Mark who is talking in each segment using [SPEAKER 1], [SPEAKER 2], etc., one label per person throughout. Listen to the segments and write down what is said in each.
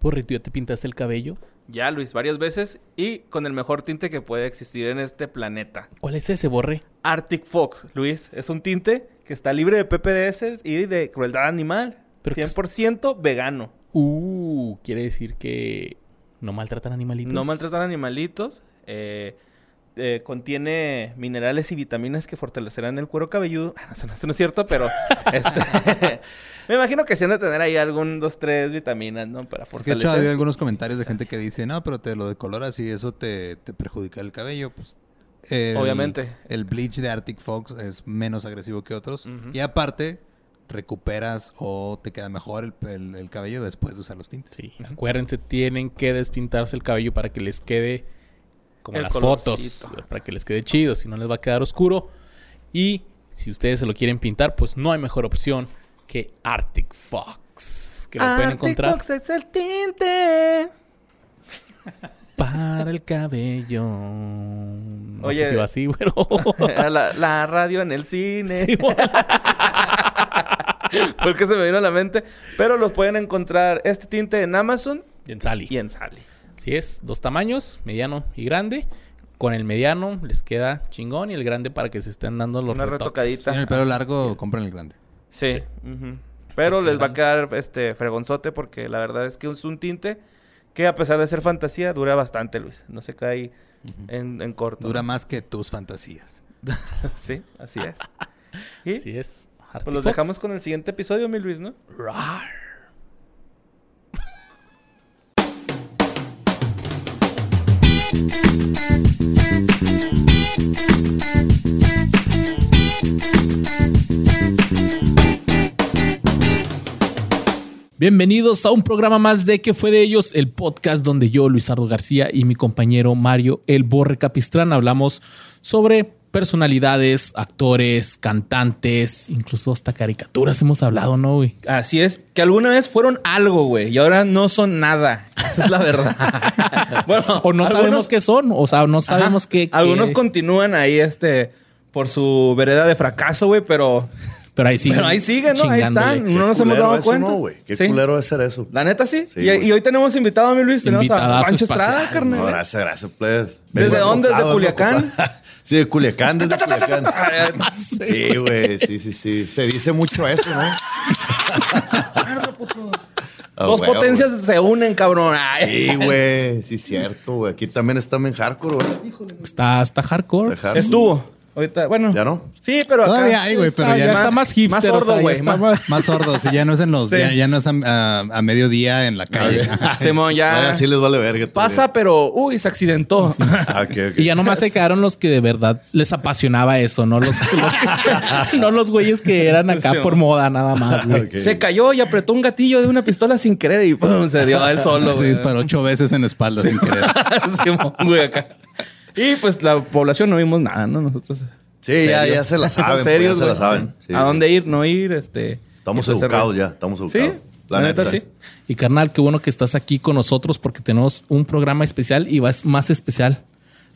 [SPEAKER 1] Porri, ¿tú ya te pintaste el cabello?
[SPEAKER 2] Ya, Luis, varias veces y con el mejor tinte que puede existir en este planeta.
[SPEAKER 1] ¿Cuál es ese, Borre?
[SPEAKER 2] Arctic Fox, Luis, es un tinte que está libre de PPDS y de crueldad animal.
[SPEAKER 1] Pero que-
[SPEAKER 2] 100% vegano.
[SPEAKER 1] Uh, quiere decir que no maltratan animalitos.
[SPEAKER 2] No maltratan animalitos. eh, eh, contiene minerales y vitaminas que fortalecerán el cuero cabelludo. Ah, no, Eso no, eso no es cierto, pero... este, me imagino que sí han de tener ahí algún, dos, tres vitaminas, ¿no? Para
[SPEAKER 3] Porque de hecho había
[SPEAKER 2] fortalecer.
[SPEAKER 3] algunos comentarios de gente que dice, no, pero te lo decoloras y eso te, te perjudica el cabello. Pues, el-
[SPEAKER 2] Obviamente.
[SPEAKER 3] El bleach de Arctic Fox es menos agresivo que otros.
[SPEAKER 2] Ujú.
[SPEAKER 3] Y aparte, recuperas o te queda mejor el, el- el cabello después de usar los tintes.
[SPEAKER 1] Sí, acuérdense, tienen que despintarse el cabello para que les quede como
[SPEAKER 2] El
[SPEAKER 1] las
[SPEAKER 2] colorcito.
[SPEAKER 1] fotos, para que les quede chido, si no les va a quedar oscuro. Y si ustedes se lo quieren pintar, pues no hay mejor opción que Arctic Fox, que lo pueden
[SPEAKER 2] Arctic
[SPEAKER 1] encontrar
[SPEAKER 2] Fox es el tinte.
[SPEAKER 1] para el cabello. No
[SPEAKER 2] Oye.
[SPEAKER 1] sé si va así, pero
[SPEAKER 2] Era la, la radio en el cine.
[SPEAKER 1] Sí, bueno.
[SPEAKER 2] Fue el que se me vino a la mente. Pero los pueden encontrar este tinte en Amazon
[SPEAKER 1] en Sally.
[SPEAKER 2] y en Sally.
[SPEAKER 1] Si es dos tamaños, mediano y grande. Con el mediano les queda chingón y el grande para que se estén dando los
[SPEAKER 2] Una
[SPEAKER 1] retoques.
[SPEAKER 2] retocadita.
[SPEAKER 3] Tienen el pelo largo, compran el grande.
[SPEAKER 2] Sí.
[SPEAKER 1] Sí.
[SPEAKER 2] ujú. Pero
[SPEAKER 1] Porque
[SPEAKER 2] les va a quedar este fregonzote porque la verdad es que es un tinte que a pesar de ser fantasía dura bastante, Luis. No se cae ahí en, en corto.
[SPEAKER 3] Dura más que tus fantasías.
[SPEAKER 2] Sí, así es. Y
[SPEAKER 1] Así es.
[SPEAKER 2] pues los dejamos con el siguiente episodio, mi Luis, ¿no?
[SPEAKER 1] Bienvenidos a un programa más de ¿Qué fue de ellos? El podcast donde yo, Luisardo García, y mi compañero Mario El Borre Capistrán hablamos sobre personalidades, actores, cantantes, incluso hasta caricaturas hemos hablado, ¿no, güey?
[SPEAKER 2] Así es, que alguna vez fueron algo, güey, y ahora no son nada. Esa es la verdad. bueno,
[SPEAKER 1] O no sabemos qué son, o sea, no sabemos qué. qué-
[SPEAKER 2] Algunos continúan ahí, este, por su vereda de fracaso, güey, pero
[SPEAKER 1] Pero ahí siguen.
[SPEAKER 2] Pero ahí siguen, ¿no? Ahí
[SPEAKER 1] chingándole.
[SPEAKER 2] están. No nos hemos
[SPEAKER 4] culero
[SPEAKER 2] dado
[SPEAKER 4] eso,
[SPEAKER 2] cuenta.
[SPEAKER 4] No, güey. Qué
[SPEAKER 2] Sí.
[SPEAKER 4] culero es ser eso.
[SPEAKER 2] la neta sí.
[SPEAKER 4] Sí,
[SPEAKER 2] y,
[SPEAKER 4] güey.
[SPEAKER 2] y hoy tenemos invitado a mi Luis, tenemos a
[SPEAKER 1] Invitadazo
[SPEAKER 2] Pancho Estrada,
[SPEAKER 1] espacial,
[SPEAKER 4] No,
[SPEAKER 2] carnal.
[SPEAKER 4] gracias, gracias, pleb.
[SPEAKER 2] ¿Desde
[SPEAKER 4] pues. Vengo
[SPEAKER 2] dónde? ¿Desde
[SPEAKER 4] ocupado, vengo
[SPEAKER 2] Culiacán?
[SPEAKER 4] ocupado. sí, de Culiacán, desde Culiacán. Sí, güey, sí, sí, sí. Se dice mucho eso, ¿no? Ah,
[SPEAKER 2] Dos
[SPEAKER 4] güey,
[SPEAKER 2] potencias se unen, cabrón. Ay.
[SPEAKER 4] güey. Sí, güey, sí, cierto, güey. Aquí también está en hardcore, güey.
[SPEAKER 1] Está, está hardcore.
[SPEAKER 4] Está hardcore.
[SPEAKER 2] Estuvo. Ahorita, bueno.
[SPEAKER 4] ¿Ya no?
[SPEAKER 2] Sí, Eh, pero acá.
[SPEAKER 3] Todavía hay, güey, pero
[SPEAKER 1] Ah, ya
[SPEAKER 3] ya, no
[SPEAKER 1] está
[SPEAKER 3] es-
[SPEAKER 2] más-
[SPEAKER 1] más hipster.
[SPEAKER 2] más
[SPEAKER 1] o sea,
[SPEAKER 2] sordo,
[SPEAKER 1] ya
[SPEAKER 2] güey,
[SPEAKER 1] está
[SPEAKER 2] más-
[SPEAKER 1] más-
[SPEAKER 3] más sordo. sí, ya no es en los,
[SPEAKER 2] Sí.
[SPEAKER 3] ya, ya no es a, a- a mediodía en la calle.
[SPEAKER 2] Simón, ya.
[SPEAKER 4] Ahora sí les vale verga.
[SPEAKER 2] Pasa, pero uy, se accidentó.
[SPEAKER 4] Ah, ok, ok.
[SPEAKER 1] Y ya nomás se quedaron los que de verdad les apasionaba eso, no los, los- no los güeyes que eran acá por moda nada más, güey.
[SPEAKER 4] Ok.
[SPEAKER 2] Se cayó y apretó un gatillo de una pistola sin querer y pum, se dio a él solo.
[SPEAKER 3] Se
[SPEAKER 2] güey.
[SPEAKER 3] disparó ocho veces en la espalda sin querer.
[SPEAKER 2] Simón, güey, acá. Y pues la población no vimos nada, ¿no? Nosotros.
[SPEAKER 4] Sí, ya, ya se la saben. pues,
[SPEAKER 2] serios,
[SPEAKER 4] ya se la
[SPEAKER 2] güey.
[SPEAKER 4] saben. Sí,
[SPEAKER 2] ¿A
[SPEAKER 4] sí.
[SPEAKER 2] dónde ir? ¿No ir? Este.
[SPEAKER 4] Estamos
[SPEAKER 2] y pues,
[SPEAKER 4] educados
[SPEAKER 2] se-
[SPEAKER 4] ya, estamos educados.
[SPEAKER 2] Sí, la neta sí.
[SPEAKER 1] Y carnal, qué bueno que estás aquí con nosotros porque tenemos un programa especial y vas- más especial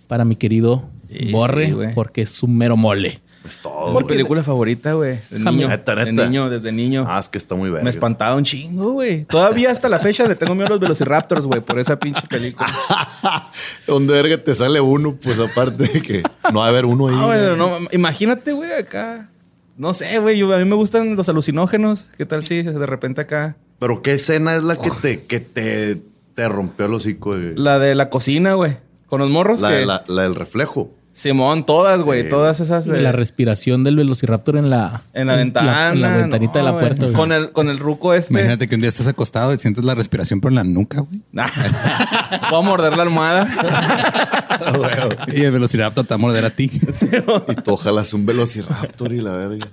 [SPEAKER 1] para mi querido
[SPEAKER 2] Sí,
[SPEAKER 1] Borre
[SPEAKER 2] sí, güey.
[SPEAKER 1] porque es un mero mole.
[SPEAKER 4] Es todo.
[SPEAKER 2] Mi
[SPEAKER 4] güey.
[SPEAKER 2] película favorita, güey. De
[SPEAKER 1] Jamio.
[SPEAKER 2] niño.
[SPEAKER 4] Neta,
[SPEAKER 2] De
[SPEAKER 4] neta.
[SPEAKER 2] niño, desde niño.
[SPEAKER 4] Ah, es que está muy verga.
[SPEAKER 2] Me espantaba un chingo, güey. Todavía hasta la fecha le tengo miedo a los Velociraptors, güey, por esa pinche película.
[SPEAKER 4] Donde verga te sale uno, pues aparte de que no va a haber uno ahí.
[SPEAKER 2] Ah, güey, pero no, imagínate, güey, acá. No sé, güey. yo- A mí me gustan los alucinógenos. ¿Qué tal si de repente acá?
[SPEAKER 4] Pero qué escena es la que te, que te, te rompió el hocico, güey? La,
[SPEAKER 2] La de la cocina, güey. Con los morros que.
[SPEAKER 4] la- la del reflejo.
[SPEAKER 2] Simón, todas, güey.
[SPEAKER 4] Sí.
[SPEAKER 2] todas esas. eh,
[SPEAKER 1] La respiración del velociraptor en la,
[SPEAKER 2] en la ventana.
[SPEAKER 1] en la ventanita
[SPEAKER 2] no,
[SPEAKER 1] de la
[SPEAKER 2] güey.
[SPEAKER 1] puerta. güey.
[SPEAKER 2] Con el, con el ruco este.
[SPEAKER 3] Imagínate que un día estás acostado y sientes la respiración por la nuca, güey.
[SPEAKER 2] Nah. Voy a morder la almohada.
[SPEAKER 4] Ah, güey.
[SPEAKER 3] Y el velociraptor te va a morder a ti.
[SPEAKER 4] y tú ojalá es un velociraptor y la verga.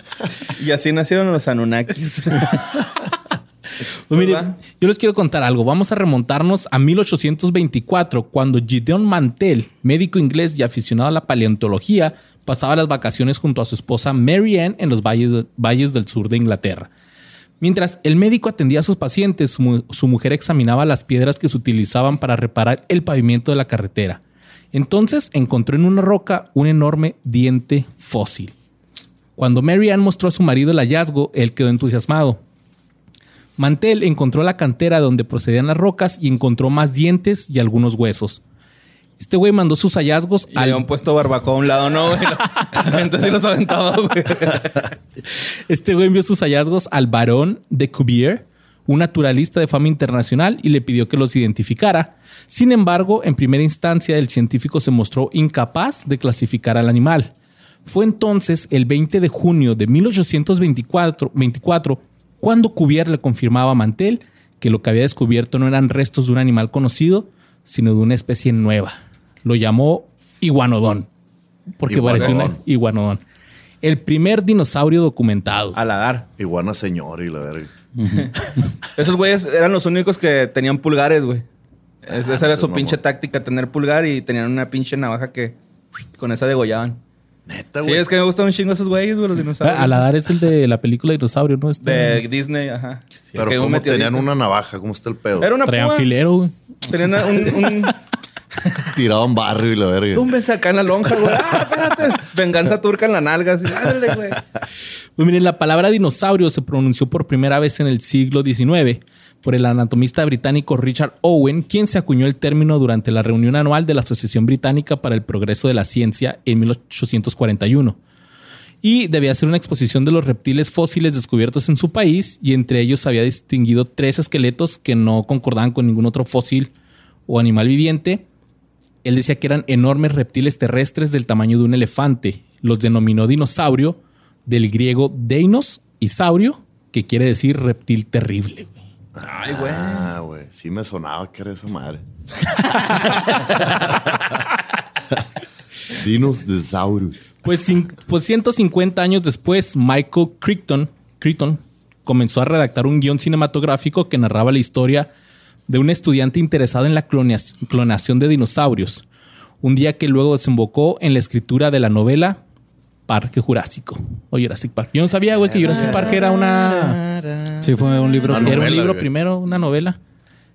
[SPEAKER 2] y así nacieron los Anunnakis.
[SPEAKER 1] Pues mire,
[SPEAKER 2] ¿Verdad?
[SPEAKER 1] yo les quiero contar algo. Vamos a remontarnos a 1824, cuando Gideon Mantell, médico inglés y aficionado a la paleontología, pasaba las vacaciones junto a su esposa Mary Ann en los valles, valles del sur de Inglaterra. Mientras el médico atendía a sus pacientes, su, mu- su mujer examinaba las piedras que se utilizaban para reparar el pavimento de la carretera. Entonces encontró en una roca un enorme diente fósil. Cuando Mary Ann mostró a su marido el hallazgo, él quedó entusiasmado. Mantel encontró la cantera de donde procedían las rocas y encontró más dientes y algunos huesos. Este güey mandó sus hallazgos
[SPEAKER 2] Y le
[SPEAKER 1] al
[SPEAKER 2] habían puesto barbacoa a un lado, ¿no? güey? Entonces sí los aventaba, güey.
[SPEAKER 1] Este güey envió sus hallazgos al barón de Cuvier, un naturalista de fama internacional, y le pidió que los identificara. Sin embargo, en primera instancia, el científico se mostró incapaz de clasificar al animal. Fue entonces el 20 de junio de 1824 24, cuando Cuvier le confirmaba a Mantel que lo que había descubierto no eran restos de un animal conocido, sino de una especie nueva. Lo llamó iguanodón, porque parecía un
[SPEAKER 4] Iguanodón.
[SPEAKER 1] iguanodón. El primer dinosaurio documentado.
[SPEAKER 2] A lagar.
[SPEAKER 4] Iguana señor y la verga.
[SPEAKER 2] Esos güeyes eran los únicos que tenían pulgares, güey. Es- esa era
[SPEAKER 4] Ah, sí,
[SPEAKER 2] su
[SPEAKER 4] mamón.
[SPEAKER 2] pinche táctica, tener pulgar y tenían una pinche navaja que con esa degollaban.
[SPEAKER 4] Neta,
[SPEAKER 2] Sí,
[SPEAKER 4] güey.
[SPEAKER 2] es que me gustan un chingo esos güeyes, güey, los dinosaurios.
[SPEAKER 1] Aladar es el de la película Dinosaurio, ¿no? Este-
[SPEAKER 2] De Disney, ajá.
[SPEAKER 4] Pero
[SPEAKER 2] Que un
[SPEAKER 4] cómo
[SPEAKER 2] meteorito.
[SPEAKER 4] tenían una navaja, ¿cómo está el pedo?
[SPEAKER 2] Era una
[SPEAKER 1] Traían
[SPEAKER 2] púa.
[SPEAKER 1] filero, güey.
[SPEAKER 2] Tenían una- un... un...
[SPEAKER 4] Tiraban barrio y la verga.
[SPEAKER 2] Túmbese acá en la lonja, güey. ¡Ah, espérate! Venganza turca en la nalga. Así, ándale, güey.
[SPEAKER 1] Pues miren, la palabra dinosaurio se pronunció por primera vez en el siglo XIX por el anatomista británico Richard Owen, quien se acuñó el término durante la reunión anual de la Asociación Británica para el Progreso de la Ciencia en 1841. Y debía ser una exposición de los reptiles fósiles descubiertos en su país, y entre ellos había distinguido tres esqueletos que no concordaban con ningún otro fósil o animal viviente. Él decía que eran enormes reptiles terrestres del tamaño de un elefante. Los denominó dinosaurio, del griego deinos y saurio, que quiere decir reptil terrible. güey.
[SPEAKER 2] Ay, güey.
[SPEAKER 4] Ah, güey. Sí me sonaba que era esa madre. Dinos de Saurus.
[SPEAKER 1] Pues, cin- pues 150 años después, Michael Crichton, Crichton comenzó a redactar un guión cinematográfico que narraba la historia de un estudiante interesado en la clonia- clonación de dinosaurios, un día que luego desembocó en la escritura de la novela Parque Jurásico o Jurassic Park. Yo no sabía, güey, que Jurassic Park era una...
[SPEAKER 3] Sí, fue un libro.
[SPEAKER 4] Una
[SPEAKER 3] como-
[SPEAKER 1] Era
[SPEAKER 4] novela,
[SPEAKER 1] un libro
[SPEAKER 4] güey.
[SPEAKER 1] primero, una novela.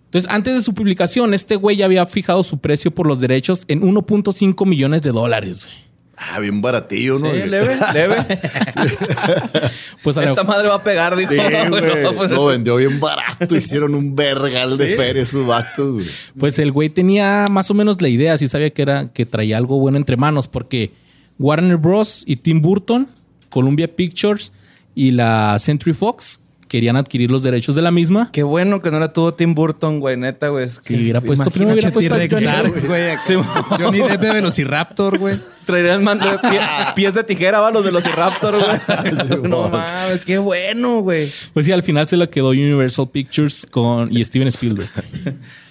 [SPEAKER 1] Entonces, antes de su publicación, este güey ya había fijado su precio por los derechos en 1.5 millones de dólares. güey.
[SPEAKER 4] Ah, bien baratillo, ¿no?
[SPEAKER 2] Sí, leve, leve.
[SPEAKER 1] Pues a lo-
[SPEAKER 2] Esta madre va a pegar, dijo.
[SPEAKER 4] Sí,
[SPEAKER 2] No,
[SPEAKER 4] güey.
[SPEAKER 2] no, pues,
[SPEAKER 4] Lo vendió bien barato. Hicieron un vergal de feria esos vatos, güey.
[SPEAKER 1] pues el güey tenía más o menos la idea, sí sabía que era que traía algo bueno entre manos, porque Warner Bros. y Tim Burton, Columbia Pictures y la Century Fox querían adquirir los derechos de la misma.
[SPEAKER 2] Qué bueno que no la tuvo Tim Burton, güey, neta, güey. Es que
[SPEAKER 1] Si hubiera puesto primero, pues, hubiera
[SPEAKER 3] Imagínate
[SPEAKER 1] puesto a
[SPEAKER 3] T-Rex
[SPEAKER 1] Johnny Depp.
[SPEAKER 3] Darks, güey. acá. Johnny Depp de Velociraptor, güey.
[SPEAKER 2] traerían man- de pie- pies de tijera, va, los de los Raptor, güey. no mames, qué bueno, güey.
[SPEAKER 1] Pues sí, al final se la quedó Universal Pictures con, y Steven Spielberg.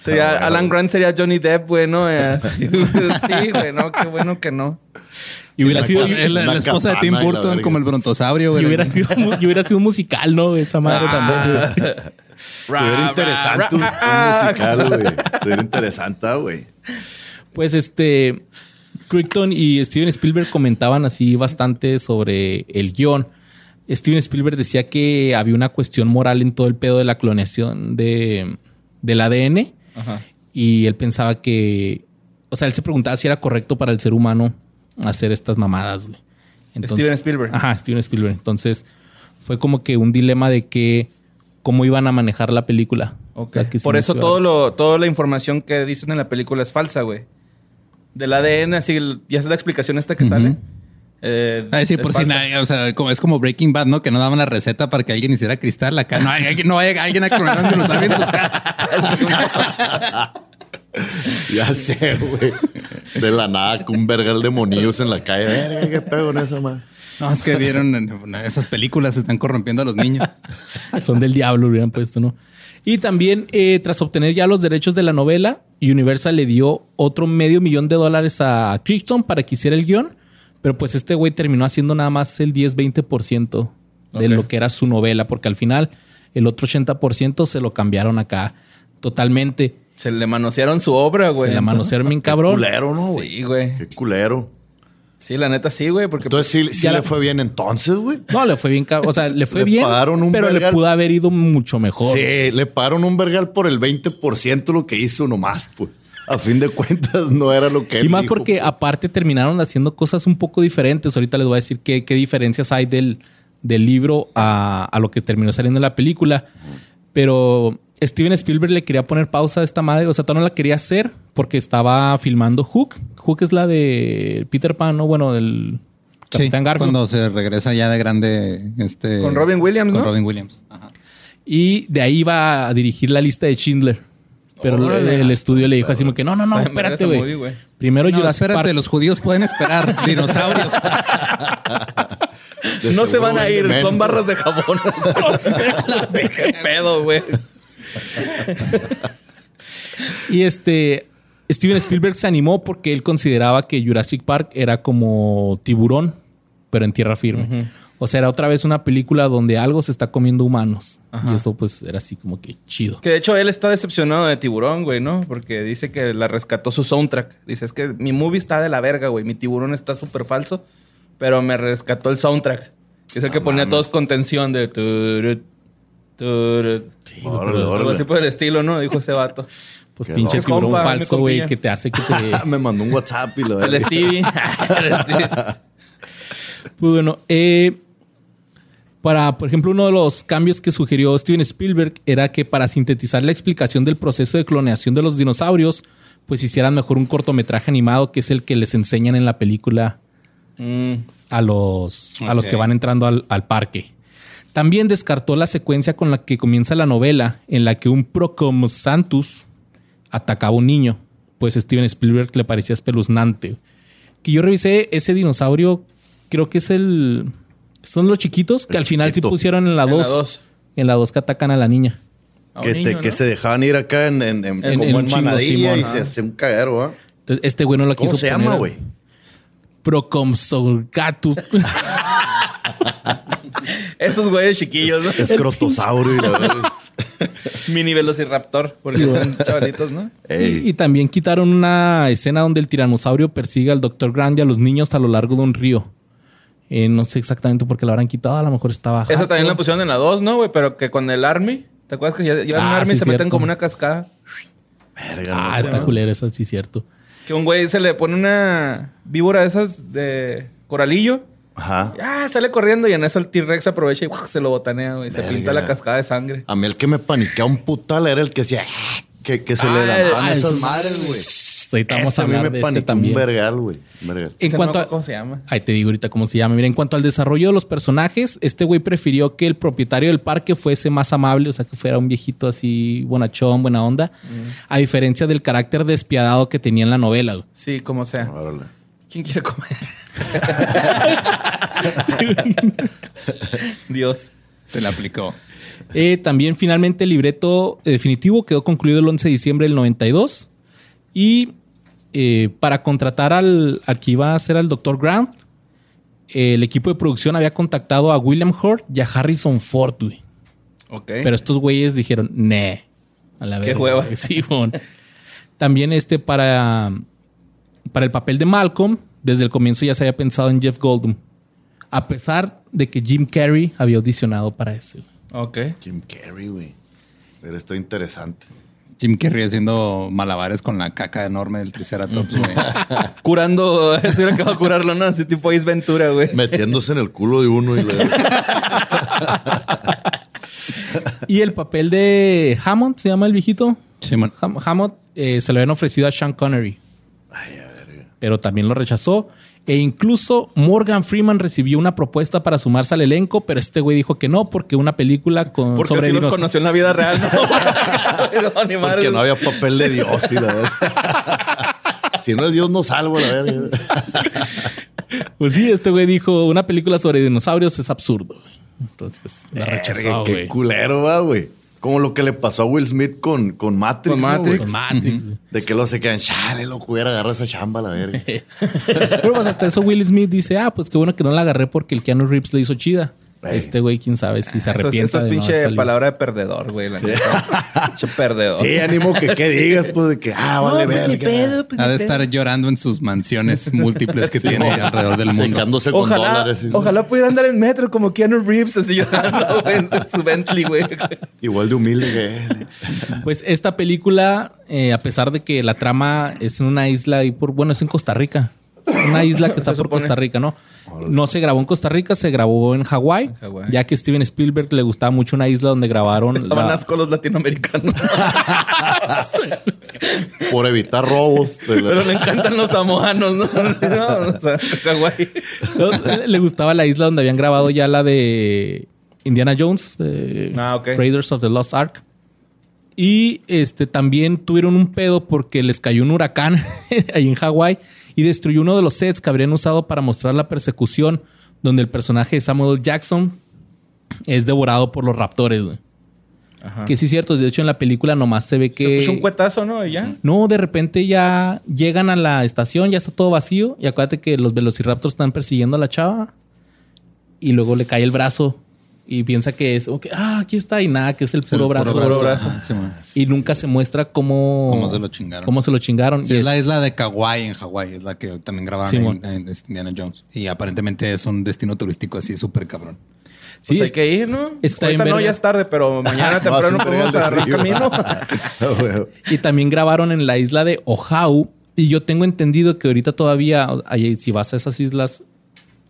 [SPEAKER 2] Sería, Alan Grant sería Johnny Depp, güey, ¿no? Así, sí, güey, no, qué bueno que no.
[SPEAKER 1] Y hubiera sido...
[SPEAKER 4] cosa-
[SPEAKER 3] Es La, la
[SPEAKER 4] Una
[SPEAKER 3] esposa de Tim
[SPEAKER 4] katana y la
[SPEAKER 3] Burton
[SPEAKER 4] verga.
[SPEAKER 3] como el brontosaurio, güey.
[SPEAKER 1] Y hubiera sido, Ah. mu- y hubiera sido un musical, ¿no? Esa madre también.
[SPEAKER 4] Estuviera interesante un,
[SPEAKER 2] ah.
[SPEAKER 4] un musical, güey. Estuviera interesante, ah, güey.
[SPEAKER 1] Pues este. Crichton y Steven Spielberg comentaban así bastante sobre el guión. Steven Spielberg decía que había una cuestión moral en todo el pedo de la clonación de, del ADN. Y él pensaba que. O sea, él se preguntaba si era correcto para el ser humano hacer estas mamadas, güey.
[SPEAKER 2] Steven Spielberg.
[SPEAKER 1] Ajá, Steven Spielberg. Entonces, fue como que un dilema de que. cómo iban a manejar la película. O sea, que si
[SPEAKER 2] Por
[SPEAKER 1] no
[SPEAKER 2] eso
[SPEAKER 1] se iba a-
[SPEAKER 2] todo lo, toda la información que dicen en la película es falsa, güey. Del ADN, así, el- ya es la explicación esta que sale. Eh,
[SPEAKER 3] Ah, sí,
[SPEAKER 2] es
[SPEAKER 3] por si
[SPEAKER 2] falsa.
[SPEAKER 3] nadie, o sea, como, es como Breaking Bad, ¿no? Que no daban la receta para que alguien hiciera cristal acá. No, hay, alguien, no vaya alguien a clonar un dinosaurio en su casa.
[SPEAKER 4] Ya sé, güey. De la nada, con un vergal de monillos en la calle. Verga, qué pedo en esa madre.
[SPEAKER 3] No, es que vieron en- esas películas, están corrompiendo a los niños.
[SPEAKER 1] Son del diablo, lo hubieran puesto, ¿no? Y también, eh, tras obtener ya los derechos de la novela, Universal le dio otro medio millón de dólares a Crichton para que hiciera el guión. Pero pues este güey terminó haciendo nada más el 10-20% de
[SPEAKER 2] Ok.
[SPEAKER 1] lo que era su novela, porque al final el otro 80% se lo cambiaron acá totalmente.
[SPEAKER 2] Se le manosearon su obra, güey.
[SPEAKER 1] se la manosearon bien
[SPEAKER 4] Qué
[SPEAKER 1] cabrón.
[SPEAKER 4] culero, ¿no, güey?
[SPEAKER 2] Sí, güey.
[SPEAKER 4] Qué culero.
[SPEAKER 2] Sí, la neta sí, güey, porque
[SPEAKER 4] Entonces, sí, sí
[SPEAKER 1] Ya la-
[SPEAKER 4] le fue bien entonces, güey.
[SPEAKER 1] No, le fue bien, cab- o sea, le fue
[SPEAKER 4] Le
[SPEAKER 1] bien,
[SPEAKER 4] pagaron un
[SPEAKER 1] pero le
[SPEAKER 4] vergal.
[SPEAKER 1] pudo haber ido mucho mejor.
[SPEAKER 4] Sí, le pagaron un vergal por el 20% lo que hizo nomás, pues. A fin de cuentas, no era lo que él
[SPEAKER 1] Y más
[SPEAKER 4] dijo,
[SPEAKER 1] porque aparte terminaron haciendo cosas un poco diferentes. Ahorita les voy a decir qué, qué diferencias hay del, del libro a, a lo que terminó saliendo en la película. Pero Steven Spielberg le quería poner pausa a esta madre. O sea, todavía no la quería hacer porque estaba filmando Hook. Hook es la de Peter Pan, ¿no? Bueno, del
[SPEAKER 3] Sí,
[SPEAKER 1] Capitán Garfield.
[SPEAKER 3] cuando se regresa ya de grande. Este,
[SPEAKER 2] Con Robin Williams,
[SPEAKER 3] Con
[SPEAKER 2] ¿no?
[SPEAKER 3] Robin Williams.
[SPEAKER 1] Y de ahí iba a dirigir la lista de Schindler. Pero el, el estudio le dijo así como que no, no, no,
[SPEAKER 5] Está en verga
[SPEAKER 1] espérate,
[SPEAKER 5] esa movie,
[SPEAKER 1] güey.
[SPEAKER 5] güey.
[SPEAKER 1] Primero
[SPEAKER 3] No,
[SPEAKER 1] Jurassic
[SPEAKER 3] espérate,
[SPEAKER 1] Park.
[SPEAKER 3] los judíos pueden esperar. dinosaurios.
[SPEAKER 4] De
[SPEAKER 2] No se
[SPEAKER 4] seguro,
[SPEAKER 2] van a ir,
[SPEAKER 4] elementos.
[SPEAKER 2] son barras de jabón. ¿Qué pedo, güey?
[SPEAKER 1] Y este Steven Spielberg se animó porque él consideraba que Jurassic Park era como tiburón, pero en tierra firme. O sea, era otra vez una película donde algo se está comiendo humanos. Y eso pues era así como que chido.
[SPEAKER 2] Que de hecho él está decepcionado de Tiburón, güey, ¿no? Porque dice que la rescató su soundtrack. Dice, es que mi movie está de la verga, güey. Mi tiburón está súper falso, pero me rescató el soundtrack. Que es el que ponía a todos con tensión de... turut, turut.
[SPEAKER 4] Órale,
[SPEAKER 2] Algo así
[SPEAKER 4] órale.
[SPEAKER 2] por el estilo, ¿no? Dijo ese vato.
[SPEAKER 1] Pues
[SPEAKER 4] Qué
[SPEAKER 1] pinche
[SPEAKER 2] loco.
[SPEAKER 1] tiburón
[SPEAKER 2] Compa, mi
[SPEAKER 1] falso, güey,
[SPEAKER 2] compilla.
[SPEAKER 1] que te hace que te...
[SPEAKER 4] Ah, Me mandó un WhatsApp y lo
[SPEAKER 2] El Stevie. El Stevie.
[SPEAKER 1] Pues bueno, eh, para, por ejemplo, uno de los cambios que sugirió Steven Spielberg era que para sintetizar la explicación del proceso de clonación de los dinosaurios, pues hicieran mejor un cortometraje animado que es el que les enseñan en la película
[SPEAKER 2] Mm,
[SPEAKER 1] a, los, a los
[SPEAKER 3] Ok.
[SPEAKER 1] que van entrando al, al parque. También descartó la secuencia con la que comienza la novela, en la que un Procomosantus atacaba a un niño. Pues a Steven Spielberg le parecía espeluznante. Que yo revisé ese dinosaurio, creo que es el. Son los chiquitos que
[SPEAKER 4] El
[SPEAKER 1] al final
[SPEAKER 4] chiquito.
[SPEAKER 1] sí pusieron en la
[SPEAKER 2] En la
[SPEAKER 1] 2.
[SPEAKER 2] dos.
[SPEAKER 1] En la 2 que atacan a la niña.
[SPEAKER 2] A un
[SPEAKER 4] Que, te-
[SPEAKER 2] niño,
[SPEAKER 4] que
[SPEAKER 2] ¿no?
[SPEAKER 4] se dejaban ir acá en, en- en-
[SPEAKER 1] En-
[SPEAKER 4] como
[SPEAKER 1] en
[SPEAKER 4] en,
[SPEAKER 1] un chingo,
[SPEAKER 4] manadilla
[SPEAKER 1] Simón,
[SPEAKER 4] y
[SPEAKER 1] ajá.
[SPEAKER 4] se hace un cagadero, ¿ah?
[SPEAKER 1] Entonces, este güey no la
[SPEAKER 4] ¿Cómo
[SPEAKER 1] quiso
[SPEAKER 4] se
[SPEAKER 1] poner.
[SPEAKER 4] llama, güey?
[SPEAKER 1] Procomsorgatus.
[SPEAKER 2] Esos güeyes chiquillos, ¿no?
[SPEAKER 4] Escrotosaurio y la verga.
[SPEAKER 2] Mini Velociraptor, porque son chavalitos, ¿no?
[SPEAKER 4] Ey.
[SPEAKER 1] Y, y también quitaron una escena donde el tiranosaurio persigue al Dr. Grant y a los niños a lo largo de un río. Eh, no sé exactamente por qué la habrán quitado, a lo mejor estaba.
[SPEAKER 2] Esa
[SPEAKER 1] Hardcore.
[SPEAKER 2] también la pusieron en la 2, ¿no, güey? Pero que con el Army. ¿Te acuerdas que ya llevan
[SPEAKER 1] Ah,
[SPEAKER 2] un Army
[SPEAKER 1] sí,
[SPEAKER 2] y se meten
[SPEAKER 1] cierto.
[SPEAKER 2] como una cascada?
[SPEAKER 4] Verga, no
[SPEAKER 1] Ah,
[SPEAKER 4] sé,
[SPEAKER 1] está
[SPEAKER 4] ¿no?
[SPEAKER 1] culera, esa sí, cierto.
[SPEAKER 2] Que un güey se le pone una víbora de esas de coralillo.
[SPEAKER 4] Ajá.
[SPEAKER 2] Ah, sale corriendo y en eso el T-Rex aprovecha y ¡guau! se lo botanea, güey. Se
[SPEAKER 4] Verga.
[SPEAKER 2] pinta la cascada de sangre.
[SPEAKER 4] A mí el que me paniqueaba un putal era el que decía "Ah", que, que se le
[SPEAKER 2] Ah,
[SPEAKER 4] lanzaban
[SPEAKER 1] ah,
[SPEAKER 4] esas
[SPEAKER 1] es-
[SPEAKER 4] madres, güey.
[SPEAKER 1] Ahorita vamos
[SPEAKER 4] Ese
[SPEAKER 1] a
[SPEAKER 4] a mí
[SPEAKER 1] hablar
[SPEAKER 4] me
[SPEAKER 1] de ese
[SPEAKER 4] paniqueó un
[SPEAKER 1] también.
[SPEAKER 4] vergal, güey. Un vergal.
[SPEAKER 1] En
[SPEAKER 2] Se
[SPEAKER 1] cuanto
[SPEAKER 2] me-
[SPEAKER 1] a,
[SPEAKER 2] ¿Cómo se llama?
[SPEAKER 1] Ahí te digo ahorita cómo se llama. Mira, en cuanto al desarrollo de los personajes, este güey prefirió que el propietario del parque fuese más amable, o sea, que fuera un viejito así bonachón, buena onda, a diferencia del carácter despiadado que tenía en la novela. güey.
[SPEAKER 2] Sí, como
[SPEAKER 1] Eh,
[SPEAKER 2] sea.
[SPEAKER 4] Órale.
[SPEAKER 2] ¿Quién quiere comer? Dios.
[SPEAKER 3] Te la aplicó.
[SPEAKER 1] Eh, también finalmente el libreto eh, definitivo quedó concluido el 11 de diciembre del 92 y eh, para contratar al, al que iba a ser al Dr. Grant, eh, el equipo de producción había contactado a William Hurt y a Harrison Ford, güey.
[SPEAKER 2] ¿Eh? Ok.
[SPEAKER 1] Pero estos güeyes dijeron, nee. A la
[SPEAKER 2] Qué
[SPEAKER 1] verga,
[SPEAKER 2] hueva.
[SPEAKER 1] güey. Sí, mon. También este para, para el papel de Malcolm, desde el comienzo ya se había pensado en Jeff Goldblum. A pesar de que Jim Carrey había audicionado para ese. güey.
[SPEAKER 2] ok.
[SPEAKER 4] Jim Carrey, güey. Pero esto interesante.
[SPEAKER 3] Jim Carrey haciendo malabares con la caca enorme del Triceratops, güey.
[SPEAKER 2] Curando, se hubiera quedado a curarlo, ¿no? Así tipo Ace Ventura, güey.
[SPEAKER 4] Metiéndose en el culo de uno y la...
[SPEAKER 1] Y el papel de Hammond, se llama el viejito.
[SPEAKER 3] Sí, man.
[SPEAKER 1] Ham- Hammond eh, se lo habían ofrecido a Sean Connery.
[SPEAKER 2] eh.
[SPEAKER 1] Pero también lo rechazó. E incluso Morgan Freeman recibió una propuesta para sumarse al elenco, pero este güey dijo que no, porque una película con
[SPEAKER 2] Porque
[SPEAKER 1] sobre
[SPEAKER 2] así los
[SPEAKER 1] dinosaurios-
[SPEAKER 2] conoció en la vida real. ¿no? No, ni
[SPEAKER 4] Porque
[SPEAKER 2] madres.
[SPEAKER 4] no había papel de Dios y la verga. Si no es Dios, no salvo, la verga.
[SPEAKER 1] Pues sí, este güey dijo, una película sobre dinosaurios es absurdo. güey. Entonces, pues, la rechazó,
[SPEAKER 4] Verga, Qué
[SPEAKER 1] güey.
[SPEAKER 4] culero, va, güey. Como lo que le pasó a Will Smith con, con Matrix.
[SPEAKER 2] Con
[SPEAKER 4] ¿no,
[SPEAKER 2] Matrix.
[SPEAKER 4] güey?
[SPEAKER 1] Con Matrix, güey.
[SPEAKER 4] De que lo se quedan, chale, loco, hubiera agarrado esa chamba, la verga.
[SPEAKER 1] Pero pues hasta eso Will Smith dice, ah, pues qué bueno que no la agarré porque el Keanu Reeves le hizo chida.
[SPEAKER 4] Ey.
[SPEAKER 1] Este güey, quién sabe si se
[SPEAKER 2] Eso es-
[SPEAKER 1] arrepiente.
[SPEAKER 2] Eso es
[SPEAKER 1] de no haber
[SPEAKER 2] Ah, pinche
[SPEAKER 1] salido.
[SPEAKER 2] palabra de perdedor, güey. la neta. Pinche perdedor.
[SPEAKER 4] Sí, ánimo que qué digas, pues, de que, ah, vale, verga.
[SPEAKER 2] Pues
[SPEAKER 3] Ha de estar llorando en sus mansiones múltiples que tiene alrededor del mundo.
[SPEAKER 4] Secándose con
[SPEAKER 2] Ojalá,
[SPEAKER 4] dólares. y-
[SPEAKER 2] ojalá pudiera andar en metro como Keanu Reeves, así llorando, güey, en su Bentley, güey.
[SPEAKER 4] Igual de humilde que él.
[SPEAKER 1] Pues esta película, eh, a pesar de que la trama es en una isla y por, bueno, es en Costa Rica. una isla que está
[SPEAKER 2] Se
[SPEAKER 1] por
[SPEAKER 2] supone.
[SPEAKER 1] Costa Rica, ¿no? No se grabó en Costa Rica, se grabó en Hawái,
[SPEAKER 2] Hawái.
[SPEAKER 1] ya que Steven Spielberg le gustaba mucho una isla donde grabaron
[SPEAKER 2] Daban
[SPEAKER 1] la,
[SPEAKER 2] asco los latinoamericanos.
[SPEAKER 4] Por evitar robos. te la-
[SPEAKER 2] Pero le encantan los samoanos, ¿no? No, o sea, Hawái.
[SPEAKER 1] eh, le gustaba la isla donde habían grabado ya la de Indiana Jones, de
[SPEAKER 2] Ah, ok.
[SPEAKER 1] Raiders of the Lost Ark. Y este también tuvieron un pedo porque les cayó un huracán ahí en Hawái y destruyó uno de los sets que habrían usado para mostrar la persecución donde el personaje de Samuel Jackson es devorado por los raptores, güey. Que sí es cierto, de hecho en la película nomás se ve que...
[SPEAKER 2] Se escucha Ah. un cuetazo, ¿no? Y ya.
[SPEAKER 1] No, de repente ya llegan a la estación, ya está todo vacío. Y acuérdate que los velociraptors están persiguiendo a la chava. Y luego le cae el brazo. Y piensa que es, ok, ah, aquí está. Y nada, que es el puro, brazo,
[SPEAKER 3] Ajá, Simón.
[SPEAKER 1] Y nunca se muestra cómo,
[SPEAKER 3] Cómo se lo chingaron.
[SPEAKER 1] cómo se lo chingaron.
[SPEAKER 3] Sí,
[SPEAKER 1] Y
[SPEAKER 3] es
[SPEAKER 1] es-
[SPEAKER 3] la isla de Kauai en Hawái, es la que también grabaron
[SPEAKER 1] Simón.
[SPEAKER 3] en, en Indiana Jones. Y aparentemente es un destino turístico así súper cabrón.
[SPEAKER 1] sí,
[SPEAKER 2] Pues
[SPEAKER 1] es-
[SPEAKER 2] hay que ir, ¿no?
[SPEAKER 1] está
[SPEAKER 2] Ahorita
[SPEAKER 1] bien
[SPEAKER 2] no,
[SPEAKER 1] verga.
[SPEAKER 2] ya es tarde, pero mañana
[SPEAKER 4] Va a
[SPEAKER 2] temprano
[SPEAKER 4] sufrir
[SPEAKER 2] podemos
[SPEAKER 4] de
[SPEAKER 2] agarrar
[SPEAKER 4] frío.
[SPEAKER 2] camino.
[SPEAKER 4] Ah, güey.
[SPEAKER 1] Y también grabaron en la isla de Oahu. Y yo tengo entendido que ahorita todavía, ahí, si vas a esas islas,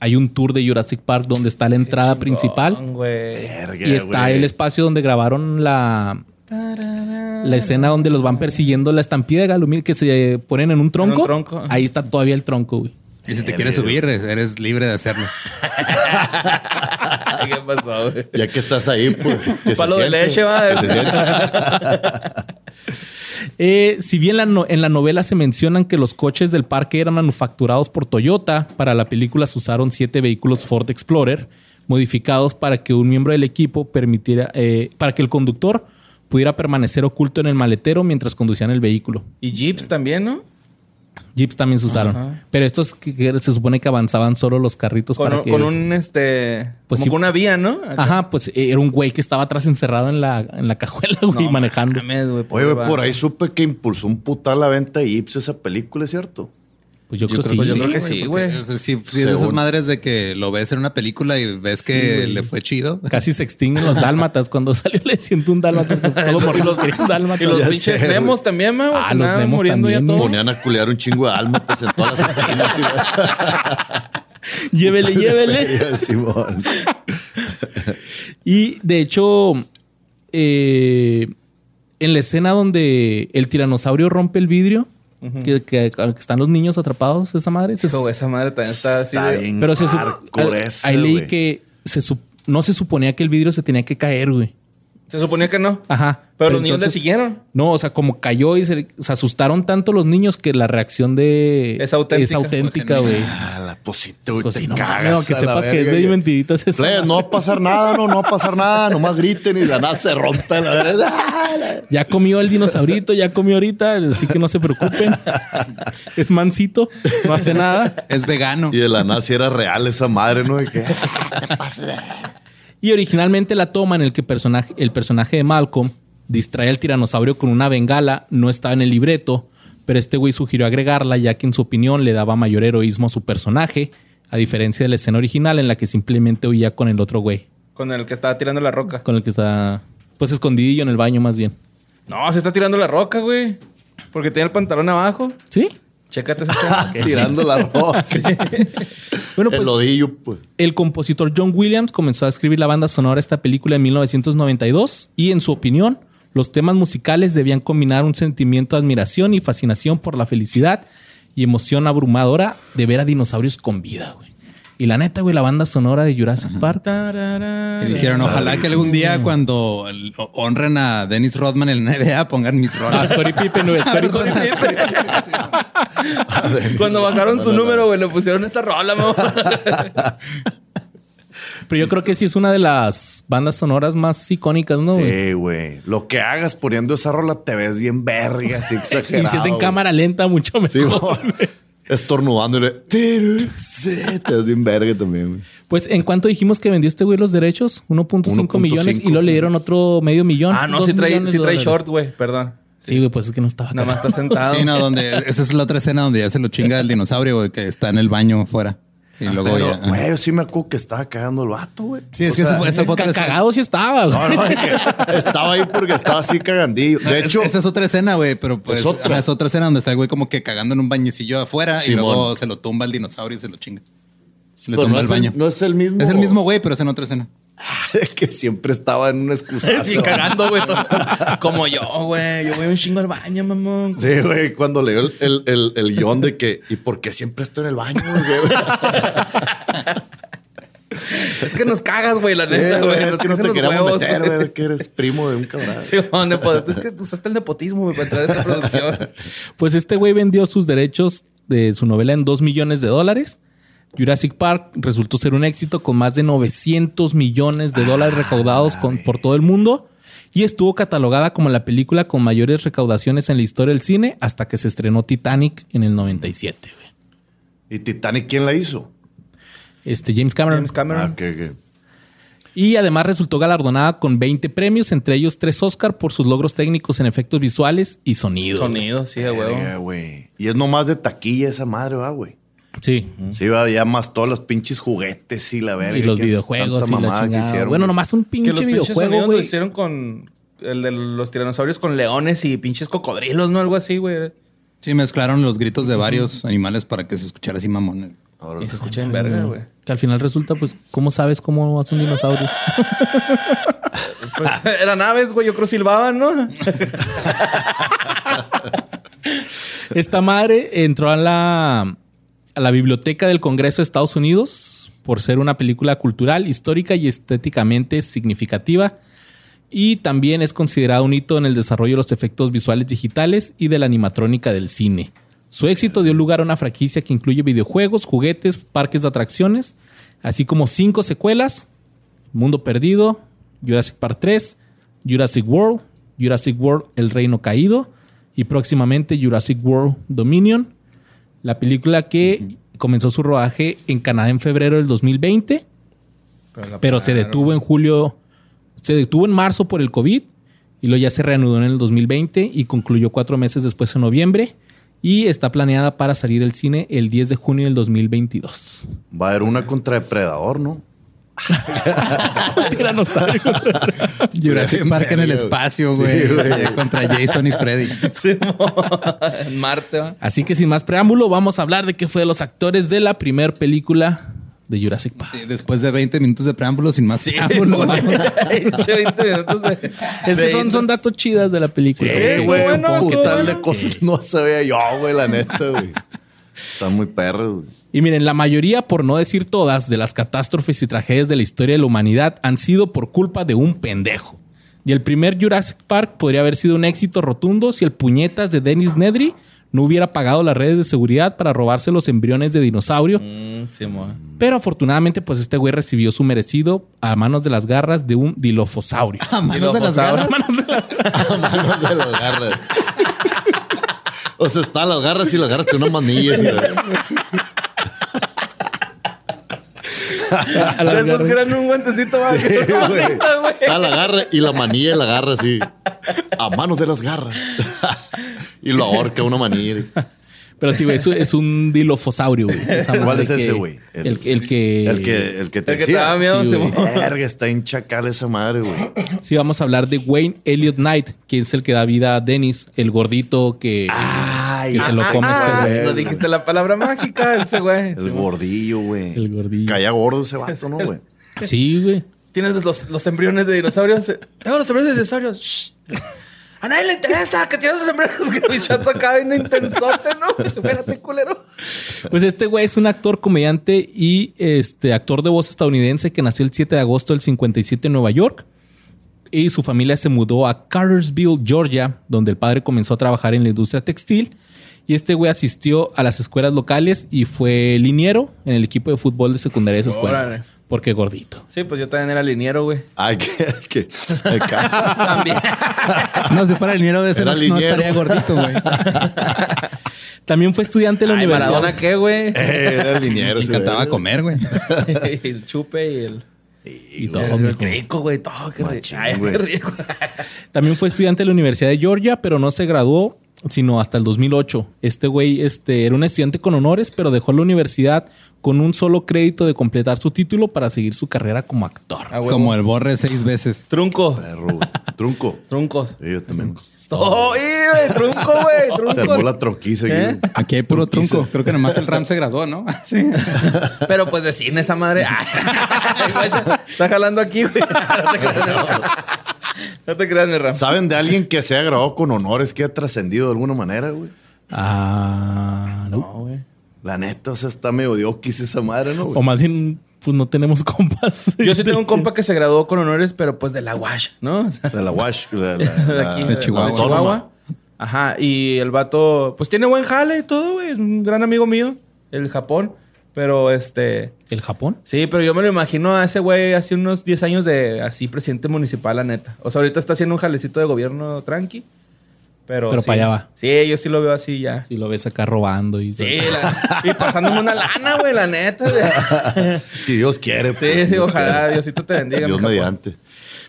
[SPEAKER 1] hay un tour de Jurassic Park donde está la entrada principal.
[SPEAKER 2] Güey.
[SPEAKER 4] Verga,
[SPEAKER 1] Y está
[SPEAKER 4] güey.
[SPEAKER 1] el espacio donde grabaron la, La escena donde los van persiguiendo la estampida de Galumir que se ponen en un tronco.
[SPEAKER 2] tronco.
[SPEAKER 1] Ahí está todavía el tronco, güey.
[SPEAKER 3] Y si te quieres
[SPEAKER 1] eh,
[SPEAKER 3] subir, eres libre de hacerlo.
[SPEAKER 2] Ay, ¿Qué pasó, güey?
[SPEAKER 4] Ya que estás ahí, pues. que se
[SPEAKER 2] Palo de
[SPEAKER 4] siente,
[SPEAKER 2] leche, va.
[SPEAKER 4] que se siente.
[SPEAKER 1] Eh, si bien la no- en la novela se mencionan que los coches del parque eran manufacturados por Toyota, para la película se usaron siete vehículos Ford Explorer modificados para que un miembro del equipo permitiera, eh, para que el conductor pudiera permanecer oculto en el maletero mientras conducían el vehículo.
[SPEAKER 2] Y Jeeps también, ¿no?
[SPEAKER 1] Jeeps también se usaron,
[SPEAKER 2] Ajá.
[SPEAKER 1] pero estos que, que se supone que avanzaban solo los carritos
[SPEAKER 2] Con,
[SPEAKER 1] Pues para
[SPEAKER 2] un-
[SPEAKER 1] que
[SPEAKER 2] con un, este...
[SPEAKER 1] Pues
[SPEAKER 2] como
[SPEAKER 1] sí.
[SPEAKER 2] con una vía, ¿no? Acá.
[SPEAKER 1] Ajá, pues eh, era un güey que estaba atrás encerrado en la, en la cajuela, güey,
[SPEAKER 2] No,
[SPEAKER 1] manejando.
[SPEAKER 2] mames, güey,
[SPEAKER 4] Oye,
[SPEAKER 2] pobre
[SPEAKER 4] güey, por
[SPEAKER 2] vato.
[SPEAKER 4] ahí supe que impulsó un puta la venta de Ips esa película, ¿es cierto?
[SPEAKER 1] Pues yo, creo,
[SPEAKER 2] que
[SPEAKER 1] sí.
[SPEAKER 2] yo creo que sí,
[SPEAKER 3] porque,
[SPEAKER 2] güey.
[SPEAKER 3] o sea, sí, sí es de esas
[SPEAKER 4] Según.
[SPEAKER 3] madres de que lo ves en una película y ves que le fue chido.
[SPEAKER 1] Casi se extinguen los dálmatas. Cuando salió le siento un dálmata. Todos los los querían dálmatas.
[SPEAKER 2] Y los
[SPEAKER 4] Ya
[SPEAKER 2] pinches
[SPEAKER 4] sé, güey.
[SPEAKER 2] Nemos también, ma, güey.
[SPEAKER 1] Ah,
[SPEAKER 2] se
[SPEAKER 1] los
[SPEAKER 2] andaban
[SPEAKER 1] Nemos
[SPEAKER 2] muriendo ya
[SPEAKER 1] también,
[SPEAKER 2] todos.
[SPEAKER 4] Ponían a culear un chingo de almas en todas las esquinas. y-
[SPEAKER 1] Llévele, llévele.
[SPEAKER 4] Feria, Simón.
[SPEAKER 1] Y de hecho, eh, en la escena donde el tiranosaurio rompe el vidrio, que, que- que están los niños atrapados, esa madre. se-
[SPEAKER 2] Hijo, güey, Esa madre también está así
[SPEAKER 4] Está
[SPEAKER 2] de-
[SPEAKER 4] bien
[SPEAKER 1] pero se sup-
[SPEAKER 4] hardcore
[SPEAKER 1] al-
[SPEAKER 4] ese,
[SPEAKER 1] ahí leí
[SPEAKER 4] güey.
[SPEAKER 1] que se sup- no se suponía que el vidrio se tenía que caer, güey.
[SPEAKER 2] Se suponía que no.
[SPEAKER 1] Ajá.
[SPEAKER 2] Pero los niños le
[SPEAKER 1] entonces-
[SPEAKER 2] siguieron.
[SPEAKER 1] No, o sea, como cayó y se, se asustaron tanto los niños que la reacción de...
[SPEAKER 2] Es auténtica.
[SPEAKER 1] auténtica, güey.
[SPEAKER 4] Ah, la posita, güey,
[SPEAKER 1] Pues
[SPEAKER 4] te
[SPEAKER 1] sí, no mames,
[SPEAKER 4] cagas.
[SPEAKER 1] aunque
[SPEAKER 4] a la
[SPEAKER 1] sepas que
[SPEAKER 4] verga,
[SPEAKER 1] es de
[SPEAKER 4] güey.
[SPEAKER 1] mentiritas es-
[SPEAKER 4] Plebes, no va a pasar nada, no, no va a pasar nada. Nomás griten y de la nada se rompe la verga. Ah, la-
[SPEAKER 1] Ya comió el dinosaurito, ya comió ahorita, así que no se preocupen. es mansito, no hace nada.
[SPEAKER 3] Es vegano.
[SPEAKER 4] Y de la nada si era real esa madre, ¿no? De que,
[SPEAKER 1] Y originalmente la toma en el que personaje, el personaje de Malcolm distrae al tiranosaurio con una bengala no estaba en el libreto, pero este güey sugirió agregarla ya que en su opinión le daba mayor heroísmo a su personaje, a diferencia de la escena original en la que simplemente huía con el otro güey.
[SPEAKER 2] Con el que estaba tirando la roca.
[SPEAKER 1] Con el que está. Pues escondidillo en el baño, más bien.
[SPEAKER 2] No, se está tirando la roca, güey. Porque tenía el pantalón abajo.
[SPEAKER 1] ¿Sí?
[SPEAKER 2] Chécate esa escena.
[SPEAKER 4] Ah, tirando la ropa.
[SPEAKER 1] Bueno, pues
[SPEAKER 4] el odillo, pues.
[SPEAKER 1] el compositor John Williams comenzó a escribir la banda sonora de esta película en 1992 y, en su opinión, los temas musicales debían combinar un sentimiento de admiración y fascinación por la felicidad y emoción abrumadora de ver a dinosaurios con vida, güey. Y la neta, güey, la banda sonora de Jurassic Park. Mm.
[SPEAKER 3] Y dijeron, ojalá que algún día cuando el- honren a Dennis Rodman en la NBA pongan mis
[SPEAKER 1] Ah,
[SPEAKER 3] rolas.
[SPEAKER 1] Scottie Pippen, güey, Scottie Pippen.
[SPEAKER 2] Cuando bajaron su número, güey, le pusieron esa rola, mo.
[SPEAKER 1] Pero yo creo que sí es una de las bandas sonoras más icónicas, ¿no? güey?
[SPEAKER 4] Sí, güey. Lo que hagas poniendo esa rola te ves bien verga, así exagerado.
[SPEAKER 1] Y si es en
[SPEAKER 4] güey.
[SPEAKER 1] cámara lenta, mucho mejor.
[SPEAKER 4] Sí, güey. Estornudándole. Tiru, sí, Te ves bien verga también, güey.
[SPEAKER 1] Pues en cuanto dijimos que vendió este güey los derechos, 1.5
[SPEAKER 4] 1.5
[SPEAKER 1] millones y lo le dieron otro medio millón.
[SPEAKER 2] Ah, no,
[SPEAKER 1] dos
[SPEAKER 2] sí trae,
[SPEAKER 1] millones
[SPEAKER 2] sí
[SPEAKER 1] de
[SPEAKER 2] trae
[SPEAKER 1] dólares.
[SPEAKER 2] short, güey. Perdón.
[SPEAKER 1] Sí, güey, pues es que no estaba.
[SPEAKER 2] Nada más
[SPEAKER 1] acá.
[SPEAKER 2] está sentado.
[SPEAKER 3] Sí, no, donde esa es la otra escena donde ya se lo chinga el dinosaurio güey, que está en el baño afuera. Y luego
[SPEAKER 4] Ah, Pero,
[SPEAKER 3] ya.
[SPEAKER 4] güey, yo sí me acuerdo que estaba cagando el vato, güey.
[SPEAKER 3] Sí, es
[SPEAKER 4] O
[SPEAKER 3] que
[SPEAKER 4] sea,
[SPEAKER 3] esa, fue- esa foto
[SPEAKER 1] Ca-
[SPEAKER 3] es-
[SPEAKER 1] Cagado sí estaba, güey.
[SPEAKER 4] No, no, es que estaba ahí porque estaba así cagandillo. De
[SPEAKER 3] es-
[SPEAKER 4] hecho,
[SPEAKER 3] esa es otra escena, güey, pero pues
[SPEAKER 4] Es
[SPEAKER 3] es
[SPEAKER 4] otra.
[SPEAKER 3] otra. es otra escena donde está el güey como que cagando en un bañecillo afuera y
[SPEAKER 4] Simón.
[SPEAKER 3] luego se lo tumba el dinosaurio y se lo chinga. Le
[SPEAKER 4] pero
[SPEAKER 3] tumba
[SPEAKER 4] pues, no,
[SPEAKER 3] el
[SPEAKER 4] es
[SPEAKER 3] baño.
[SPEAKER 4] el, no es el mismo.
[SPEAKER 3] es el mismo güey, pero es en otra escena.
[SPEAKER 4] que siempre estaba en una excusa.
[SPEAKER 2] Sí, cagando, güey. todo. Como yo, güey. Yo voy un chingo al baño, mamón.
[SPEAKER 4] Sí, güey, cuando leo el, el, el, el guión de que, ¿y por qué siempre estoy en el baño? güey?"
[SPEAKER 2] Es que nos cagas, güey, la neta,
[SPEAKER 4] Eh,
[SPEAKER 2] güey. Nos
[SPEAKER 4] güey, es que no
[SPEAKER 2] tienes en
[SPEAKER 4] te
[SPEAKER 2] los
[SPEAKER 4] queremos
[SPEAKER 2] huevos.
[SPEAKER 4] meter,
[SPEAKER 2] güey.
[SPEAKER 4] güey, que eres primo de un camarada.
[SPEAKER 2] Sí, man, de poder. Es que usaste el nepotismo, güey, para entrar a esta producción.
[SPEAKER 1] Pues este güey vendió sus derechos de su novela en 2 millones de dólares. Jurassic Park resultó ser un éxito con más de 900 millones de dólares
[SPEAKER 2] Ah,
[SPEAKER 1] recaudados con- por todo el mundo y estuvo catalogada como la película con mayores recaudaciones en la historia del cine hasta que se estrenó Titanic en el 97. güey.
[SPEAKER 4] ¿Y Titanic quién la hizo?
[SPEAKER 1] Este James Cameron.
[SPEAKER 2] James Cameron.
[SPEAKER 4] Ah, que, que-
[SPEAKER 1] Y además resultó galardonada con 20 premios, entre ellos 3 Oscar por sus logros técnicos en efectos visuales y sonido. güey.
[SPEAKER 2] Sonido, sí, de huevo.
[SPEAKER 4] Verga, güey. Y es nomás de taquilla esa madre, va, güey.
[SPEAKER 1] Sí.
[SPEAKER 4] Sí, va, ya más todos los pinches juguetes y la verga.
[SPEAKER 1] Y los
[SPEAKER 4] que es
[SPEAKER 1] videojuegos y
[SPEAKER 4] tanta
[SPEAKER 1] la
[SPEAKER 4] mamada que
[SPEAKER 1] chingada.
[SPEAKER 4] hicieron,
[SPEAKER 1] bueno,
[SPEAKER 4] güey.
[SPEAKER 1] nomás un
[SPEAKER 2] Que
[SPEAKER 1] pinche
[SPEAKER 2] los pinches
[SPEAKER 1] videojuego,
[SPEAKER 2] sonidos lo
[SPEAKER 1] güey.
[SPEAKER 2] hicieron con el de los tiranosaurios con leones y pinches cocodrilos, ¿no? Algo así, güey.
[SPEAKER 3] Sí, mezclaron los gritos de varios animales para que se escuchara así mamón.
[SPEAKER 2] Y se escucha en verga, güey.
[SPEAKER 1] Que al final resulta, pues, ¿cómo sabes cómo hace un dinosaurio?
[SPEAKER 2] Pues eran aves, güey. Yo creo silbaban, ¿no?
[SPEAKER 1] Esta madre entró a la, a la biblioteca del Congreso de Estados Unidos por ser una película cultural, histórica y estéticamente significativa. Y también es considerada un hito en el desarrollo de los efectos visuales digitales y de la animatrónica del cine. Su éxito dio lugar a una franquicia que incluye videojuegos, juguetes, parques de atracciones, así como cinco secuelas, Mundo Perdido, Jurassic Park 3, Jurassic World, Jurassic World El Reino Caído y próximamente Jurassic World Dominion. La película que comenzó su rodaje en Canadá en febrero del 2020,
[SPEAKER 2] la
[SPEAKER 1] pero se
[SPEAKER 2] pararon.
[SPEAKER 1] detuvo en julio, se detuvo en marzo por el COVID y luego ya se reanudó en el 2020 y concluyó cuatro meses después en noviembre y está planeada para salir al cine el 10 de junio del 2022.
[SPEAKER 4] Va a haber una contra depredador, ¿no?
[SPEAKER 1] Tiranosaurio.
[SPEAKER 3] Jurassic Park en el espacio, güey. contra Jason y Freddy.
[SPEAKER 2] En Marte, ¿va?
[SPEAKER 1] Así que sin más preámbulo, vamos a hablar de qué fue de los actores de la primera película de Jurassic Park.
[SPEAKER 3] Sí, después de 20 minutos de preámbulo, sin más preámbulo. vamos.
[SPEAKER 2] Pinche 20 minutos de-
[SPEAKER 1] Es que
[SPEAKER 2] de
[SPEAKER 1] son, son datos chidas de la película.
[SPEAKER 4] Eh,
[SPEAKER 2] estuvo
[SPEAKER 4] güey, un
[SPEAKER 2] bueno, estuvo
[SPEAKER 4] putal de
[SPEAKER 2] bueno.
[SPEAKER 4] cosas no sabía yo, güey, la neta, güey. Están muy perros, güey.
[SPEAKER 1] Y miren, la mayoría, por no decir todas, de las catástrofes y tragedias de la historia de la humanidad han sido por culpa de un pendejo. Y el primer Jurassic Park podría haber sido un éxito rotundo si el puñetas de Dennis Nedry no hubiera pagado las redes de seguridad para robarse los embriones de dinosaurio
[SPEAKER 2] Mm, sí, mo.
[SPEAKER 1] Pero afortunadamente, pues este güey recibió su merecido a manos de las garras de un dilofosaurio.
[SPEAKER 3] A manos de las garras.
[SPEAKER 4] Manos de las garras. O sea, está las garras y las garras tiene unas manillas. y la-
[SPEAKER 1] A las
[SPEAKER 2] De
[SPEAKER 1] garras.
[SPEAKER 2] esos que eran un guantecito, va.
[SPEAKER 4] Sí, güey.
[SPEAKER 2] Neta, güey.
[SPEAKER 4] Está la garra y la manilla y la garra, sí. A manos de las garras. Y lo ahorca una manilla.
[SPEAKER 1] Pero sí, güey, eso es un dilofosaurio, güey. Esa madre
[SPEAKER 4] ¿Cuál es
[SPEAKER 1] que-
[SPEAKER 4] ese, güey?
[SPEAKER 1] El, el que.
[SPEAKER 4] El que, el que te
[SPEAKER 2] El que te
[SPEAKER 4] decía.
[SPEAKER 2] daba miedo,
[SPEAKER 1] Sí,
[SPEAKER 2] sí,
[SPEAKER 1] güey.
[SPEAKER 2] mo.
[SPEAKER 4] Verga, está en chacal esa madre, güey.
[SPEAKER 1] Sí, vamos a hablar de Wayne Elliot Knight, que es el que da vida a Dennis, el gordito que.
[SPEAKER 4] Ay,
[SPEAKER 1] Que se lo
[SPEAKER 4] ah,
[SPEAKER 1] come este
[SPEAKER 4] ah,
[SPEAKER 2] Ah,
[SPEAKER 1] güey.
[SPEAKER 2] no dijiste la palabra mágica, ese güey.
[SPEAKER 4] El
[SPEAKER 2] Sí, mo.
[SPEAKER 4] gordillo, güey.
[SPEAKER 1] El gordillo.
[SPEAKER 4] Calla gordo ese vato, ¿no, güey?
[SPEAKER 1] Sí, güey.
[SPEAKER 2] Tienes los, los embriones de dinosaurios. Tengo los embriones de dinosaurios. Shh. A nadie le interesa que tienes los embriones que mi chato acá viene intensote, ¿no? Espérate, culero.
[SPEAKER 1] Pues este güey es un actor, comediante y este actor de voz estadounidense que nació el 7 de agosto del 57 en Nueva York. Y su familia se mudó a Cartersville, Georgia, donde el padre comenzó a trabajar en la industria textil. Y este güey asistió a las escuelas locales y fue liniero en el equipo de fútbol de secundaria de su escuela.
[SPEAKER 2] Órale.
[SPEAKER 1] Porque gordito.
[SPEAKER 2] Sí, pues yo también era liniero, güey.
[SPEAKER 4] Ay, que. que me caga.
[SPEAKER 2] También.
[SPEAKER 3] No, si fuera el dinero de ese,
[SPEAKER 4] Era
[SPEAKER 3] no, no
[SPEAKER 4] liniero.
[SPEAKER 3] estaría gordito, güey.
[SPEAKER 1] También fue estudiante de la
[SPEAKER 2] Ay,
[SPEAKER 1] universidad.
[SPEAKER 2] Maradona, ¿qué, güey?
[SPEAKER 4] Eh, era el dinero.
[SPEAKER 3] Me
[SPEAKER 4] ese,
[SPEAKER 3] encantaba
[SPEAKER 4] güey.
[SPEAKER 3] comer, güey.
[SPEAKER 2] el chupe y el...
[SPEAKER 1] y todo,
[SPEAKER 2] el,
[SPEAKER 1] mijo.
[SPEAKER 2] rico, güey. Todo, qué rico.
[SPEAKER 4] Machín,
[SPEAKER 2] Ay,
[SPEAKER 4] güey.
[SPEAKER 2] qué rico.
[SPEAKER 1] También fue estudiante de la Universidad de Georgia, pero no se graduó sino hasta el 2008. Este güey este, era un estudiante con honores, pero dejó la universidad con un solo crédito de completar su título para seguir su carrera como actor.
[SPEAKER 2] Ah, huevo.
[SPEAKER 3] Como el borre seis veces.
[SPEAKER 2] Trunco.
[SPEAKER 4] Perro, güey. Trunco.
[SPEAKER 2] Truncos.
[SPEAKER 4] Sí, yo también.
[SPEAKER 2] Oh, y, güey, trunco, güey.
[SPEAKER 4] Se armó
[SPEAKER 2] Truncos.
[SPEAKER 4] la troquiza. güey.
[SPEAKER 3] Aquí hay puro trunco. Creo que nomás el Ram se graduó, ¿no? Sí.
[SPEAKER 2] Pero pues de cine esa madre. Ay, guacha, Está jalando aquí, güey. No te creas, no. No te creas, mi Ram.
[SPEAKER 4] ¿Saben de alguien que se ha grabado con honores, que ha trascendido de alguna manera, güey?
[SPEAKER 1] Ah, no.
[SPEAKER 4] La neta, o sea, está medio diokis esa madre, ¿no,
[SPEAKER 1] O
[SPEAKER 4] güey?
[SPEAKER 1] más bien, pues no tenemos compas.
[SPEAKER 2] Yo sí tengo un compa que se graduó con honores, pero pues de la guash, ¿no? O sea,
[SPEAKER 4] De la Wash. De,
[SPEAKER 2] de
[SPEAKER 1] Ah,
[SPEAKER 2] aquí.
[SPEAKER 3] de Chihuahua.
[SPEAKER 2] de Chihuahua. Ajá. Y el vato, pues tiene buen jale y todo, güey. Es un gran amigo mío, el Japón. Pero este.
[SPEAKER 1] ¿El Japón?
[SPEAKER 2] Sí, pero yo me lo imagino a ese güey hace unos 10 años de así presidente municipal, la neta. O sea, ahorita está haciendo un jalecito de gobierno tranqui. Pero,
[SPEAKER 1] Pero
[SPEAKER 2] sí.
[SPEAKER 1] pa' allá va.
[SPEAKER 2] Sí, yo sí lo veo así ya. Sí,
[SPEAKER 1] Si lo ves acá robando y
[SPEAKER 2] la- y pasándome una lana, güey, la neta.
[SPEAKER 4] Si Dios quiere.
[SPEAKER 2] Sí, sí, ojalá Diosito te bendiga.
[SPEAKER 4] Dios
[SPEAKER 2] mi Japón.
[SPEAKER 4] mediante.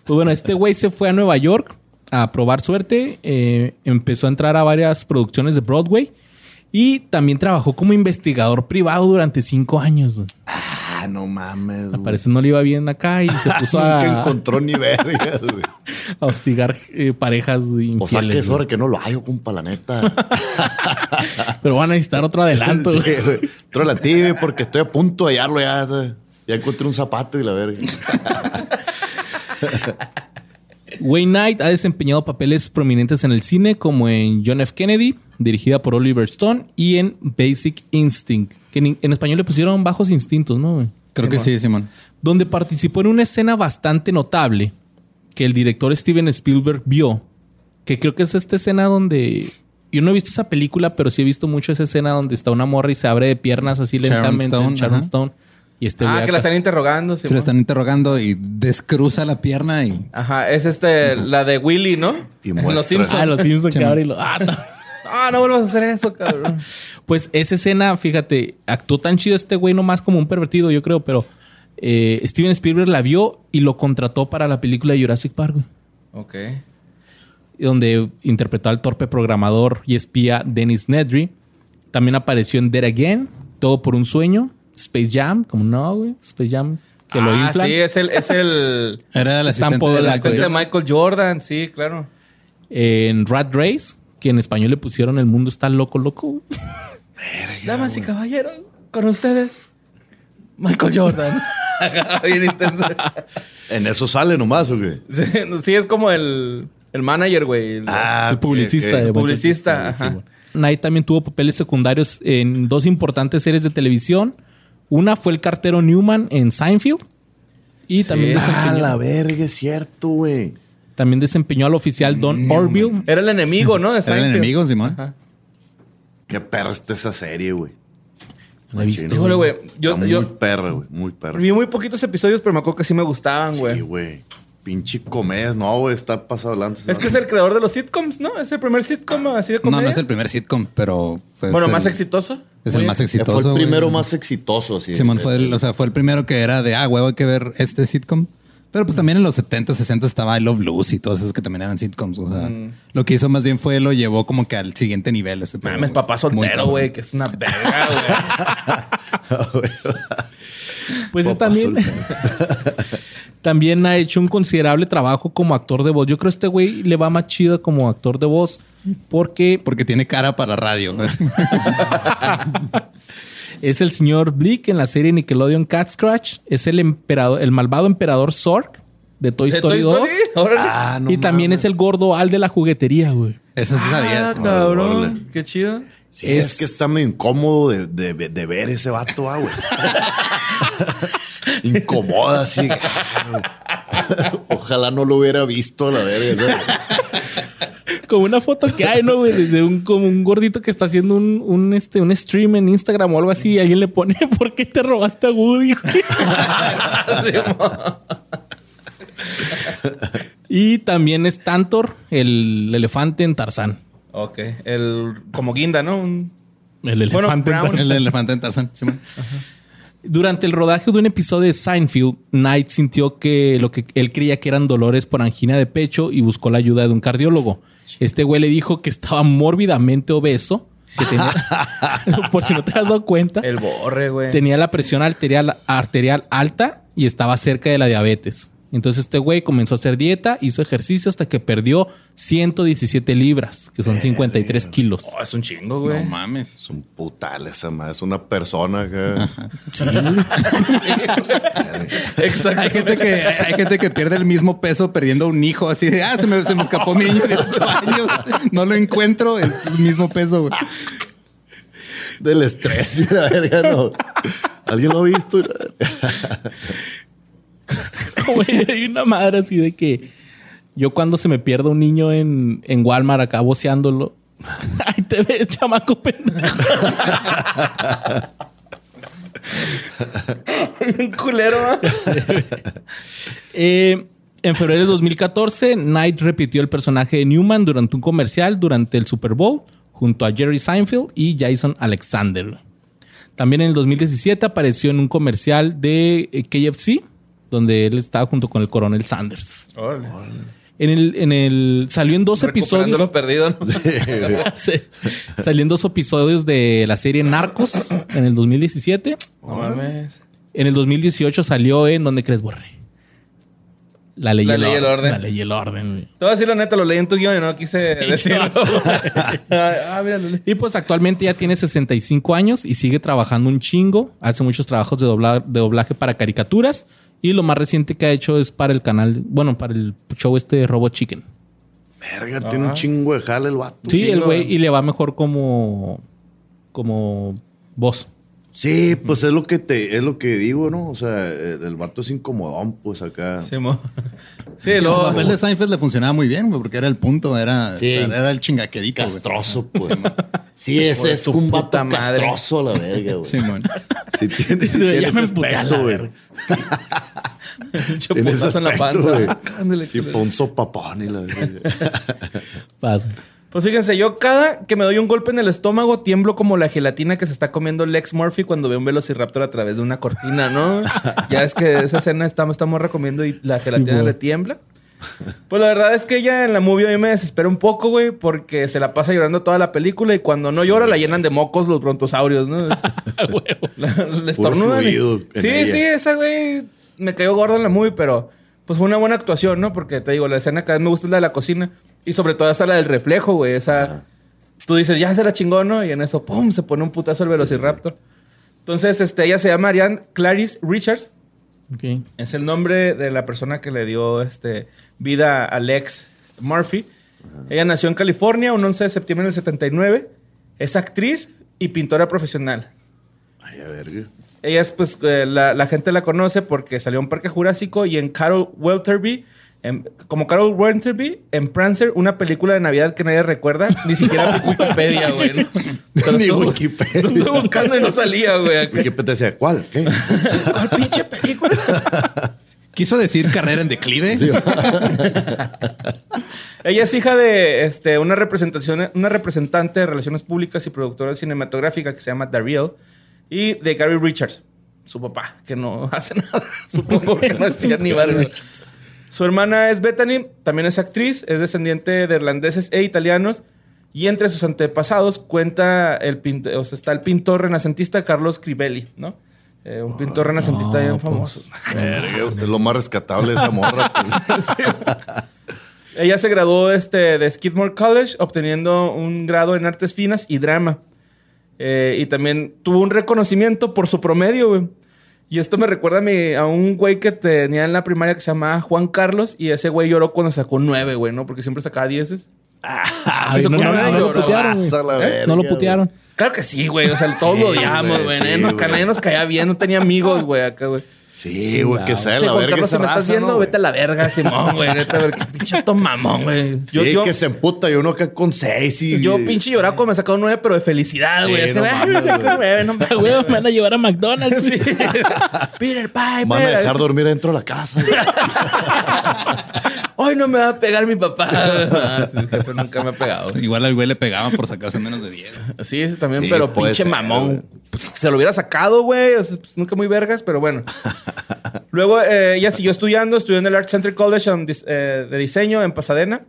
[SPEAKER 1] Pues bueno, este güey se fue a Nueva York a probar suerte. eh, empezó a entrar a varias producciones de Broadway. Y también trabajó como investigador privado durante cinco años. güey.
[SPEAKER 4] Ah, no mames,
[SPEAKER 1] Al
[SPEAKER 4] güey. Ah,
[SPEAKER 1] parecer no le iba bien acá y se puso a,
[SPEAKER 4] Nunca encontró ni vergas, güey.
[SPEAKER 1] a hostigar eh, parejas infieles.
[SPEAKER 4] O sea, que es
[SPEAKER 1] güey.
[SPEAKER 4] hora que no lo hago, compa, la neta.
[SPEAKER 1] Pero van a necesitar otro adelanto. güey.
[SPEAKER 4] Sí, güey. Otro adelante, güey, porque estoy a punto de hallarlo ya. Ya encontré un zapato y la verga.
[SPEAKER 1] Wayne Knight ha desempeñado papeles prominentes en el cine, como en John F. Kennedy, dirigida por Oliver Stone, y en Basic Instinct, que en, en español le pusieron Bajos Instintos, ¿no? güey?
[SPEAKER 3] Creo que sí, Simón.
[SPEAKER 1] donde participó en una escena bastante notable que el director Steven Spielberg vio, que creo que es esta escena donde... Yo no he visto esa película, pero sí he visto mucho esa escena donde está una morra y se abre de piernas así
[SPEAKER 3] Sharon
[SPEAKER 1] lentamente.
[SPEAKER 3] Stone,
[SPEAKER 1] Sharon
[SPEAKER 3] ajá.
[SPEAKER 1] Stone. Y este
[SPEAKER 2] Ah,
[SPEAKER 1] güey
[SPEAKER 2] que la
[SPEAKER 1] acá-
[SPEAKER 2] están interrogando. sí,
[SPEAKER 3] Se lo
[SPEAKER 2] mo-
[SPEAKER 3] están interrogando y descruza la pierna y.
[SPEAKER 2] Ajá, es este, la de Willy, ¿no?
[SPEAKER 4] Y
[SPEAKER 2] En
[SPEAKER 4] muestra.
[SPEAKER 2] Los Simpsons.
[SPEAKER 1] Ah, los Simpsons que
[SPEAKER 3] Simón.
[SPEAKER 1] abre y lo- Ah, no.
[SPEAKER 2] Ah, no vuelvas a hacer eso, cabrón.
[SPEAKER 1] Pues esa escena, fíjate, actuó tan chido este güey nomás como un pervertido, yo creo, pero eh, Steven Spielberg la vio y lo contrató para la película de Jurassic Park, güey.
[SPEAKER 2] ok.
[SPEAKER 1] donde interpretó al torpe programador y espía Dennis Nedry. También apareció en Dead Again, Todo por un sueño, Space Jam, como no, güey, Space Jam, que lo
[SPEAKER 2] ah,
[SPEAKER 1] inflan.
[SPEAKER 2] sí, es el, es el
[SPEAKER 3] Era el asistente
[SPEAKER 1] Estampó
[SPEAKER 3] de
[SPEAKER 1] de la
[SPEAKER 2] asistente
[SPEAKER 3] Michael
[SPEAKER 2] de
[SPEAKER 3] Jordan.
[SPEAKER 2] Michael Jordan, sí, claro.
[SPEAKER 1] En Rat Race, que en español le pusieron El mundo está loco, loco. güey.
[SPEAKER 2] Damas y caballeros, con ustedes, Michael Jordan. Bien intenso.
[SPEAKER 4] En eso sale nomás, güey.
[SPEAKER 2] Sí, sí, es como el, el manager, güey. el-
[SPEAKER 4] Ah,
[SPEAKER 1] El publicista.
[SPEAKER 4] ok, ok.
[SPEAKER 1] de Michael
[SPEAKER 2] publicista,
[SPEAKER 1] Jordan, sí,
[SPEAKER 2] ajá.
[SPEAKER 1] güey. Knight también tuvo papeles secundarios en dos importantes series de televisión. Una fue el cartero Newman en Seinfeld. Y
[SPEAKER 2] Sí.
[SPEAKER 1] también,
[SPEAKER 4] Ah,
[SPEAKER 1] desempeñó,
[SPEAKER 4] la verga, es cierto, güey.
[SPEAKER 1] también desempeñó al oficial Don Orville.
[SPEAKER 2] Era el enemigo, ¿no? De
[SPEAKER 3] Era el
[SPEAKER 2] Seinfeld.
[SPEAKER 3] enemigo, Simón.
[SPEAKER 2] Ajá.
[SPEAKER 4] Qué perra está esa serie, güey.
[SPEAKER 1] ¿La viste,
[SPEAKER 4] Machino.
[SPEAKER 2] Híjole, güey.
[SPEAKER 4] Yo,
[SPEAKER 2] Yo,
[SPEAKER 4] muy
[SPEAKER 2] yo
[SPEAKER 4] perra, güey. Muy perra.
[SPEAKER 2] vi muy poquitos episodios, pero me acuerdo que sí me gustaban, güey.
[SPEAKER 4] Sí, güey. Pinche comedias. No, güey, está pasado lanza.
[SPEAKER 2] es que es el creador de los sitcoms, ¿no? Es el primer sitcom así de comedia.
[SPEAKER 3] No, no es el primer sitcom, pero. pues,
[SPEAKER 2] Bueno,
[SPEAKER 3] el-
[SPEAKER 2] más exitoso.
[SPEAKER 3] Es el más
[SPEAKER 4] Fue
[SPEAKER 3] exitoso.
[SPEAKER 4] el
[SPEAKER 3] güey.
[SPEAKER 4] primero más exitoso, así. Eh,
[SPEAKER 3] Simón fue el, o sea, fue el primero que era de, ah, huevo, hay que ver este sitcom. Pero pues también en los 70, 60 estaba I Love Blues y todos esos que también eran sitcoms. O sea, lo que hizo más bien fue lo llevó como que al siguiente nivel. Ese pedo,
[SPEAKER 2] Mames,
[SPEAKER 3] güey.
[SPEAKER 2] papá
[SPEAKER 3] Muy
[SPEAKER 2] soltero,
[SPEAKER 3] cabrón.
[SPEAKER 2] güey, que es una verga, güey.
[SPEAKER 1] Pues es
[SPEAKER 4] Papá
[SPEAKER 1] también. también ha hecho un considerable trabajo como actor de voz. Yo creo que este güey le va más chido como actor de voz porque
[SPEAKER 3] Porque tiene cara para radio. güey.
[SPEAKER 2] Ah,
[SPEAKER 1] es el señor Blick en la serie Nickelodeon Cat Scratch. Es el emperador, el malvado emperador Zork de Toy
[SPEAKER 2] ¿De
[SPEAKER 1] Story 2.
[SPEAKER 2] Órale.
[SPEAKER 4] Ah, no
[SPEAKER 1] y también
[SPEAKER 4] mames.
[SPEAKER 1] es el gordo Al de la juguetería, güey.
[SPEAKER 3] Eso sí sabías.
[SPEAKER 2] Ah, cabrón. Qué chido.
[SPEAKER 4] Sí, es...
[SPEAKER 1] es-
[SPEAKER 4] que está medio incómodo de, de- de ver ese vato, ah, güey. Incomoda, así. Ah, Ojalá no lo hubiera visto, la verga. ¿sabes?
[SPEAKER 1] Como una foto que hay, ¿no, güey? De- De un, como un gordito que está haciendo un, un, este, un stream en Instagram o algo así. Y alguien le pone, ¿por qué te robaste a Woody, güey?" Y también es Tantor, el elefante en Tarzán.
[SPEAKER 2] Ok. El, como guinda, ¿no? Un-
[SPEAKER 1] El
[SPEAKER 2] Bueno,
[SPEAKER 1] elefante en
[SPEAKER 2] Brown.
[SPEAKER 1] Tarzán.
[SPEAKER 3] El elefante en Tarzán, Simón.
[SPEAKER 1] Durante el rodaje de un episodio de Seinfeld, Knight sintió que lo que él creía que eran dolores por angina de pecho y buscó la ayuda de un cardiólogo. Este güey le dijo que estaba mórbidamente obeso. Que tenía, por si no te has dado cuenta,
[SPEAKER 2] El borre, güey.
[SPEAKER 1] tenía la presión arterial, arterial alta y estaba cerca de la diabetes. Entonces este güey comenzó a hacer dieta, hizo ejercicio hasta que perdió 117 libras, que son 53 kilos.
[SPEAKER 2] Oh, es un chingo,
[SPEAKER 3] No
[SPEAKER 2] güey.
[SPEAKER 3] mames.
[SPEAKER 4] Es un putal esa madre. Es una persona acá.
[SPEAKER 2] Exacto.
[SPEAKER 3] Hay gente, que, hay gente que pierde el mismo peso perdiendo un hijo así de, ah, se me, se me escapó mi niño de 8 años. No lo encuentro, es el mismo peso. güey.
[SPEAKER 4] Del estrés y la verga, no. ¿Alguien lo ha visto?
[SPEAKER 1] Güey, hay una madre así de que yo cuando se me pierde un niño en, en Walmart acá boceándolo. Ahí te ves, chamaco pendejo.
[SPEAKER 2] Un culero, ¿no?
[SPEAKER 1] Eh, en febrero de 2014, Knight repitió el personaje de Newman durante un comercial durante el Super Bowl junto a Jerry Seinfeld y Jason Alexander. También en el 2017 apareció en un comercial de eh, KFC donde él estaba junto con el coronel Sanders.
[SPEAKER 2] Órale.
[SPEAKER 1] En el, en el salió en dos
[SPEAKER 2] Recuperando
[SPEAKER 1] episodios.
[SPEAKER 2] lo perdido, ¿no?
[SPEAKER 1] Sí. Salió en dos episodios de la serie Narcos en el 2017.
[SPEAKER 2] No mames.
[SPEAKER 1] En el 2018 salió en ¿Dónde crees, Borre? La ley,
[SPEAKER 2] La
[SPEAKER 1] y, el
[SPEAKER 2] Ley y el
[SPEAKER 1] orden.
[SPEAKER 2] Orden.
[SPEAKER 1] La ley y el orden. güey.
[SPEAKER 2] Te voy a decir la neta, lo leí en tu guión y no quise decirlo. ah, mira, lo leí.
[SPEAKER 1] Y pues actualmente ya tiene 65 años y sigue trabajando un chingo. Hace muchos trabajos de, dobla- de doblaje para caricaturas. Y lo más reciente que ha hecho es para el canal, bueno, para el show este de Robot Chicken.
[SPEAKER 4] Verga, tiene un chingo de jale el vato.
[SPEAKER 1] Sí, el
[SPEAKER 2] chingo, ¿eh?
[SPEAKER 1] güey,
[SPEAKER 2] güey.
[SPEAKER 1] y le va mejor como, como voz.
[SPEAKER 4] Sí, pues es lo que te, es lo que digo, ¿no? O sea, el, el vato es incomodón, pues acá.
[SPEAKER 2] Sí, mo. sí
[SPEAKER 3] Su
[SPEAKER 2] luego.
[SPEAKER 3] papel de Seinfeld le funcionaba muy bien, güey, porque era el punto, era,
[SPEAKER 4] Sí.
[SPEAKER 3] estar- era el chingaquerito. güey.
[SPEAKER 4] Castroso, pues. sí, ese es un
[SPEAKER 2] puta
[SPEAKER 4] vato
[SPEAKER 2] madre.
[SPEAKER 4] castroso, la verga, güey.
[SPEAKER 3] Sí, man.
[SPEAKER 4] Sí, tiene,
[SPEAKER 1] Sí,
[SPEAKER 4] sí,
[SPEAKER 1] ya
[SPEAKER 4] tiene
[SPEAKER 1] me
[SPEAKER 4] ese
[SPEAKER 1] emputé a la
[SPEAKER 4] aspecto, güey.
[SPEAKER 1] verga.
[SPEAKER 2] Pinche
[SPEAKER 4] Tiene ese
[SPEAKER 2] putazo en la
[SPEAKER 4] aspecto,
[SPEAKER 2] panza.
[SPEAKER 4] güey.
[SPEAKER 2] Ándale,
[SPEAKER 4] Sí,
[SPEAKER 2] culero.
[SPEAKER 4] pa' un sopapón y la verga.
[SPEAKER 1] Vas.
[SPEAKER 2] Pues fíjense, yo cada que me doy un golpe en el estómago tiemblo como la gelatina que se está comiendo Lex Murphy cuando ve un velociraptor a través de una cortina, ¿no? ya es que esa escena estamos, estamos recomiendo y la gelatina
[SPEAKER 1] güey.
[SPEAKER 2] le tiembla. Pues la verdad es que ella en la movie a mí me desespera un poco, güey, porque se la pasa llorando toda la película y cuando no llora la llenan de mocos los brontosaurios, ¿no? Es- La- le
[SPEAKER 4] Puro
[SPEAKER 2] estornudan. y-
[SPEAKER 4] fluido en
[SPEAKER 2] Sí,
[SPEAKER 4] ella.
[SPEAKER 2] sí, esa güey me cayó gordo en la movie, pero pues fue una buena actuación, ¿no? Porque te digo, la escena que más me gusta es la de la cocina y sobre todo esa la del reflejo, güey, esa
[SPEAKER 4] Ah.
[SPEAKER 2] tú dices, ya se la chingó, ¿no? Y en eso pum, se pone un putazo el velociraptor. Entonces, este ella se llama Ariane Clarice Richards,
[SPEAKER 1] Ok.
[SPEAKER 2] es el nombre de la persona que le dio este, vida a Lex Murphy. Ella nació en California un 11 de septiembre del 79. Es actriz y pintora profesional.
[SPEAKER 4] Ay, a verga.
[SPEAKER 2] Ella es, pues, eh, la, la gente la conoce porque salió en Parque Jurásico y en Carol Welterby, en- como Carol Welterby, en Prancer, una película de Navidad que nadie recuerda, ni siquiera Wikipedia, güey. ¿no? Te lo
[SPEAKER 4] Ni
[SPEAKER 2] estuve-
[SPEAKER 4] Wikipedia.
[SPEAKER 2] Lo estuve buscando y no salía, güey.
[SPEAKER 4] ¿Y qué te decía? ¿Cuál? ¿Qué?
[SPEAKER 2] ¿Cuál pinche película?
[SPEAKER 3] Quiso decir carrera en declive.
[SPEAKER 2] Ella es hija de este, una, representación, una representante de relaciones públicas y productora cinematográfica que se llama Dariel y de Gary Richards, su papá, que no hace nada. Supongo que no hacía ni barba. Su hermana es Bethany, también es actriz, es descendiente de irlandeses e italianos. Y entre sus antepasados cuenta el pint- o sea, está el pintor renacentista Carlos Crivelli, ¿no? Eh, un pintor renacentista
[SPEAKER 1] no,
[SPEAKER 2] bien
[SPEAKER 1] pues.
[SPEAKER 2] famoso.
[SPEAKER 4] Verga, usted es lo más rescatable de esa morra. pues.
[SPEAKER 2] Ella se graduó este, de Skidmore College obteniendo un grado en artes finas y drama. Eh, y también tuvo un reconocimiento por su promedio, güey. Y esto me recuerda a, mi- a un güey que tenía en la primaria que se llamaba Juan Carlos. Y ese güey lloró cuando sacó nueve, güey, ¿no? Porque siempre sacaba dieces.
[SPEAKER 1] Ay, Ah, no, no, no, no lo
[SPEAKER 2] Lloró,
[SPEAKER 1] putearon, güey.
[SPEAKER 4] raza, la
[SPEAKER 1] ¿Eh? No lo
[SPEAKER 4] verga,
[SPEAKER 1] putearon.
[SPEAKER 2] Claro que sí, güey. O sea, todos
[SPEAKER 4] Sí,
[SPEAKER 2] lo odiamos,
[SPEAKER 4] güey,
[SPEAKER 2] güey.
[SPEAKER 4] sí,
[SPEAKER 2] nadie nos, ca-
[SPEAKER 4] güey.
[SPEAKER 2] nadie nos caía bien, no tenía amigos, güey, acá, güey.
[SPEAKER 4] Sí, güey, que sea
[SPEAKER 2] Che,
[SPEAKER 4] la
[SPEAKER 2] Juan
[SPEAKER 4] verga.
[SPEAKER 2] Carlos, si
[SPEAKER 4] esa
[SPEAKER 2] me estás
[SPEAKER 4] raza,
[SPEAKER 2] viendo,
[SPEAKER 4] ¿no, güey?
[SPEAKER 2] vete a la verga, Simón, güey. Neta, a ver, qué pinche mamón, güey. Yo-
[SPEAKER 4] sí,
[SPEAKER 2] yo-
[SPEAKER 4] que se emputa y uno acá con seis y...
[SPEAKER 2] Yo pinche lloraba cuando me sacaba un 9, pero de felicidad,
[SPEAKER 4] Sí,
[SPEAKER 2] güey. Así,
[SPEAKER 4] no
[SPEAKER 2] "Ay,
[SPEAKER 4] mames,
[SPEAKER 2] me sacaron
[SPEAKER 4] güey.
[SPEAKER 2] nueve, no mames".
[SPEAKER 1] Ah, Güey, me van a llevar a McDonald's.
[SPEAKER 2] Sí. Peter Piper.
[SPEAKER 4] Van a dejar dormir dentro de la casa. güey.
[SPEAKER 2] Hoy no me va a pegar mi papá. Ah, sí, el jefe nunca me ha pegado.
[SPEAKER 3] Igual al güey le pegaban por sacarse menos de 10.
[SPEAKER 2] Sí, también,
[SPEAKER 4] Sí,
[SPEAKER 2] pero
[SPEAKER 4] puede
[SPEAKER 2] pinche
[SPEAKER 4] ser, güey.
[SPEAKER 2] mamón. Pues, se lo hubiera sacado, güey. O sea, pues, nunca muy vergas, pero bueno. Luego eh, ella siguió estudiando, estudió en el Art Center College um, dis- eh, de diseño en Pasadena.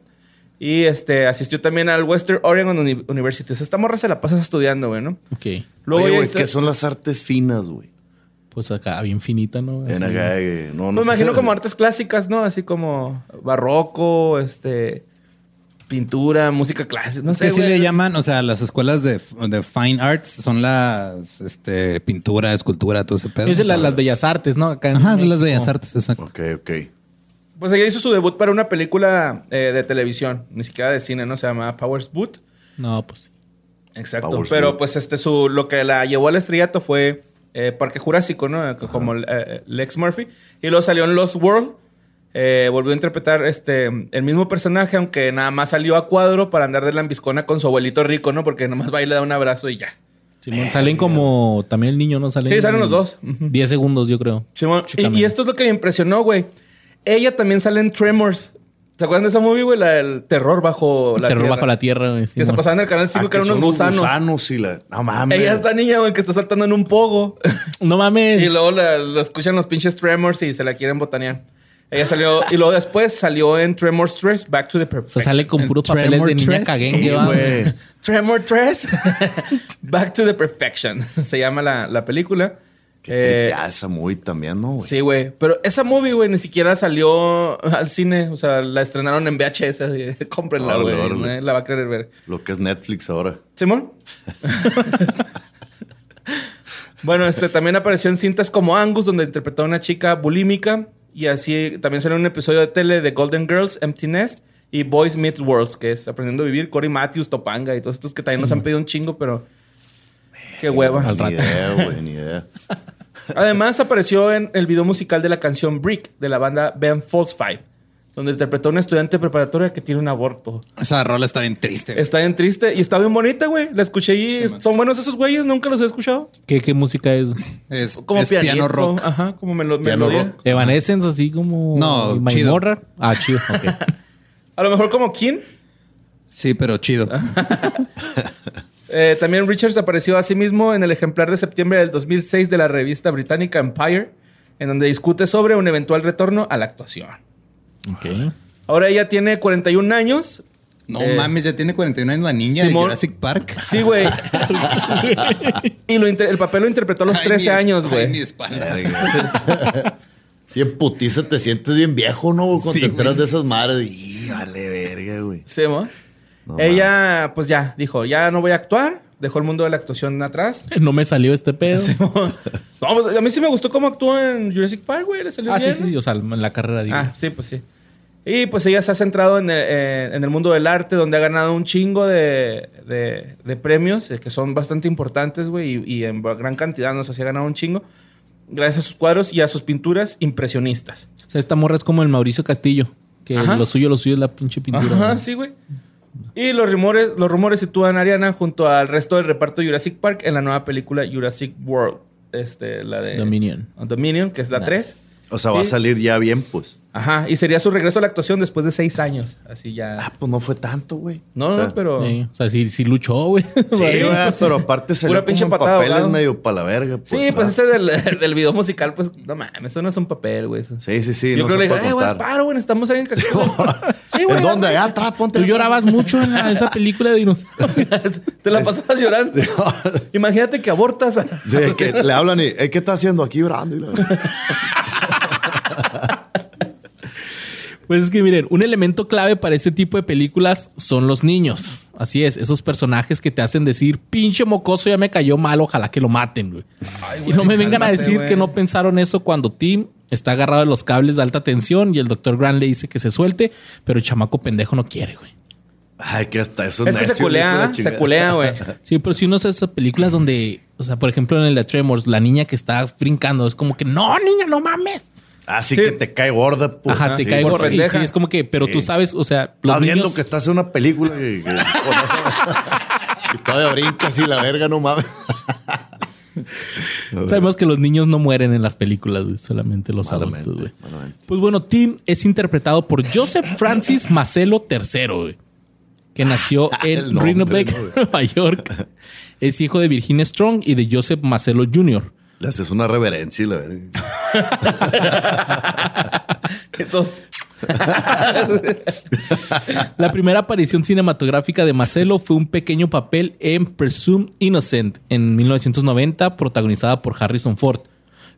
[SPEAKER 2] Y este, asistió también al Western Oregon Uni- University. O sea, esta morra se la pasa estudiando, güey, ¿no?
[SPEAKER 1] Ok.
[SPEAKER 2] Luego
[SPEAKER 4] Oye,
[SPEAKER 2] ya
[SPEAKER 4] güey,
[SPEAKER 2] hizo-
[SPEAKER 4] ¿qué son las artes finas, güey?
[SPEAKER 1] Pues acá, bien finita, ¿no?
[SPEAKER 4] En
[SPEAKER 1] Así.
[SPEAKER 4] acá, güey. No, no
[SPEAKER 2] Me
[SPEAKER 4] sé.
[SPEAKER 2] imagino como artes clásicas, ¿no? Así como barroco, este, pintura, música clásica. No
[SPEAKER 3] No
[SPEAKER 2] sé,
[SPEAKER 3] sé si
[SPEAKER 2] güey.
[SPEAKER 3] le llaman, o sea, las escuelas de, de fine arts son las este, pintura, escultura, todo ese pedo.
[SPEAKER 1] Es de
[SPEAKER 3] o
[SPEAKER 1] la-
[SPEAKER 3] sea.
[SPEAKER 1] las bellas artes, ¿no? Acá en
[SPEAKER 3] Ajá, es de las
[SPEAKER 1] México.
[SPEAKER 2] Oh.
[SPEAKER 3] bellas artes, exacto.
[SPEAKER 4] Ok, ok.
[SPEAKER 2] Pues ella hizo su debut para una película eh, de televisión, ni siquiera de cine, ¿no? Se llamaba Powers Boot.
[SPEAKER 1] No, pues sí.
[SPEAKER 2] Exacto.
[SPEAKER 4] Powers
[SPEAKER 2] Pero
[SPEAKER 4] Boot.
[SPEAKER 2] pues este, su, lo que la llevó al estrellato fue eh, Parque Jurásico, ¿no? Como eh, Lex Murphy. Y luego salió en Lost World. Eh, volvió a interpretar este, el mismo personaje, aunque nada más salió a cuadro para andar de lambiscona con su abuelito rico, ¿no? Porque nada más va y le da un abrazo y ya.
[SPEAKER 1] Simón, salen como. También el niño, ¿no? Salen
[SPEAKER 2] Sí, salen los dos. Ujú.
[SPEAKER 1] 10 segundos, yo creo.
[SPEAKER 2] Simón, y-
[SPEAKER 1] Chícame.
[SPEAKER 2] y, esto es lo que me impresionó, güey. Ella también sale en Tremors. ¿Se acuerdan de esa movie, güey? La del terror bajo la
[SPEAKER 1] Terror
[SPEAKER 2] tierra.
[SPEAKER 1] bajo la tierra, güey.
[SPEAKER 2] Que se
[SPEAKER 1] Simón.
[SPEAKER 2] pasaba en el canal 5
[SPEAKER 4] Ah,
[SPEAKER 2] que eran
[SPEAKER 4] son
[SPEAKER 2] unos gusanos.
[SPEAKER 4] gusanos y la... No mames.
[SPEAKER 2] Ella es la niña, güey, que está saltando en un pogo.
[SPEAKER 1] No mames.
[SPEAKER 2] y luego la, la escuchan los pinches Tremors y se la quieren botanear. Ella salió... y luego después salió en Tremors 3, Back to the
[SPEAKER 1] O sea,
[SPEAKER 2] Perfection.
[SPEAKER 1] sale con
[SPEAKER 3] El
[SPEAKER 1] puros papeles
[SPEAKER 3] Tremor
[SPEAKER 1] de niña
[SPEAKER 3] Tres.
[SPEAKER 1] caguengue,
[SPEAKER 4] Sí,
[SPEAKER 1] va, güey.
[SPEAKER 4] güey.
[SPEAKER 2] Tremor 3, Back to the Perfection. se llama la, la película.
[SPEAKER 4] Qué
[SPEAKER 2] Eh,
[SPEAKER 4] tripeada esa movie también, ¿no, güey?
[SPEAKER 2] Sí, güey. Pero esa movie, güey, ni siquiera salió al cine. O sea, la estrenaron en VHS. así, Cómprenla,
[SPEAKER 4] Órale,
[SPEAKER 2] güey.
[SPEAKER 4] Ah, órale.
[SPEAKER 2] ¿no? La va a querer ver.
[SPEAKER 4] Lo que es Netflix ahora.
[SPEAKER 2] ¿Simón? bueno, este también apareció en cintas como Angus, donde interpretó a una chica bulímica. Y así también salió en un episodio de tele de Golden Girls, Empty Nest y Boys Meet Worlds, que es Aprendiendo a Vivir, Cory Matthews, Topanga y todos estos que también nos han pedido un chingo, pero... Qué hueva.
[SPEAKER 1] Al
[SPEAKER 4] Ni
[SPEAKER 1] rato.
[SPEAKER 4] idea, güey, ni idea.
[SPEAKER 2] Además, apareció en el video musical de la canción Brick de la banda Ben Folds Five, donde interpretó a una estudiante preparatoria que tiene un aborto.
[SPEAKER 3] Esa rola está bien triste. güey.
[SPEAKER 2] Está bien triste y está bien bonita, güey. La escuché y son buenos esos güeyes, nunca los he escuchado.
[SPEAKER 1] ¿Qué, qué música es?
[SPEAKER 3] Es,
[SPEAKER 2] Como
[SPEAKER 3] es piano
[SPEAKER 2] pianito,
[SPEAKER 3] rock.
[SPEAKER 2] Ajá, como melo-
[SPEAKER 4] Piano
[SPEAKER 2] melodía.
[SPEAKER 4] rock.
[SPEAKER 1] Evanescence, así como. y
[SPEAKER 3] No, chido.
[SPEAKER 1] Maimorra. Ah, chido. Ok.
[SPEAKER 2] A lo mejor como King.
[SPEAKER 3] Sí, pero chido.
[SPEAKER 2] Eh, también Richards apareció a sí mismo en el ejemplar de septiembre del 2006 de la revista británica Empire, en donde discute sobre un eventual retorno a la actuación.
[SPEAKER 1] Ok.
[SPEAKER 2] Ahora ella tiene 41 años.
[SPEAKER 3] No
[SPEAKER 2] Eh,
[SPEAKER 3] mames, ya tiene 41 años la niña
[SPEAKER 2] Simón.
[SPEAKER 3] de Jurassic Park.
[SPEAKER 2] Sí, güey. y lo inter- el papel lo interpretó a los
[SPEAKER 3] Ay, mi
[SPEAKER 2] 13
[SPEAKER 3] esp-
[SPEAKER 2] años,
[SPEAKER 3] ay, mi
[SPEAKER 2] güey.
[SPEAKER 3] espalda.
[SPEAKER 4] Si en putiza te sientes bien viejo, ¿no? Cuando
[SPEAKER 3] Sí,
[SPEAKER 4] te enteras
[SPEAKER 3] güey.
[SPEAKER 4] de esas madres. Y vale, verga, güey.
[SPEAKER 2] Sí, ¿mo?
[SPEAKER 4] No
[SPEAKER 2] Ella, pues ya, dijo, ya no voy a actuar. Dejó el mundo de la actuación atrás.
[SPEAKER 1] No me salió este pedo.
[SPEAKER 2] No, pues, a mí sí me gustó cómo actuó en Jurassic Park, güey. Le salió
[SPEAKER 1] Ah, sí,
[SPEAKER 2] bien.
[SPEAKER 1] sí. O sea, en la carrera, digo.
[SPEAKER 2] Ah, sí, pues sí. Y pues ella se ha centrado en el, eh, en el mundo del arte, donde ha ganado un chingo de, de- de premios, eh, que son bastante importantes, güey, y, y en gran cantidad nos hacía ganar un chingo, gracias a sus cuadros y a sus pinturas impresionistas.
[SPEAKER 1] O sea, esta morra es como el Mauricio Castillo. Que
[SPEAKER 2] Ajá.
[SPEAKER 1] lo suyo, lo suyo es la pinche pintura.
[SPEAKER 2] Ajá,
[SPEAKER 1] güey.
[SPEAKER 2] sí, güey. Y los rumores, los rumores sitúan a Ariana junto al resto del reparto de Jurassic Park en la nueva película Jurassic World. Este, la de
[SPEAKER 1] Dominion.
[SPEAKER 2] Dominion, que es la
[SPEAKER 1] Nice.
[SPEAKER 2] 3.
[SPEAKER 4] O sea, va a
[SPEAKER 2] Sí.
[SPEAKER 4] salir ya bien, pues.
[SPEAKER 2] Ajá. Y sería su regreso a la actuación después de seis años. Así ya.
[SPEAKER 4] Ah, pues no fue tanto, güey.
[SPEAKER 2] No,
[SPEAKER 4] O sea,
[SPEAKER 2] no, pero. pues,
[SPEAKER 1] Sí, o sea, sí, Oh. sí luchó, güey.
[SPEAKER 4] Sí,
[SPEAKER 1] Vale.
[SPEAKER 4] güey, pero aparte salió
[SPEAKER 2] pura
[SPEAKER 4] como
[SPEAKER 2] pinche
[SPEAKER 4] en
[SPEAKER 2] patada,
[SPEAKER 4] papeles
[SPEAKER 2] ahogado.
[SPEAKER 4] medio para la verga. Pues,
[SPEAKER 2] Sí, pues
[SPEAKER 4] ¿verdad?
[SPEAKER 2] ese del, del video musical, pues no mames, eso no es un papel, güey. eso.
[SPEAKER 4] Sí, sí, sí.
[SPEAKER 2] Yo
[SPEAKER 4] no
[SPEAKER 2] creo que
[SPEAKER 4] se
[SPEAKER 2] le
[SPEAKER 4] puede
[SPEAKER 2] dije, eh, güey,
[SPEAKER 4] contar.
[SPEAKER 2] paro, güey, necesitamos a alguien que. sí,
[SPEAKER 4] ¿En
[SPEAKER 2] dale.
[SPEAKER 4] dónde? Allá atrás, ponte.
[SPEAKER 1] Tú llorabas mucho en la- esa película de dinosaurios.
[SPEAKER 2] Te la pasabas llorando. Imagínate que abortas. a-
[SPEAKER 4] Sí, es que le hablan y, "Eh, ¿qué está haciendo aquí llorando? Y la-
[SPEAKER 1] Pues es que miren, un elemento clave para este tipo de películas son los niños. Así es, esos personajes que te hacen decir, pinche mocoso ya me cayó mal, ojalá que lo maten, güey. y no me vengan a
[SPEAKER 2] cálmate,
[SPEAKER 1] decir
[SPEAKER 2] güey.
[SPEAKER 1] que no pensaron eso cuando Tim está agarrado de los cables de alta tensión y el doctor Grant le dice que se suelte, pero el chamaco pendejo no quiere, güey.
[SPEAKER 4] Ay, que hasta eso
[SPEAKER 2] Es que se
[SPEAKER 4] necio, hijo de
[SPEAKER 2] culea,
[SPEAKER 4] la
[SPEAKER 2] se
[SPEAKER 4] chingada.
[SPEAKER 2] culea, güey.
[SPEAKER 1] Sí, pero si uno hace esas películas donde, o sea, por ejemplo en el de Tremors, la niña que está brincando es como que, no, niña, no mames.
[SPEAKER 4] Así
[SPEAKER 2] Sí.
[SPEAKER 4] Ah, que te cae gorda, pues.
[SPEAKER 1] Ajá, te
[SPEAKER 4] Sí,
[SPEAKER 1] cae
[SPEAKER 4] por
[SPEAKER 1] gorda. Y
[SPEAKER 2] pendeja.
[SPEAKER 1] sí, es como que, pero tú
[SPEAKER 4] Sí.
[SPEAKER 1] sabes, o sea, los
[SPEAKER 4] Estás viendo
[SPEAKER 1] niños-
[SPEAKER 4] que estás en una película y, que- con eso- y todavía brincas y la verga no mames.
[SPEAKER 1] Sabemos que los niños no mueren en las películas, güey, solamente los adultos, güey.
[SPEAKER 4] Malamente, malamente.
[SPEAKER 1] Pues bueno, Tim es interpretado por Joseph Francis Macelo III, güey, que nació en
[SPEAKER 4] Ah, el nombre,
[SPEAKER 1] Rhinebeck,
[SPEAKER 4] ¿no, güey?
[SPEAKER 1] Nueva York. Es hijo de Virginia Strong y de Joseph Macelo Jr.
[SPEAKER 4] Le haces una reverencia y la verga.
[SPEAKER 2] Entonces,
[SPEAKER 1] La primera aparición cinematográfica de Marcelo fue un pequeño papel en Presumed Innocent en 1990, protagonizada por Harrison Ford.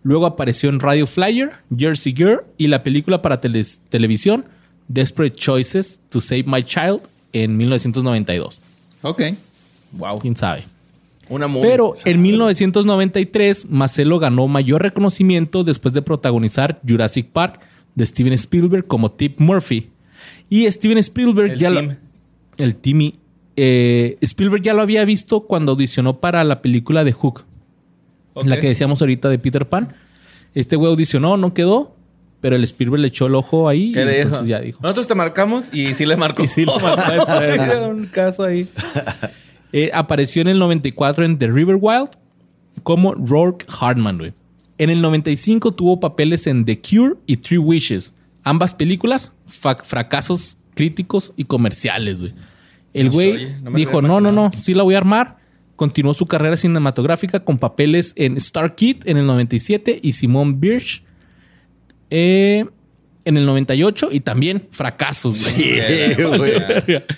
[SPEAKER 1] Luego apareció en Radio Flyer, Jersey Girl y la película para teles- televisión Desperate Choices to Save My Child en 1992.
[SPEAKER 3] Ok.
[SPEAKER 2] Wow.
[SPEAKER 1] ¿Quién sabe?
[SPEAKER 2] Una movie.
[SPEAKER 1] Pero
[SPEAKER 2] O sea,
[SPEAKER 1] en 1993, Marcelo ganó mayor reconocimiento después de protagonizar Jurassic Park de Steven Spielberg como Tip Murphy. Y Steven Spielberg
[SPEAKER 2] El
[SPEAKER 1] ya
[SPEAKER 2] Tim.
[SPEAKER 1] lo, el Timmy eh, Spielberg ya lo había visto cuando audicionó para la película de Hook,
[SPEAKER 2] ok.
[SPEAKER 1] la que decíamos ahorita de Peter Pan. Este güey audicionó, no quedó, pero el Spielberg le echó el ojo ahí y
[SPEAKER 2] ¿Qué le dijo?
[SPEAKER 1] entonces ya dijo.
[SPEAKER 2] Nosotros te marcamos y sí le marcó.
[SPEAKER 1] Y sí le marcó
[SPEAKER 2] Era un caso ahí.
[SPEAKER 1] Eh, apareció en el 94 en The River Wild como Rourke Hartman, güey. En el 95 tuvo papeles en The Cure y Three Wishes. Ambas películas, fa- fracasos críticos y comerciales, güey. El
[SPEAKER 2] Pues,
[SPEAKER 1] güey
[SPEAKER 2] oye, no me
[SPEAKER 1] dijo,
[SPEAKER 2] lo
[SPEAKER 1] no, no, no, sí la voy a armar. Continuó su carrera cinematográfica con papeles en Star Kid en el 97 y Simone Birch eh, en el 98 y también fracasos, güey.
[SPEAKER 4] Sí, güey.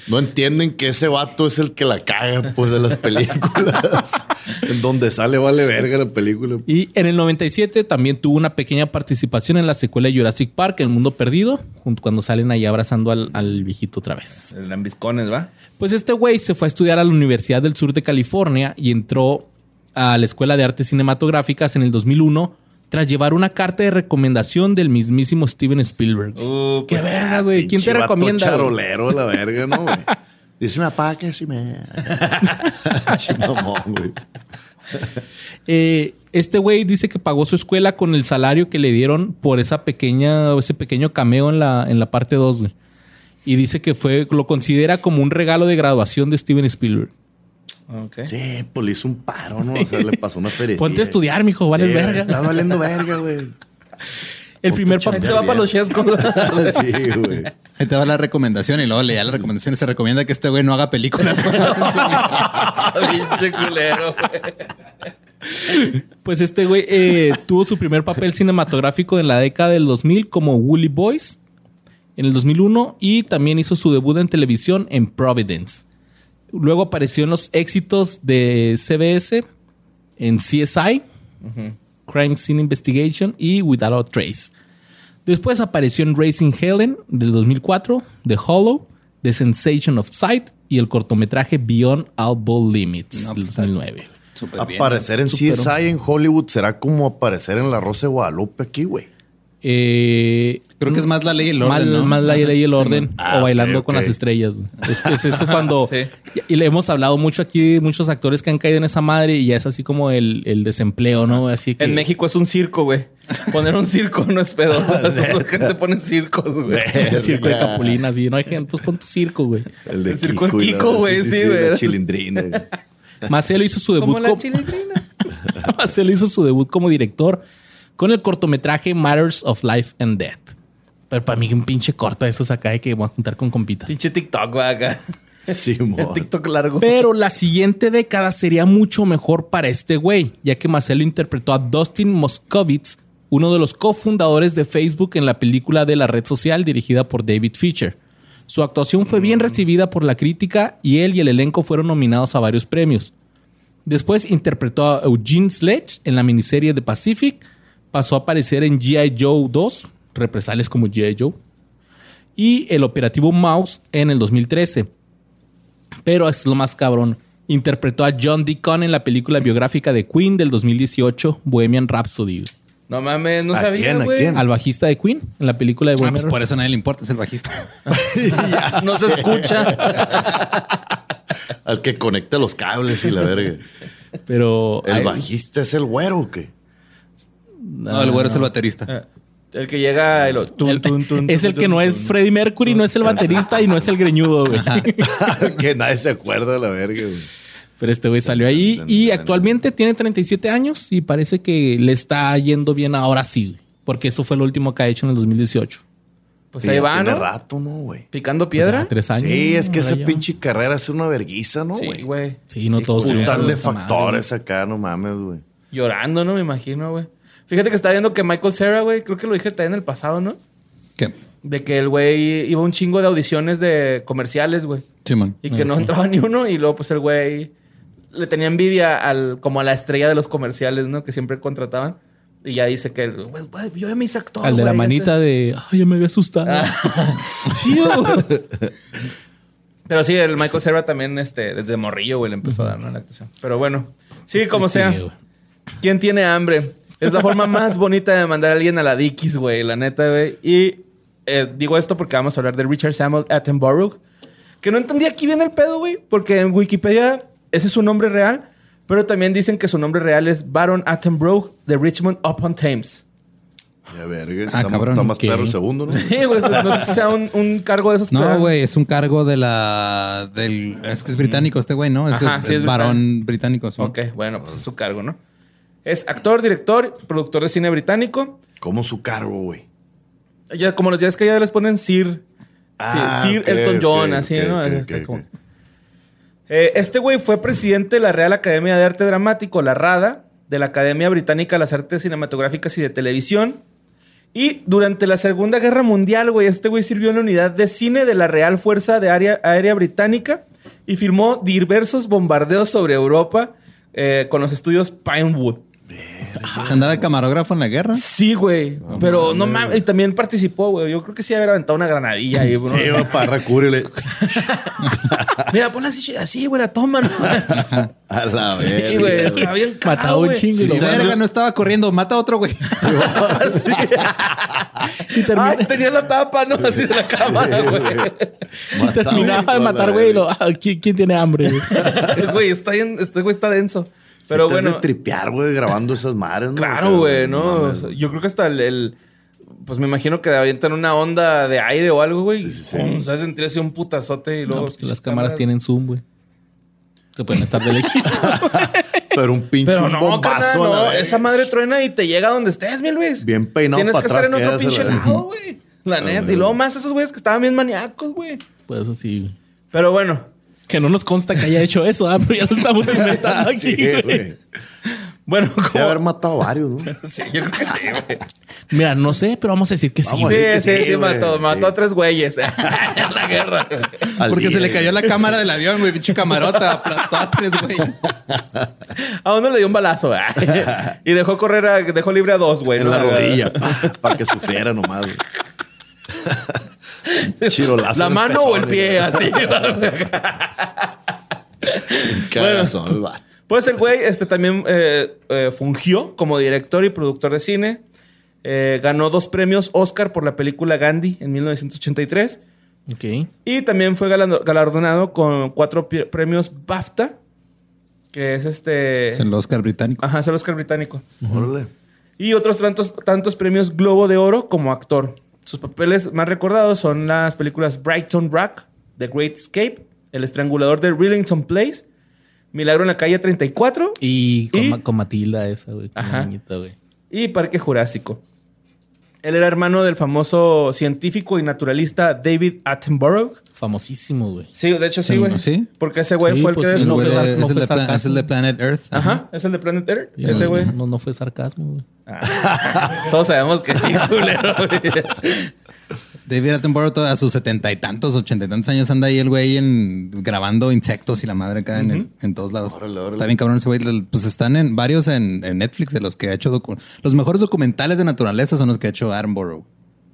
[SPEAKER 4] No entienden que ese vato es el que la caga, pues, de las películas. en donde sale vale verga la película.
[SPEAKER 1] Y en el 97 también tuvo una pequeña participación en la secuela de Jurassic Park, El Mundo Perdido, junto cuando salen ahí abrazando al, al viejito otra vez.
[SPEAKER 2] El Lambiscones, ¿va?
[SPEAKER 1] Pues este güey se fue a estudiar a la Universidad del Sur de California y entró a la Escuela de Artes Cinematográficas en el 2001 tras llevar una carta de recomendación del mismísimo Steven Spielberg.
[SPEAKER 2] Uh,
[SPEAKER 1] ¡Qué
[SPEAKER 2] pues,
[SPEAKER 1] vergas, güey! ¿Quién
[SPEAKER 4] Pinche
[SPEAKER 1] te
[SPEAKER 4] vato
[SPEAKER 1] recomienda? güey?
[SPEAKER 4] charolero, la verga, ¿no, güey? Dice mi papá que si me... Pinche mamón, güey.
[SPEAKER 1] Eh, este güey dice que pagó su escuela con el salario que le dieron por esa pequeña, ese pequeño cameo en la, en la parte 2, güey. Y dice que fue, lo considera como un regalo de graduación de Steven Spielberg.
[SPEAKER 2] ok.
[SPEAKER 4] Sí, pues le hizo un paro, ¿no? O sea, le pasó una feria.
[SPEAKER 1] Ponte a estudiar, mijo, vales verga.
[SPEAKER 4] Está valiendo verga, güey.
[SPEAKER 1] El primer
[SPEAKER 4] Ponte a
[SPEAKER 1] papel.
[SPEAKER 2] Te va para los chescos.
[SPEAKER 4] sí, güey.
[SPEAKER 3] Ahí te va la recomendación y luego leía la recomendación. Se recomienda que este güey no haga películas.
[SPEAKER 2] Pinche culero, güey.
[SPEAKER 1] Pues este güey eh, tuvo su primer papel cinematográfico en la década del 2000 como Woolly Boys en el 2001 y también hizo su debut en televisión en Providence. Luego apareció en los éxitos de CBS, en CSI, Crime Scene Investigation y Without a Trace. Después apareció en Racing Helen del 2004, The Hollow, The Sensation of Sight y el cortometraje Beyond All Ball Limits
[SPEAKER 3] No,
[SPEAKER 1] del
[SPEAKER 3] pues,
[SPEAKER 1] 2009. Pues
[SPEAKER 3] Súper bien.
[SPEAKER 4] Aparecer en
[SPEAKER 1] Superó.
[SPEAKER 4] CSI en Hollywood será como aparecer en La Rosa de Guadalupe aquí, güey.
[SPEAKER 1] Eh,
[SPEAKER 3] Creo que es más la ley y el orden,
[SPEAKER 1] Mal-
[SPEAKER 3] ¿no?
[SPEAKER 1] Más la ley y el
[SPEAKER 3] Sí,
[SPEAKER 1] orden.
[SPEAKER 3] man.
[SPEAKER 4] Ah,
[SPEAKER 1] o bailando
[SPEAKER 4] ok,
[SPEAKER 1] con
[SPEAKER 4] ok.
[SPEAKER 1] las estrellas. Es que es eso cuando.
[SPEAKER 2] Sí.
[SPEAKER 1] Y le hemos hablado mucho aquí de muchos actores que han caído en esa madre y ya es así como el, el desempleo, ¿no? Así que.
[SPEAKER 2] En México es un circo, güey. Poner un circo no es pedo. que te ponen circos, güey.
[SPEAKER 1] El circo de Capulina, así. No hay gente, pues pon tu circo, güey.
[SPEAKER 4] El de
[SPEAKER 2] El circo
[SPEAKER 4] y la-
[SPEAKER 2] Kiko, güey, sí, güey.
[SPEAKER 4] La chilindrina. güey.
[SPEAKER 1] Marcelo hizo su debut.
[SPEAKER 2] Como la
[SPEAKER 1] como-
[SPEAKER 2] chilindrina.
[SPEAKER 1] Marcelo hizo su debut como director con el cortometraje Matters of Life and Death. Pero para mí, un pinche corta de esos acá de que voy a juntar con compitas.
[SPEAKER 2] Pinche TikTok, güey, acá.
[SPEAKER 4] Sí,
[SPEAKER 2] El
[SPEAKER 4] mon.
[SPEAKER 2] TikTok largo.
[SPEAKER 1] Pero la siguiente década sería mucho mejor para este güey, ya que Marcelo interpretó a Dustin Moskovitz, uno de los cofundadores de Facebook en la película de la red social dirigida por David Fisher. Su actuación fue bien recibida por la crítica y él y el elenco fueron nominados a varios premios. Después interpretó a Eugene Sledge en la miniserie The Pacific, pasó a aparecer en G.I. Joe 2, represales como G.I. Joe, y el operativo Mouse en el 2013. Pero es lo más cabrón. Interpretó a John Deacon en la película biográfica de Queen del 2018, Bohemian Rhapsody.
[SPEAKER 2] No mames, no
[SPEAKER 4] ¿A
[SPEAKER 2] sabía,
[SPEAKER 4] quién? ¿A
[SPEAKER 2] güey.
[SPEAKER 4] quién?
[SPEAKER 1] Al bajista de Queen en la película de
[SPEAKER 3] Ah,
[SPEAKER 1] Bohemian
[SPEAKER 3] pues por
[SPEAKER 1] Rhapsody.
[SPEAKER 3] eso a nadie le importa, es el bajista.
[SPEAKER 4] Ya
[SPEAKER 1] No se
[SPEAKER 4] sé.
[SPEAKER 1] escucha.
[SPEAKER 4] Al que conecta los cables y la verga.
[SPEAKER 1] Pero. Ah.
[SPEAKER 4] El
[SPEAKER 1] ay,
[SPEAKER 4] bajista es el güero, ¿o qué?
[SPEAKER 3] No, el güero es el
[SPEAKER 2] Eh.
[SPEAKER 3] baterista.
[SPEAKER 2] Ah, El que llega y lo... tun,
[SPEAKER 1] el-
[SPEAKER 2] tun, tun,
[SPEAKER 1] es
[SPEAKER 2] tun,
[SPEAKER 1] el que
[SPEAKER 2] tun,
[SPEAKER 1] no
[SPEAKER 2] tun.
[SPEAKER 1] es Freddie Mercury, no es el baterista y no es el greñudo, güey.
[SPEAKER 4] que nadie se acuerda de la verga, güey.
[SPEAKER 1] Pero este güey salió ahí y actualmente tiene 37 años y parece que le está yendo bien ahora sí, güey, porque eso fue lo último que ha hecho en el 2018.
[SPEAKER 2] Pues
[SPEAKER 4] Sí,
[SPEAKER 2] ahí
[SPEAKER 4] ya
[SPEAKER 2] va,
[SPEAKER 4] tiene
[SPEAKER 2] ¿no?
[SPEAKER 4] rato, ¿no, güey?
[SPEAKER 2] Picando piedra.
[SPEAKER 1] Pues, Tres años.
[SPEAKER 4] Sí, es que
[SPEAKER 1] ahora
[SPEAKER 4] esa
[SPEAKER 1] ya.
[SPEAKER 4] pinche carrera es una verguiza, ¿no,
[SPEAKER 2] Sí,
[SPEAKER 4] güey?
[SPEAKER 2] güey.
[SPEAKER 1] Sí, no todos
[SPEAKER 4] Un
[SPEAKER 1] triunfan
[SPEAKER 4] tal
[SPEAKER 1] en
[SPEAKER 4] de
[SPEAKER 1] esa madre,
[SPEAKER 4] factores acá, no mames, güey.
[SPEAKER 2] Llorando, ¿no? Me imagino, güey. Fíjate que está viendo que Michael Cera, güey, creo que lo dije también en el pasado, ¿no?
[SPEAKER 3] ¿Qué?
[SPEAKER 2] De que el güey iba a un chingo de audiciones de comerciales, güey.
[SPEAKER 3] Simón.
[SPEAKER 2] Y que no entraba ni uno. Y luego, pues, el güey le tenía envidia al, como a la estrella de los comerciales, ¿no? Que siempre contrataban. Y ya dice que, el, güey, güey, yo ya me hice actor,
[SPEAKER 1] Al de la
[SPEAKER 2] güey, ya sé".
[SPEAKER 1] manita de. Ay, ya me había asustado.
[SPEAKER 2] Ah. Pero sí, el Michael Serra también, este, desde morrillo, güey, le empezó a dar, ¿no? La actuación. Pero bueno, sí, como sea.
[SPEAKER 1] Pues Sí, güey.
[SPEAKER 2] ¿Quién tiene hambre? Es la forma más bonita de mandar a alguien a la Dickies, güey, la neta, güey. Y eh, digo esto porque vamos a hablar de Richard Samuel Attenborough, que no entendí aquí bien el pedo, güey, porque en Wikipedia ese es su nombre real, pero también dicen que su nombre real es Baron Attenborough de Richmond upon Thames.
[SPEAKER 4] Ya verga.
[SPEAKER 3] Ah,
[SPEAKER 4] está,
[SPEAKER 3] cabrón,
[SPEAKER 4] está más
[SPEAKER 1] ¿qué?
[SPEAKER 4] perro el segundo, ¿no?
[SPEAKER 2] Sí, güey, no sé si sea un, un cargo de esos que
[SPEAKER 3] No,
[SPEAKER 2] dan.
[SPEAKER 3] güey, es un cargo de la. del. Es que es británico este güey, ¿no? Es,
[SPEAKER 2] Mm. Ajá,
[SPEAKER 3] es-
[SPEAKER 2] sí,
[SPEAKER 3] es
[SPEAKER 2] es
[SPEAKER 3] varón británico. sí.
[SPEAKER 2] Ok, bueno, pues es su cargo, ¿no? Es actor, director, productor de cine británico.
[SPEAKER 4] ¿Cómo su cargo, güey?
[SPEAKER 2] Ya, como los días que ya les ponen Sir.
[SPEAKER 4] Ah,
[SPEAKER 2] Sir
[SPEAKER 4] ok,
[SPEAKER 2] Elton
[SPEAKER 4] ok,
[SPEAKER 2] John, así,
[SPEAKER 4] ok,
[SPEAKER 2] ¿no?
[SPEAKER 4] ok,
[SPEAKER 2] Este,
[SPEAKER 4] ok,
[SPEAKER 2] como-
[SPEAKER 4] ok.
[SPEAKER 2] Eh, este güey fue presidente de la Real Academia de Arte Dramático, la RADA, de la Academia Británica de las Artes Cinematográficas y de Televisión. Y durante la Segunda Guerra Mundial, güey, este güey sirvió en la unidad de cine de la Real Fuerza de Área- Aérea Británica y filmó diversos bombardeos sobre Europa eh, con los estudios Pinewood.
[SPEAKER 3] ¿Se andaba de camarógrafo en la guerra?
[SPEAKER 2] Sí, güey. pero no mames. Y también participó, güey. Yo creo que sí haber aventado una granadilla ahí, bro.
[SPEAKER 4] Sí, va para recúbrele.
[SPEAKER 2] Mira, ponla así, así, güey, la toma, ¿no?
[SPEAKER 4] A la
[SPEAKER 2] Sí,
[SPEAKER 4] verga.
[SPEAKER 2] güey. Está bien cagado,
[SPEAKER 1] Matado un
[SPEAKER 2] güey.
[SPEAKER 1] chingo.
[SPEAKER 3] Sí,
[SPEAKER 1] y lo-
[SPEAKER 3] verga, no estaba corriendo, mata a otro güey.
[SPEAKER 1] Y termina-
[SPEAKER 2] Ay, Ah, tenía la tapa, ¿no? Así de la cámara, güey.
[SPEAKER 1] y terminaba de
[SPEAKER 4] a la
[SPEAKER 1] matar, güey. y lo-
[SPEAKER 4] verga.
[SPEAKER 1] ah, ¿quién, quién tiene hambre? güey?
[SPEAKER 2] Güey, está bien, este güey está denso. Pero
[SPEAKER 4] Sí, te has de
[SPEAKER 2] bueno,
[SPEAKER 4] tripear, güey, grabando esas madres, ¿no?
[SPEAKER 2] claro, güey, ¿no?
[SPEAKER 4] mames.
[SPEAKER 2] O sea, yo creo que hasta el, el- Pues me imagino que avientan una onda de aire o algo, güey. ¡Pum! ¿Sabes? Entré así un putazote y luego.
[SPEAKER 1] No, pues, las cámaras tienen zoom, güey. Se pueden estar de lejito.
[SPEAKER 4] Pero un pinche
[SPEAKER 2] Pero
[SPEAKER 4] un
[SPEAKER 2] no, carnal,
[SPEAKER 4] bombazo. a la
[SPEAKER 2] no.
[SPEAKER 4] verga.
[SPEAKER 2] Esa madre truena y te llega donde estés, mi Luis.
[SPEAKER 4] Bien peinado
[SPEAKER 2] Tienes
[SPEAKER 4] pa'
[SPEAKER 2] que estar
[SPEAKER 4] atrás
[SPEAKER 2] en otro
[SPEAKER 4] quedas, a
[SPEAKER 2] pinche
[SPEAKER 4] la verga.
[SPEAKER 2] lado, güey. La neta. Y luego más esos güeyes que estaban bien maníacos, güey.
[SPEAKER 1] Pues eso sí, güey.
[SPEAKER 2] Pero bueno.
[SPEAKER 1] Que no nos consta que haya hecho eso, ah, pero ya lo estamos inventando aquí,
[SPEAKER 4] Sí,
[SPEAKER 1] güey.
[SPEAKER 4] güey.
[SPEAKER 2] Bueno,
[SPEAKER 4] Se
[SPEAKER 2] como...
[SPEAKER 4] haber matado varios, ¿no?
[SPEAKER 2] Sí, yo creo que sí, güey.
[SPEAKER 1] Mira, no sé, pero vamos a decir que sí.
[SPEAKER 4] Vamos a
[SPEAKER 1] güey.
[SPEAKER 2] Sí,
[SPEAKER 4] que
[SPEAKER 2] sí, sí,
[SPEAKER 4] sí, güey.
[SPEAKER 2] mató, mató
[SPEAKER 4] Sí.
[SPEAKER 2] a tres güeyes. en la guerra.
[SPEAKER 4] Al
[SPEAKER 3] Porque se
[SPEAKER 4] día,
[SPEAKER 3] le cayó la cámara del avión, güey. Pinche camarota, aplastó a tres, güey.
[SPEAKER 2] A uno le dio un balazo. güey. y dejó correr, a- dejó libre a dos, güey.
[SPEAKER 4] En
[SPEAKER 2] ¿no?
[SPEAKER 4] la rodilla, para que sufriera nomás. güey. Chirolazo
[SPEAKER 2] La
[SPEAKER 4] en
[SPEAKER 2] mano o el
[SPEAKER 4] pezones,
[SPEAKER 2] pie,
[SPEAKER 4] güey.
[SPEAKER 2] así.
[SPEAKER 4] Cagazón, el vato.
[SPEAKER 2] Pues el güey este, también eh, eh, fungió como director y productor de cine. Eh, ganó dos premios Oscar por la película Gandhi en 1983.
[SPEAKER 1] Ok.
[SPEAKER 2] Y también fue galando- galardonado con cuatro pi- premios BAFTA, que es este.
[SPEAKER 3] Es el Oscar británico.
[SPEAKER 2] Ajá, es el Oscar británico.
[SPEAKER 4] Órale.
[SPEAKER 2] Y otros tantos, tantos premios Globo de Oro como actor. Sus papeles más recordados son las películas Brighton Rock, The Great Escape, El Estrangulador de Rillington Place, Milagro en la Calle 34
[SPEAKER 1] Y con,
[SPEAKER 2] ¿Y?
[SPEAKER 1] Ma- con Matilda esa, güey. Con
[SPEAKER 2] Ajá.
[SPEAKER 1] la niñita, güey.
[SPEAKER 2] y Parque Jurásico. Él era hermano del famoso científico y naturalista David Attenborough.
[SPEAKER 1] Famosísimo, güey.
[SPEAKER 2] Sí, de hecho sí,
[SPEAKER 3] Sí,
[SPEAKER 2] güey.
[SPEAKER 3] ¿sí?
[SPEAKER 2] Porque ese güey
[SPEAKER 1] Mm, Sí,
[SPEAKER 2] fue el
[SPEAKER 1] pues,
[SPEAKER 2] que
[SPEAKER 1] sí,
[SPEAKER 3] El
[SPEAKER 1] no
[SPEAKER 3] güey
[SPEAKER 2] descubrió.
[SPEAKER 1] fue
[SPEAKER 3] de-
[SPEAKER 1] sar- no
[SPEAKER 3] es, el
[SPEAKER 1] fue
[SPEAKER 3] de plan- es el de Planet Earth.
[SPEAKER 2] Ajá, es el de Planet Earth.
[SPEAKER 1] Y
[SPEAKER 2] Ese
[SPEAKER 1] no-
[SPEAKER 2] güey.
[SPEAKER 1] No, no fue sarcasmo, güey.
[SPEAKER 2] Todos sabemos que sí, culero.
[SPEAKER 3] David Attenborough to- a sus setenta y tantos, ochenta y tantos años anda ahí el güey en, grabando insectos y la madre acá en, el- en todos lados.
[SPEAKER 4] Órale, órale.
[SPEAKER 3] Está bien cabrón ese güey. L- Pues están en varios en, en Netflix de los que ha hecho docu- los mejores documentales de naturaleza son los que ha hecho Attenborough.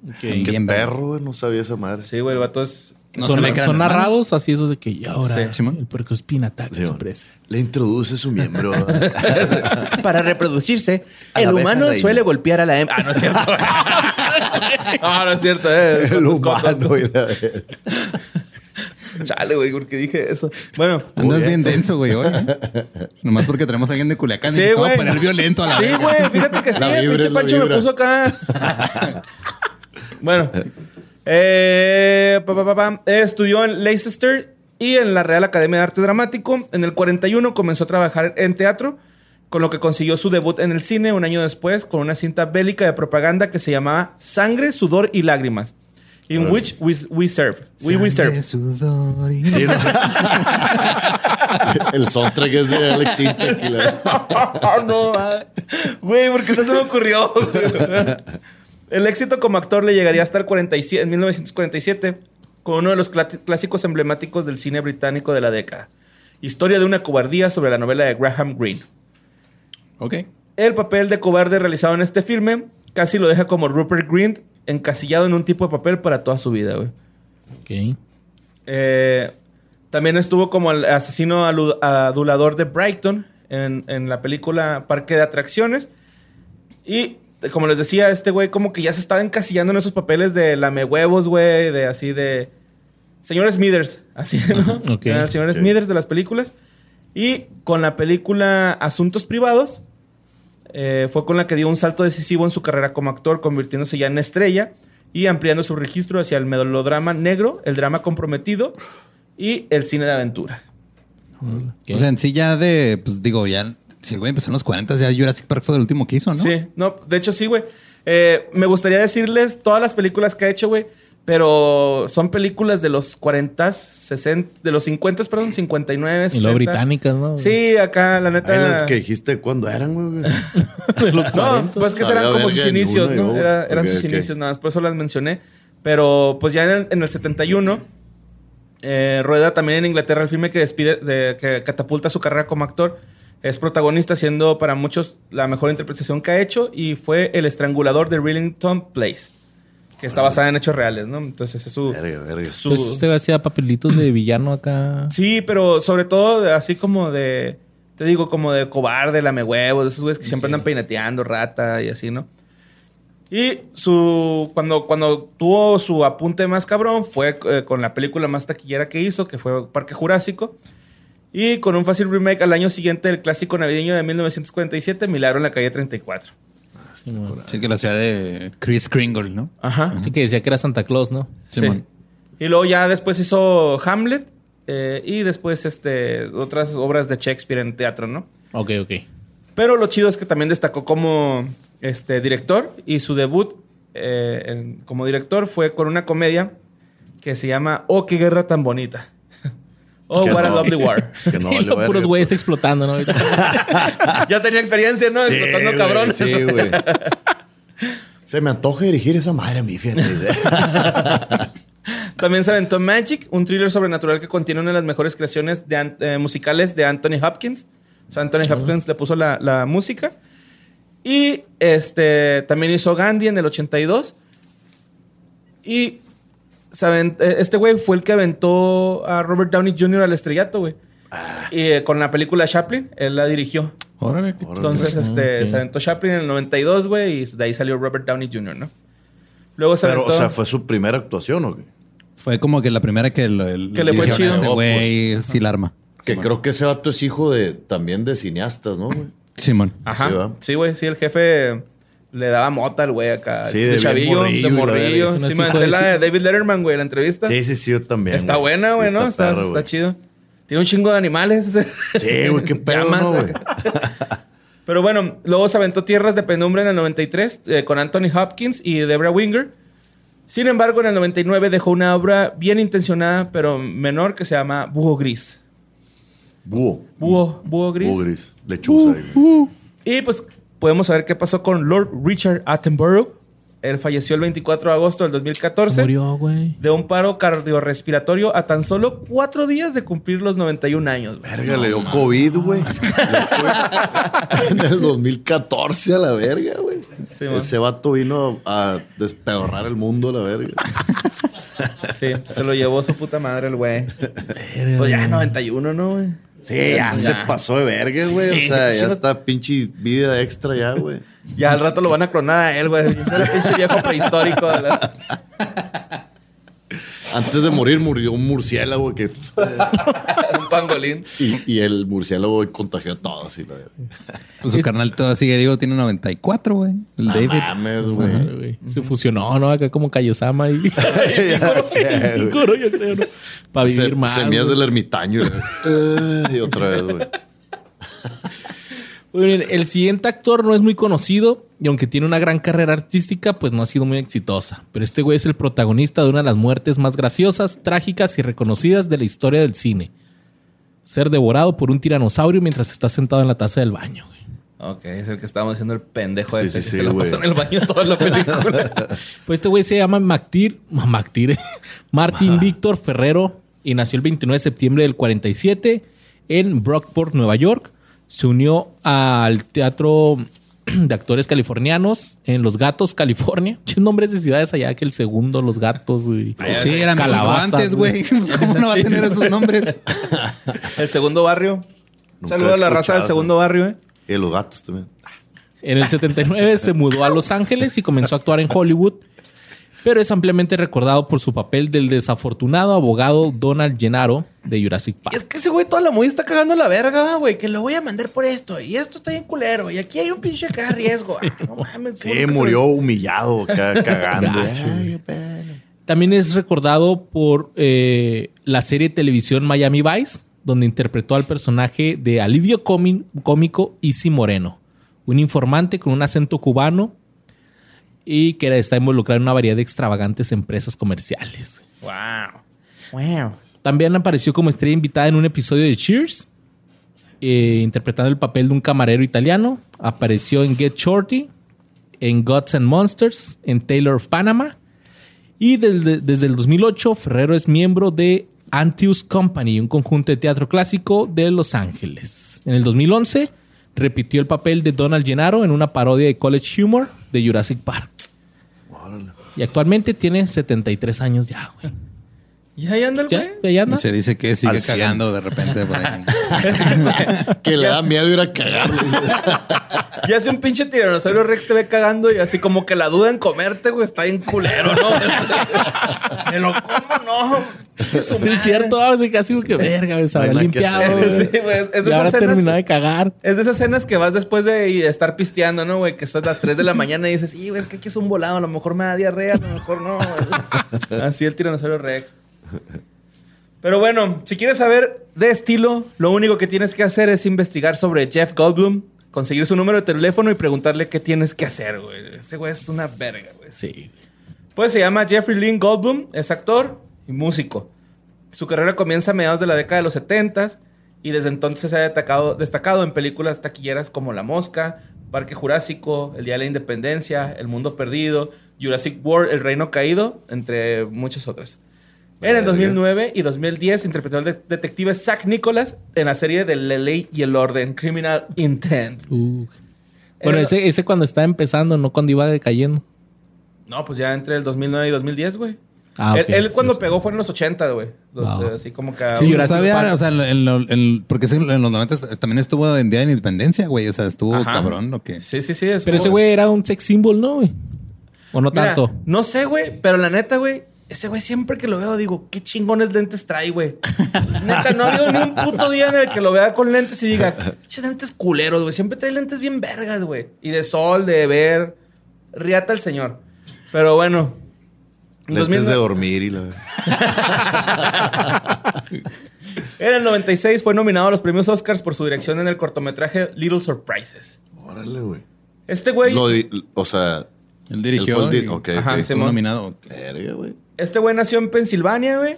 [SPEAKER 1] Ok.
[SPEAKER 4] Qué
[SPEAKER 3] Bien,
[SPEAKER 4] perro, güey. No sabía esa madre.
[SPEAKER 2] sí, güey, el vato es
[SPEAKER 3] No se
[SPEAKER 1] son
[SPEAKER 3] le quedan
[SPEAKER 1] son
[SPEAKER 3] hermanos.
[SPEAKER 1] narrados así, esos de que y ahora
[SPEAKER 2] Sí,
[SPEAKER 3] Simón.
[SPEAKER 1] el puerco espina ataca
[SPEAKER 4] Sí,
[SPEAKER 1] a su
[SPEAKER 4] güey.
[SPEAKER 1] presa.
[SPEAKER 4] Le introduce su miembro.
[SPEAKER 2] Para reproducirse,
[SPEAKER 4] A la
[SPEAKER 2] el
[SPEAKER 4] abeja
[SPEAKER 2] humano
[SPEAKER 4] reina.
[SPEAKER 2] suele golpear a la hembra. Ah, no es cierto. ah, no es cierto. eh.
[SPEAKER 4] el
[SPEAKER 2] Los cotos,
[SPEAKER 4] humano. y la verga.
[SPEAKER 2] ¿no? Chale, güey, porque dije eso. Bueno.
[SPEAKER 3] Andas
[SPEAKER 4] Oye.
[SPEAKER 3] bien denso, güey, hoy. ¿eh? Nomás porque tenemos a alguien de Culiacán
[SPEAKER 2] Sí,
[SPEAKER 3] y estaba a
[SPEAKER 2] güey.
[SPEAKER 3] poner violento a la
[SPEAKER 2] Sí,
[SPEAKER 3] verga.
[SPEAKER 2] güey, fíjate que sí,
[SPEAKER 4] La
[SPEAKER 2] el
[SPEAKER 4] vibra
[SPEAKER 2] pinche
[SPEAKER 4] es la
[SPEAKER 2] Pancho me
[SPEAKER 4] vibra.
[SPEAKER 2] puso acá. bueno. Eh, pa, pa, pa, pam. Eh, estudió en Leicester y en la Real Academia de Arte Dramático. En el 41 comenzó a trabajar en teatro, con lo que consiguió su debut en el cine un año después con una cinta bélica de propaganda que se llamaba Sangre, Sudor y Lágrimas. In which we, we serve. We, we serve.
[SPEAKER 3] Sangre, sudor y-
[SPEAKER 4] Sí, ¿no? el soundtrack es de Alex Intec. y la-
[SPEAKER 2] Ah, no, madre. güey, porque no se me ocurrió. El éxito como actor le llegaría hasta el 47, en 1947 con uno de los cla- clásicos emblemáticos del cine británico de la década. Historia de una cobardía sobre la novela de Graham Greene.
[SPEAKER 3] Ok.
[SPEAKER 2] El papel de cobarde realizado en este filme casi lo deja como Rupert Grint encasillado en un tipo de papel para toda su vida, güey.
[SPEAKER 1] Ok.
[SPEAKER 2] Eh, también estuvo como el asesino alu- adulador de Brighton en, en la película Parque de Atracciones. Y eh, como les decía, este güey como que ya se estaba encasillando en esos papeles de lamehuevos, güey, de así de... Señor Smithers, así, ¿no?
[SPEAKER 1] ok.
[SPEAKER 2] Era el señor Smithers de las películas. Y con la película Asuntos Privados, eh, fue con la que dio un salto decisivo en su carrera como actor, convirtiéndose ya en estrella y ampliando su registro hacia el melodrama negro, el drama comprometido y el cine de aventura.
[SPEAKER 1] Ok.
[SPEAKER 3] O sea, en sí ya de, pues digo, ya, si el güey empezó en los 40, ya Jurassic Park fue el último que hizo, ¿no?
[SPEAKER 2] Sí, no, de hecho sí, güey. Eh, me gustaría decirles todas las películas que ha hecho, güey, pero son películas de los 40, 60, de los 50, perdón, 59,
[SPEAKER 1] y lo
[SPEAKER 2] 60.
[SPEAKER 1] británicas, ¿no?
[SPEAKER 2] Sí, acá la neta.
[SPEAKER 4] Ahí las que dijiste cuándo eran, güey.
[SPEAKER 2] No, pues que
[SPEAKER 4] Sabía
[SPEAKER 2] serán como
[SPEAKER 4] verga
[SPEAKER 2] sus
[SPEAKER 4] en
[SPEAKER 2] inicios,
[SPEAKER 4] uno y
[SPEAKER 2] ¿no?
[SPEAKER 4] luego-
[SPEAKER 2] Era- eran
[SPEAKER 4] ok,
[SPEAKER 2] sus
[SPEAKER 4] ok.
[SPEAKER 2] inicios, nada más, por eso las mencioné. Pero pues ya en el, en el 71, eh, rueda también en Inglaterra el filme que despide, de- que catapulta su carrera como actor. Es protagonista, siendo para muchos la mejor interpretación que ha hecho y fue El Estrangulador de Rillington Place, que está basada en hechos reales, ¿no? Entonces es su.
[SPEAKER 4] Verga, verga.
[SPEAKER 2] su-
[SPEAKER 1] Entonces este hacía papelitos de villano acá.
[SPEAKER 2] Sí, pero sobre todo de- así como de. Te digo, como de cobarde, lame huevos, de esos güeyes que siempre andan peineteando, rata y así, ¿no? Y su. Cuando, cuando tuvo su apunte más cabrón fue eh, con la película más taquillera que hizo, que fue Parque Jurásico. Y con un fácil remake al año siguiente del clásico navideño de 1947, Milagro en la calle 34.
[SPEAKER 1] Sí, man.
[SPEAKER 3] Sí, que lo hacía de Chris Kringle, ¿no?
[SPEAKER 2] Ajá.
[SPEAKER 1] Así que decía que era Santa Claus, ¿no?
[SPEAKER 2] Sí.
[SPEAKER 3] Simón.
[SPEAKER 2] Y luego ya después hizo Hamlet eh, y después este, otras obras de Shakespeare en teatro, ¿no?
[SPEAKER 1] Ok, ok.
[SPEAKER 2] Pero lo chido es que también destacó como este, director y su debut eh, en- como director fue con una comedia que se llama Oh, qué guerra tan bonita. Oh,
[SPEAKER 4] Que
[SPEAKER 2] what a
[SPEAKER 4] no.
[SPEAKER 2] lovely war.
[SPEAKER 4] Que no
[SPEAKER 1] y
[SPEAKER 4] valió
[SPEAKER 1] los
[SPEAKER 4] verga,
[SPEAKER 1] puros güeyes
[SPEAKER 4] pues.
[SPEAKER 1] explotando, ¿no?
[SPEAKER 2] ya tenía experiencia, ¿no?
[SPEAKER 4] Sí,
[SPEAKER 2] Explotando
[SPEAKER 4] güey,
[SPEAKER 2] cabrones.
[SPEAKER 4] Sí, güey. Se me antoja dirigir esa madre a mí, fíjate.
[SPEAKER 2] También se aventó Magic, un thriller sobrenatural que contiene una de las mejores creaciones de an- eh, musicales de Anthony Hopkins. O sea, Anthony Hopkins le puso la, la música. Y este también hizo Gandhi en el 82. Y se aven- eh, este güey fue el que aventó a Robert Downey Jr. al estrellato, güey.
[SPEAKER 4] Ah.
[SPEAKER 2] Y eh, con la película Chaplin, él la dirigió.
[SPEAKER 3] Órale. qué-
[SPEAKER 2] Entonces,
[SPEAKER 4] Ah,
[SPEAKER 2] este,
[SPEAKER 1] ok.
[SPEAKER 2] se aventó Chaplin en el 92, güey, y de ahí salió Robert Downey Jr., ¿no? Luego se
[SPEAKER 4] Pero, o
[SPEAKER 2] aventó...
[SPEAKER 4] sea, ¿fue su primera actuación o qué?
[SPEAKER 3] Fue como que la primera que, lo- el-
[SPEAKER 2] Que le fue
[SPEAKER 3] dijeron,
[SPEAKER 2] chido.
[SPEAKER 3] Este
[SPEAKER 4] No,
[SPEAKER 3] güey
[SPEAKER 4] pues,
[SPEAKER 3] sí la arma.
[SPEAKER 4] Que creo que ese vato es hijo de también de cineastas, ¿no, güey?
[SPEAKER 3] Simón.
[SPEAKER 4] Sí,
[SPEAKER 2] Ajá.
[SPEAKER 4] ¿verdad?
[SPEAKER 2] Sí, güey. Sí, el jefe le daba mota al güey acá.
[SPEAKER 4] Sí,
[SPEAKER 2] de,
[SPEAKER 4] de bien
[SPEAKER 2] chavillo,
[SPEAKER 4] morrillo
[SPEAKER 2] de
[SPEAKER 4] y la
[SPEAKER 2] morrillo.
[SPEAKER 1] verga.
[SPEAKER 2] Sí,
[SPEAKER 1] Una
[SPEAKER 2] me
[SPEAKER 1] hijo
[SPEAKER 2] aventé
[SPEAKER 1] de-
[SPEAKER 2] la de David Letterman, güey, la entrevista.
[SPEAKER 4] Sí, sí, sí, yo también.
[SPEAKER 2] está
[SPEAKER 4] güey.
[SPEAKER 2] buena,
[SPEAKER 4] Sí,
[SPEAKER 2] güey, ¿no? Está,
[SPEAKER 4] perro,
[SPEAKER 2] está
[SPEAKER 4] güey.
[SPEAKER 2] chido. Tiene un chingo de animales.
[SPEAKER 4] Sí, güey, qué pedo,
[SPEAKER 2] Llamas.
[SPEAKER 4] ¿no, güey?
[SPEAKER 2] Pero bueno, luego se aventó Tierras de Penumbra en el 93 eh, con Anthony Hopkins y Deborah Winger. Sin embargo, en el 99 dejó una obra bien intencionada, pero menor, que se llama Búho Gris.
[SPEAKER 4] Búho.
[SPEAKER 2] Búho, Búho Gris.
[SPEAKER 4] Búho gris. Lechuza. ahí, güey.
[SPEAKER 2] Y pues podemos saber qué pasó con Lord Richard Attenborough. Él falleció el 24 de agosto del 2014
[SPEAKER 1] Murió, güey.
[SPEAKER 2] de un paro cardiorrespiratorio a tan solo cuatro días de cumplir los 91 años. güey.
[SPEAKER 4] Verga, le dio COVID, güey. Le dio COVID en el 2014 a la verga, güey.
[SPEAKER 2] Sí, man.
[SPEAKER 4] Ese vato vino a despedorrar el mundo a la verga.
[SPEAKER 2] Sí, se lo llevó su puta madre el güey. Pues ya 91, ¿no, güey?
[SPEAKER 4] Sí, ya se pasó de verga, güey. O sea, ya está pinche vida extra ya, güey.
[SPEAKER 2] Ya al rato lo van a clonar a él, güey. Es el pinche viejo prehistórico. de las-
[SPEAKER 4] Antes de morir murió un murciélago que...
[SPEAKER 2] Un pangolín.
[SPEAKER 4] Y, y el murciélago contagió a todos. Y la verga.
[SPEAKER 3] Pues su carnal todo así que digo tiene 94, güey. El
[SPEAKER 4] No
[SPEAKER 3] David. pues
[SPEAKER 4] mames, güey.
[SPEAKER 1] Claro, güey. Se fusionó, ¿no? Acá como Kaiosama y...
[SPEAKER 4] Ya sé, güey.
[SPEAKER 1] Coro, yo creo, ¿no? Para vivir
[SPEAKER 4] Se-
[SPEAKER 1] más.
[SPEAKER 4] Semillas
[SPEAKER 1] güey.
[SPEAKER 4] del ermitaño. güey. Eh, y otra vez, güey.
[SPEAKER 1] Muy bien, el siguiente actor no es muy conocido y aunque tiene una gran carrera artística, pues no ha sido muy exitosa. Pero este güey es el protagonista de una de las muertes más graciosas, trágicas y reconocidas de la historia del cine. Ser devorado por un tiranosaurio mientras está sentado en la taza del baño, güey.
[SPEAKER 2] Ok, es el que estábamos haciendo el pendejo
[SPEAKER 4] Sí,
[SPEAKER 2] ese
[SPEAKER 4] sí,
[SPEAKER 2] que
[SPEAKER 4] sí,
[SPEAKER 2] se la
[SPEAKER 4] güey.
[SPEAKER 2] pasó en el baño toda la película.
[SPEAKER 1] Pues este güey se llama Mactir, Mactir, Martín Víctor Ferrero y nació el 29 de septiembre del 47 en Brockport, Nueva York. Se unió al Teatro de Actores Californianos en Los Gatos, California. Chis nombres de ciudades allá que el segundo, Los Gatos. güey.
[SPEAKER 3] sí, era México
[SPEAKER 1] Calabazas,
[SPEAKER 3] Pues antes, güey. Pues, ¿Cómo no va a tener esos nombres?
[SPEAKER 2] el segundo barrio.
[SPEAKER 4] Nunca
[SPEAKER 2] Saludos a la raza del
[SPEAKER 4] escuchado.
[SPEAKER 2] segundo barrio, eh.
[SPEAKER 4] Y los gatos también.
[SPEAKER 1] En el 79 se mudó a Los Ángeles y comenzó a actuar en Hollywood, pero es ampliamente recordado por su papel del desafortunado abogado Donald Gennaro de Jurassic
[SPEAKER 2] Y es
[SPEAKER 1] Park.
[SPEAKER 2] que ese güey toda la movida está cagando la verga, güey. Que lo voy a mandar por esto. Y esto está bien culero. Y aquí hay un pinche acá de riesgo. Ah, no mames.
[SPEAKER 4] Sí,
[SPEAKER 2] seguro que se-
[SPEAKER 4] murió humillado, acá, cagando.
[SPEAKER 1] También es recordado por eh, la serie de televisión Miami Vice, donde interpretó al personaje de alivio cómi- cómico Easy Moreno, un informante con un acento cubano y que está involucrado en una variedad de extravagantes empresas comerciales.
[SPEAKER 2] Wow.
[SPEAKER 1] También apareció como estrella invitada en un episodio de Cheers, eh, interpretando el papel de un camarero italiano. Apareció en Get Shorty, en Gods and Monsters, en Taylor of Panama. Y desde, desde el 2008, Ferrero es miembro de Antius Company, un conjunto de teatro clásico de Los Ángeles. En el 2011, repitió el papel de Donald Gennaro en una parodia de College Humor de Jurassic Park. Y actualmente tiene 73 años ya, güey.
[SPEAKER 2] Y ahí anda el
[SPEAKER 1] ¿Ya?
[SPEAKER 2] güey.
[SPEAKER 1] ¿Ya anda?
[SPEAKER 3] Y se dice que sigue
[SPEAKER 4] Al cien.
[SPEAKER 3] cagando de repente por ahí.
[SPEAKER 4] que le da miedo ir a cagar.
[SPEAKER 2] Y hace un pinche tiranosaurio Rex te ve cagando. Y así como que la duda en comerte, güey. Está bien culero, ¿no? Me lo como, no. Chingue su
[SPEAKER 1] Sí,
[SPEAKER 2] madre.
[SPEAKER 1] es cierto, ah, sí, casi como que verga, güey, se
[SPEAKER 4] No hay
[SPEAKER 1] habrá
[SPEAKER 4] nada que
[SPEAKER 1] limpiado.
[SPEAKER 4] hacer.
[SPEAKER 1] güey.
[SPEAKER 2] Sí, güey, es de
[SPEAKER 1] y
[SPEAKER 2] esas
[SPEAKER 1] habrá
[SPEAKER 2] escenas-
[SPEAKER 1] terminado de cagar.
[SPEAKER 2] Es de esas cenas que vas después de estar pisteando, ¿no, güey? Que son las 3 de la mañana y dices, sí, güey, es que aquí es un volado, a lo mejor me da diarrea, a lo mejor no. güey". Así el tiranosaurio Rex. Pero bueno, si quieres saber de estilo, lo único que tienes que hacer es investigar sobre Jeff Goldblum, conseguir su número de teléfono y preguntarle qué tienes que hacer, güey. Ese güey es una verga, güey.
[SPEAKER 1] Sí.
[SPEAKER 2] Pues se llama Jeffrey Lynn Goldblum, es actor y músico. Su carrera comienza a mediados de la década de los 70 y desde entonces se ha destacado, destacado en películas taquilleras como La Mosca, Parque Jurásico, El Día de la Independencia, El Mundo Perdido, Jurassic World, El Reino Caído, entre muchas otras. En el
[SPEAKER 4] Verga.
[SPEAKER 2] 2009 y 2010 interpretó al de- detective Zack Nicholas en la serie de La Ley y el Orden, Criminal Intent.
[SPEAKER 1] Uh. Bueno,
[SPEAKER 2] Era-
[SPEAKER 1] ese, ese cuando estaba empezando, no cuando iba decayendo.
[SPEAKER 2] No, pues ya entre el 2009 y 2010, güey.
[SPEAKER 1] Ah,
[SPEAKER 2] él,
[SPEAKER 1] ok.
[SPEAKER 2] él cuando pegó fue en los 80, güey. eh,
[SPEAKER 1] Wow.
[SPEAKER 2] Así como que... a
[SPEAKER 1] Sí,
[SPEAKER 2] un-
[SPEAKER 1] yo Jurassic
[SPEAKER 3] Todavía,
[SPEAKER 1] Park.
[SPEAKER 3] o sea, en lo- en lo- porque sí, en los 90 también estuvo en Día de la Independencia, güey. O sea, estuvo
[SPEAKER 2] Ajá.
[SPEAKER 3] cabrón lo que.
[SPEAKER 2] Sí, sí, sí. es
[SPEAKER 1] Pero ese
[SPEAKER 2] como-
[SPEAKER 1] güey era un sex symbol, ¿no, güey? O no
[SPEAKER 2] Mira,
[SPEAKER 1] tanto.
[SPEAKER 2] No sé, güey, pero la neta, güey. Ese güey siempre que lo veo digo, qué chingones lentes trae, güey. Neta, no ha habido ni un puto día en el que lo vea con lentes y diga, che, lentes culeros, güey. Siempre trae lentes bien vergas, güey. Y de sol, de ver. Riata el señor. Pero bueno. en
[SPEAKER 4] Antes de
[SPEAKER 2] 2009
[SPEAKER 4] dormir y la.
[SPEAKER 2] En el 96 fue nominado a los premios Oscars por su dirección en el cortometraje Little Surprises.
[SPEAKER 4] Órale, güey.
[SPEAKER 2] Este güey.
[SPEAKER 4] Lo di- O sea,
[SPEAKER 3] Él
[SPEAKER 4] Él
[SPEAKER 3] dirigió.
[SPEAKER 4] fue el
[SPEAKER 3] y
[SPEAKER 4] di- ok,
[SPEAKER 2] Ajá,
[SPEAKER 4] ok.
[SPEAKER 2] sí.
[SPEAKER 3] estuvo
[SPEAKER 2] Simón.
[SPEAKER 3] nominado.
[SPEAKER 4] Verga, güey.
[SPEAKER 2] Este güey nació en Pensilvania, güey.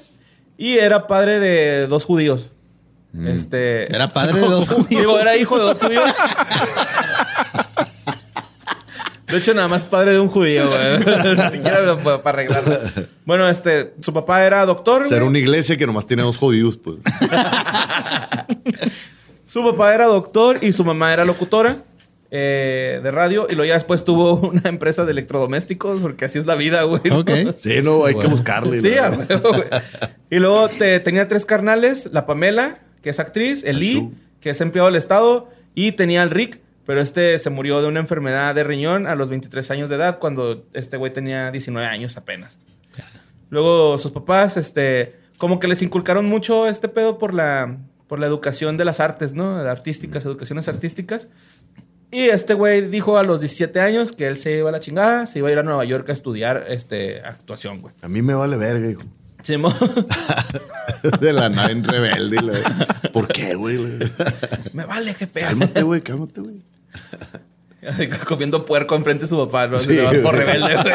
[SPEAKER 2] Y era padre de dos judíos. Este.
[SPEAKER 3] Mm. Era padre de dos
[SPEAKER 2] Digo,
[SPEAKER 3] judíos.
[SPEAKER 2] era hijo de dos judíos. De hecho, nada más padre de un judío, güey. Ni siquiera lo puedo para arreglarlo. Bueno, este, su papá era doctor.
[SPEAKER 4] Ser
[SPEAKER 2] güey.
[SPEAKER 4] una iglesia que nomás tiene dos jodidos, pues.
[SPEAKER 2] Su papá era doctor y su mamá era locutora eh, de radio. Y luego ya después tuvo una empresa de electrodomésticos, porque así es la vida, güey. ¿no?
[SPEAKER 3] Ok.
[SPEAKER 4] Sí, no, hay que buscarle.
[SPEAKER 2] Sí,
[SPEAKER 4] la-
[SPEAKER 2] a huevo, güey. Y luego te- tenía tres carnales: la Pamela, que es actriz, el Lee,
[SPEAKER 4] Achú.
[SPEAKER 2] que es empleado del Estado, y tenía al Rick, pero este se murió de una enfermedad de riñón a los 23 años de edad, cuando este güey tenía 19 años apenas. Luego sus papás, este, como que les inculcaron mucho este pedo por la, por la educación de las artes, ¿no? De Artísticas, educaciones artísticas. Y este güey dijo a los 17 años que él se iba a la chingada, se iba a ir a Nueva York a estudiar este, actuación, güey.
[SPEAKER 4] A mí me vale verga, hijo.
[SPEAKER 2] Simón.
[SPEAKER 4] De la nave en rebelde. y la- ¿Por qué, güey? La-
[SPEAKER 2] Me vale, jefe.
[SPEAKER 4] Cálmate, güey, cálmate, güey.
[SPEAKER 2] Comiendo puerco enfrente de su papá, ¿no?
[SPEAKER 4] Sí,
[SPEAKER 2] Se va por
[SPEAKER 4] güey.
[SPEAKER 2] rebelde, güey.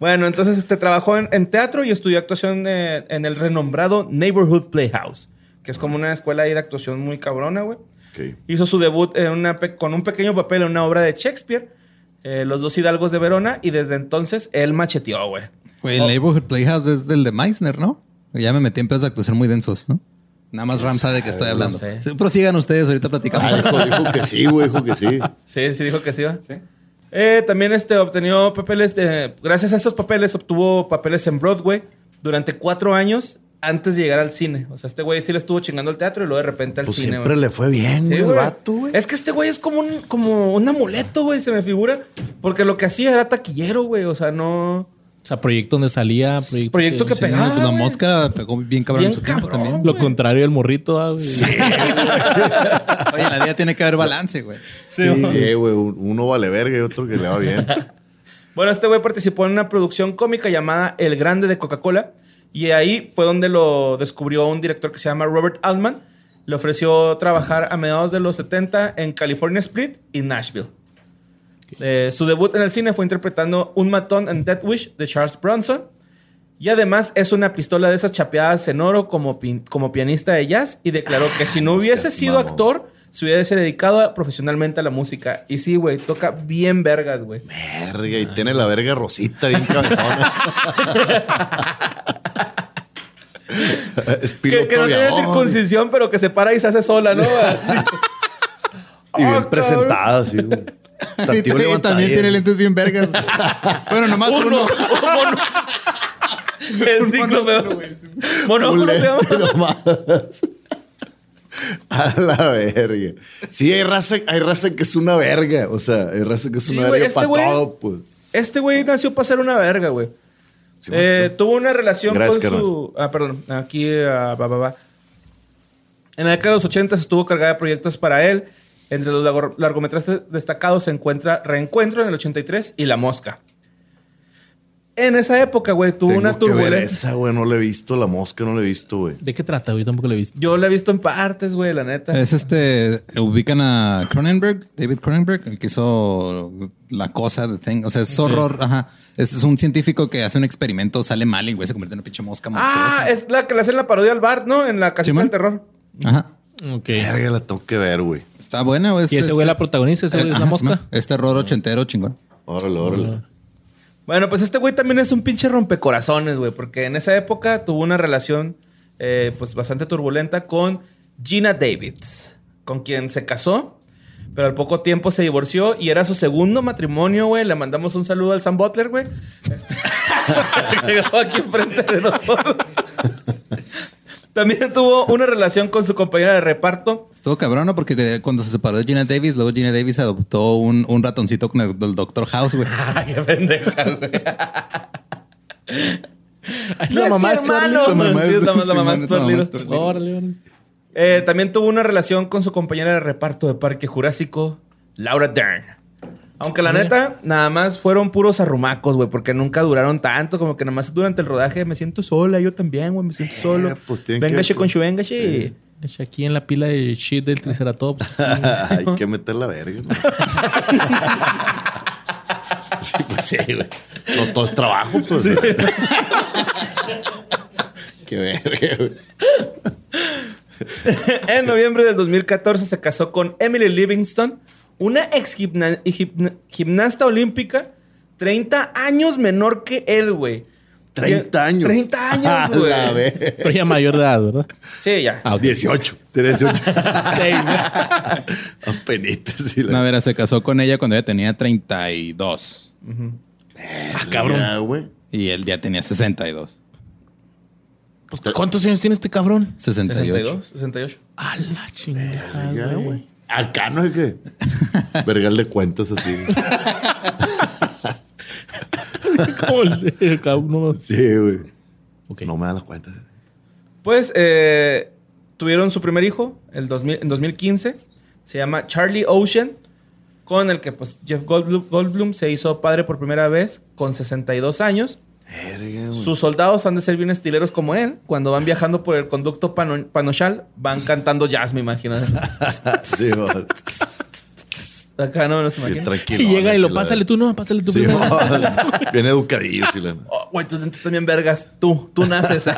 [SPEAKER 2] bueno, entonces este, trabajó en, en teatro y estudió actuación eh, en el renombrado Neighborhood Playhouse, que es como una escuela ahí de actuación muy cabrona, güey.
[SPEAKER 4] Ok.
[SPEAKER 2] Hizo su debut en una pe- con un pequeño papel en una obra de Shakespeare, eh, Los dos hidalgos de Verona, y desde entonces él macheteó, güey.
[SPEAKER 3] Güey, el Neighborhood Playhouse es del de Meisner, ¿no? Ya me metí en pedos de actuación muy densos, ¿no? Nada más Ram sabe de qué estoy hablando.
[SPEAKER 2] sé.
[SPEAKER 3] Sí, prosigan ustedes, ahorita platicamos.
[SPEAKER 4] Ah, dijo, dijo que sí, güey, dijo que sí.
[SPEAKER 2] Sí, sí dijo que sí, ¿va? Eh, también este, obtenió papeles de... Gracias a estos papeles obtuvo papeles en Broadway durante cuatro años antes de llegar al cine. O sea, este güey sí le estuvo chingando al teatro y luego de repente al
[SPEAKER 4] Pues
[SPEAKER 2] cine.
[SPEAKER 4] siempre
[SPEAKER 2] güey.
[SPEAKER 4] le fue bien,
[SPEAKER 2] Sí,
[SPEAKER 4] güey, el
[SPEAKER 2] güey.
[SPEAKER 4] vato, güey.
[SPEAKER 2] Es que este güey es como un, como un amuleto, güey, se me figura. Porque lo que hacía era taquillero, güey. O sea, no...
[SPEAKER 1] O sea, proyecto donde salía, proyecto,
[SPEAKER 2] Proyecto que
[SPEAKER 3] Sí, pues
[SPEAKER 2] pegaba,
[SPEAKER 3] la
[SPEAKER 2] güey.
[SPEAKER 3] mosca pegó bien cabrón
[SPEAKER 2] Bien
[SPEAKER 3] en su tiempo
[SPEAKER 2] cabrón.
[SPEAKER 3] también.
[SPEAKER 1] Lo contrario del morrito. ah, güey.
[SPEAKER 3] Oye, en la vida tiene que haber balance, güey.
[SPEAKER 4] Sí, sí, güey. un- Uno vale verga y otro que le va bien.
[SPEAKER 2] Bueno, este güey participó en una producción cómica llamada El Grande de Coca-Cola. Y ahí fue donde lo descubrió un director que se llama Robert Altman. Le ofreció trabajar a mediados de los 70 en California Split y Nashville. Eh, su debut en el cine fue interpretando Un matón en Death Wish de Charles Bronson. Y además es una pistola de esas chapeadas en oro como, pin- como pianista de jazz. Y declaró que si no hubiese
[SPEAKER 4] seas
[SPEAKER 2] sido
[SPEAKER 4] mamón.
[SPEAKER 2] actor, se hubiese dedicado a- profesionalmente a la música. Y sí, güey, toca bien vergas, güey.
[SPEAKER 4] Verga, y tiene la verga rosita bien cabezona. es piloto
[SPEAKER 2] Que, que no
[SPEAKER 4] de
[SPEAKER 2] tiene
[SPEAKER 4] avión
[SPEAKER 2] circuncisión, pero que se para y se hace sola, ¿no?
[SPEAKER 4] Y bien
[SPEAKER 2] Ah,
[SPEAKER 4] presentada, sí, güey.
[SPEAKER 3] Y,
[SPEAKER 4] Tantillo
[SPEAKER 3] y también
[SPEAKER 4] levantadilla.
[SPEAKER 3] tiene lentes bien vergas. bueno, nomás uno.
[SPEAKER 2] El ciclo,
[SPEAKER 3] Monóculo,
[SPEAKER 2] pero.
[SPEAKER 3] güey.
[SPEAKER 4] Un
[SPEAKER 2] Monóculo se llama.
[SPEAKER 4] lente nomás. A la verga. Sí, hay raza, hay raza que es una verga. O sea, hay raza que es
[SPEAKER 2] Sí,
[SPEAKER 4] una
[SPEAKER 2] güey,
[SPEAKER 4] verga
[SPEAKER 2] este
[SPEAKER 4] para
[SPEAKER 2] güey-
[SPEAKER 4] todo, pues.
[SPEAKER 2] Este güey nació para ser una verga, güey.
[SPEAKER 4] Sí,
[SPEAKER 2] Eh,
[SPEAKER 4] macho.
[SPEAKER 2] tuvo una relación
[SPEAKER 4] Gracias,
[SPEAKER 2] con su. Ah, perdón. Aquí, ah, va, va, va. En la década de los 80 estuvo cargada de proyectos para él. Entre los largo- largometrajes destacados se encuentra Reencuentro en el 83 y La Mosca. En esa época, güey, tuvo
[SPEAKER 4] Tengo
[SPEAKER 2] una
[SPEAKER 4] que ver
[SPEAKER 2] turbulencia.
[SPEAKER 4] Esa, güey, no le he visto. La mosca no le he visto, güey.
[SPEAKER 1] ¿De qué trata, güey? Tampoco lo he visto.
[SPEAKER 2] Yo la he visto en partes, güey, la neta.
[SPEAKER 3] Es este, ubican a Cronenberg, David Cronenberg, el que hizo la cosa de Thing. O sea, es horror, ajá. Este es un científico que hace un experimento, sale mal y güey, se convierte en una pinche mosca monstruosa.
[SPEAKER 2] Ah, es la que le hacen la parodia al Bart, ¿no? En la casita
[SPEAKER 3] Simón.
[SPEAKER 2] del terror.
[SPEAKER 3] Ajá.
[SPEAKER 1] Ok.
[SPEAKER 2] Ah,
[SPEAKER 4] Verga, la tengo que ver, güey.
[SPEAKER 3] Está buena, este güey.
[SPEAKER 1] ¿Y ese güey la protagonista? ¿Ese güey es la
[SPEAKER 2] Ah,
[SPEAKER 1] mosca?
[SPEAKER 3] Este horror ochentero, chingón.
[SPEAKER 4] Órale, órale.
[SPEAKER 2] Bueno, pues este güey también es un pinche rompecorazones, güey, porque en esa época tuvo una relación eh, pues bastante turbulenta con Gina Davids, con quien se casó, pero al poco tiempo se divorció y era su segundo matrimonio, güey. Le mandamos un saludo al Sam Butler, güey. Este- que grabó aquí enfrente de nosotros. también tuvo una relación con su compañera de reparto,
[SPEAKER 3] Estuvo cabrón, ¿no? Porque de- cuando se separó de Gina Davis, luego Gina Davis adoptó un, un ratoncito con el, del Dr. House, güey.
[SPEAKER 4] Ah,
[SPEAKER 2] Qué pendeja, güey.
[SPEAKER 1] la
[SPEAKER 2] es
[SPEAKER 1] mamá
[SPEAKER 2] mi
[SPEAKER 1] de Stuart
[SPEAKER 2] hermano.
[SPEAKER 3] Little. La mamá
[SPEAKER 2] Sí,
[SPEAKER 3] de-
[SPEAKER 2] es la, la
[SPEAKER 3] Simón,
[SPEAKER 2] mamá
[SPEAKER 3] es
[SPEAKER 2] de
[SPEAKER 3] la
[SPEAKER 2] Stuart
[SPEAKER 3] mamá de
[SPEAKER 2] Little.
[SPEAKER 3] Stuart
[SPEAKER 1] Órale, órale.
[SPEAKER 2] Eh, también tuvo una relación con su compañera de reparto de Parque Jurásico, Laura Dern. Aunque la neta, nada más fueron puros arrumacos, güey, porque nunca duraron tanto, como que nada más durante el rodaje me siento sola, yo también, güey, me siento solo.
[SPEAKER 4] pues tienen que- Eh.
[SPEAKER 2] Véngase con su véngase.
[SPEAKER 1] Echa Aquí en la pila de shit
[SPEAKER 2] Ah.
[SPEAKER 1] del Triceratops.
[SPEAKER 4] Hay que meter la verga, ¿no? sí, pues sí, güey. No todo es trabajo, pues. Qué verga, güey.
[SPEAKER 2] En noviembre del 2014 se casó con Emily Livingston, una ex gimna- gimna- gimnasta olímpica, 30 años menor que él, güey.
[SPEAKER 4] 30 años.
[SPEAKER 2] 30
[SPEAKER 4] A
[SPEAKER 2] años,
[SPEAKER 4] la
[SPEAKER 2] güey.
[SPEAKER 4] vez.
[SPEAKER 1] Pero ya mayor de edad, ¿verdad?
[SPEAKER 2] Sí, ya.
[SPEAKER 1] Ah, ok.
[SPEAKER 4] 18. Tiene 18.
[SPEAKER 1] Sí, güey.
[SPEAKER 4] Apenitas, sí.
[SPEAKER 3] No,
[SPEAKER 4] La
[SPEAKER 3] mira, se casó con ella cuando ella tenía 32
[SPEAKER 4] verga, ah, cabrón. güey.
[SPEAKER 3] y él ya tenía 62.
[SPEAKER 1] Pues, ¿Cuántos años tiene este cabrón?
[SPEAKER 3] 68.
[SPEAKER 2] 62, 68.
[SPEAKER 1] A la chingada,
[SPEAKER 4] Ya,
[SPEAKER 1] güey.
[SPEAKER 4] Ah, güey. Acá no es que. Vergal de cuentas así. güey.
[SPEAKER 1] Como el de cada uno.
[SPEAKER 4] Sí, güey.
[SPEAKER 1] Ok.
[SPEAKER 4] No me dan las cuentas.
[SPEAKER 2] Pues eh, tuvieron su primer hijo el 2000 en 2015. Se llama Charlie Ocean. Con el que pues, Jeff Goldblum, Goldblum se hizo padre por primera vez con 62 años.
[SPEAKER 4] Verga, güey.
[SPEAKER 2] Sus soldados han de ser bien estileros como él. Cuando van viajando por el conducto pano- panochal, van cantando jazz, me imagino.
[SPEAKER 4] Sí, güey.
[SPEAKER 2] Acá no me los imagino.
[SPEAKER 4] Bien tranquilo.
[SPEAKER 1] Y llega y
[SPEAKER 4] sí,
[SPEAKER 1] lo
[SPEAKER 4] la
[SPEAKER 1] pásale tú, no, pásale tú.
[SPEAKER 4] eh. Sí,
[SPEAKER 1] primero.
[SPEAKER 4] güey. bien educadillo, sí, la
[SPEAKER 2] Oh, güey, tus dentes también vergas. Tú, tú naces.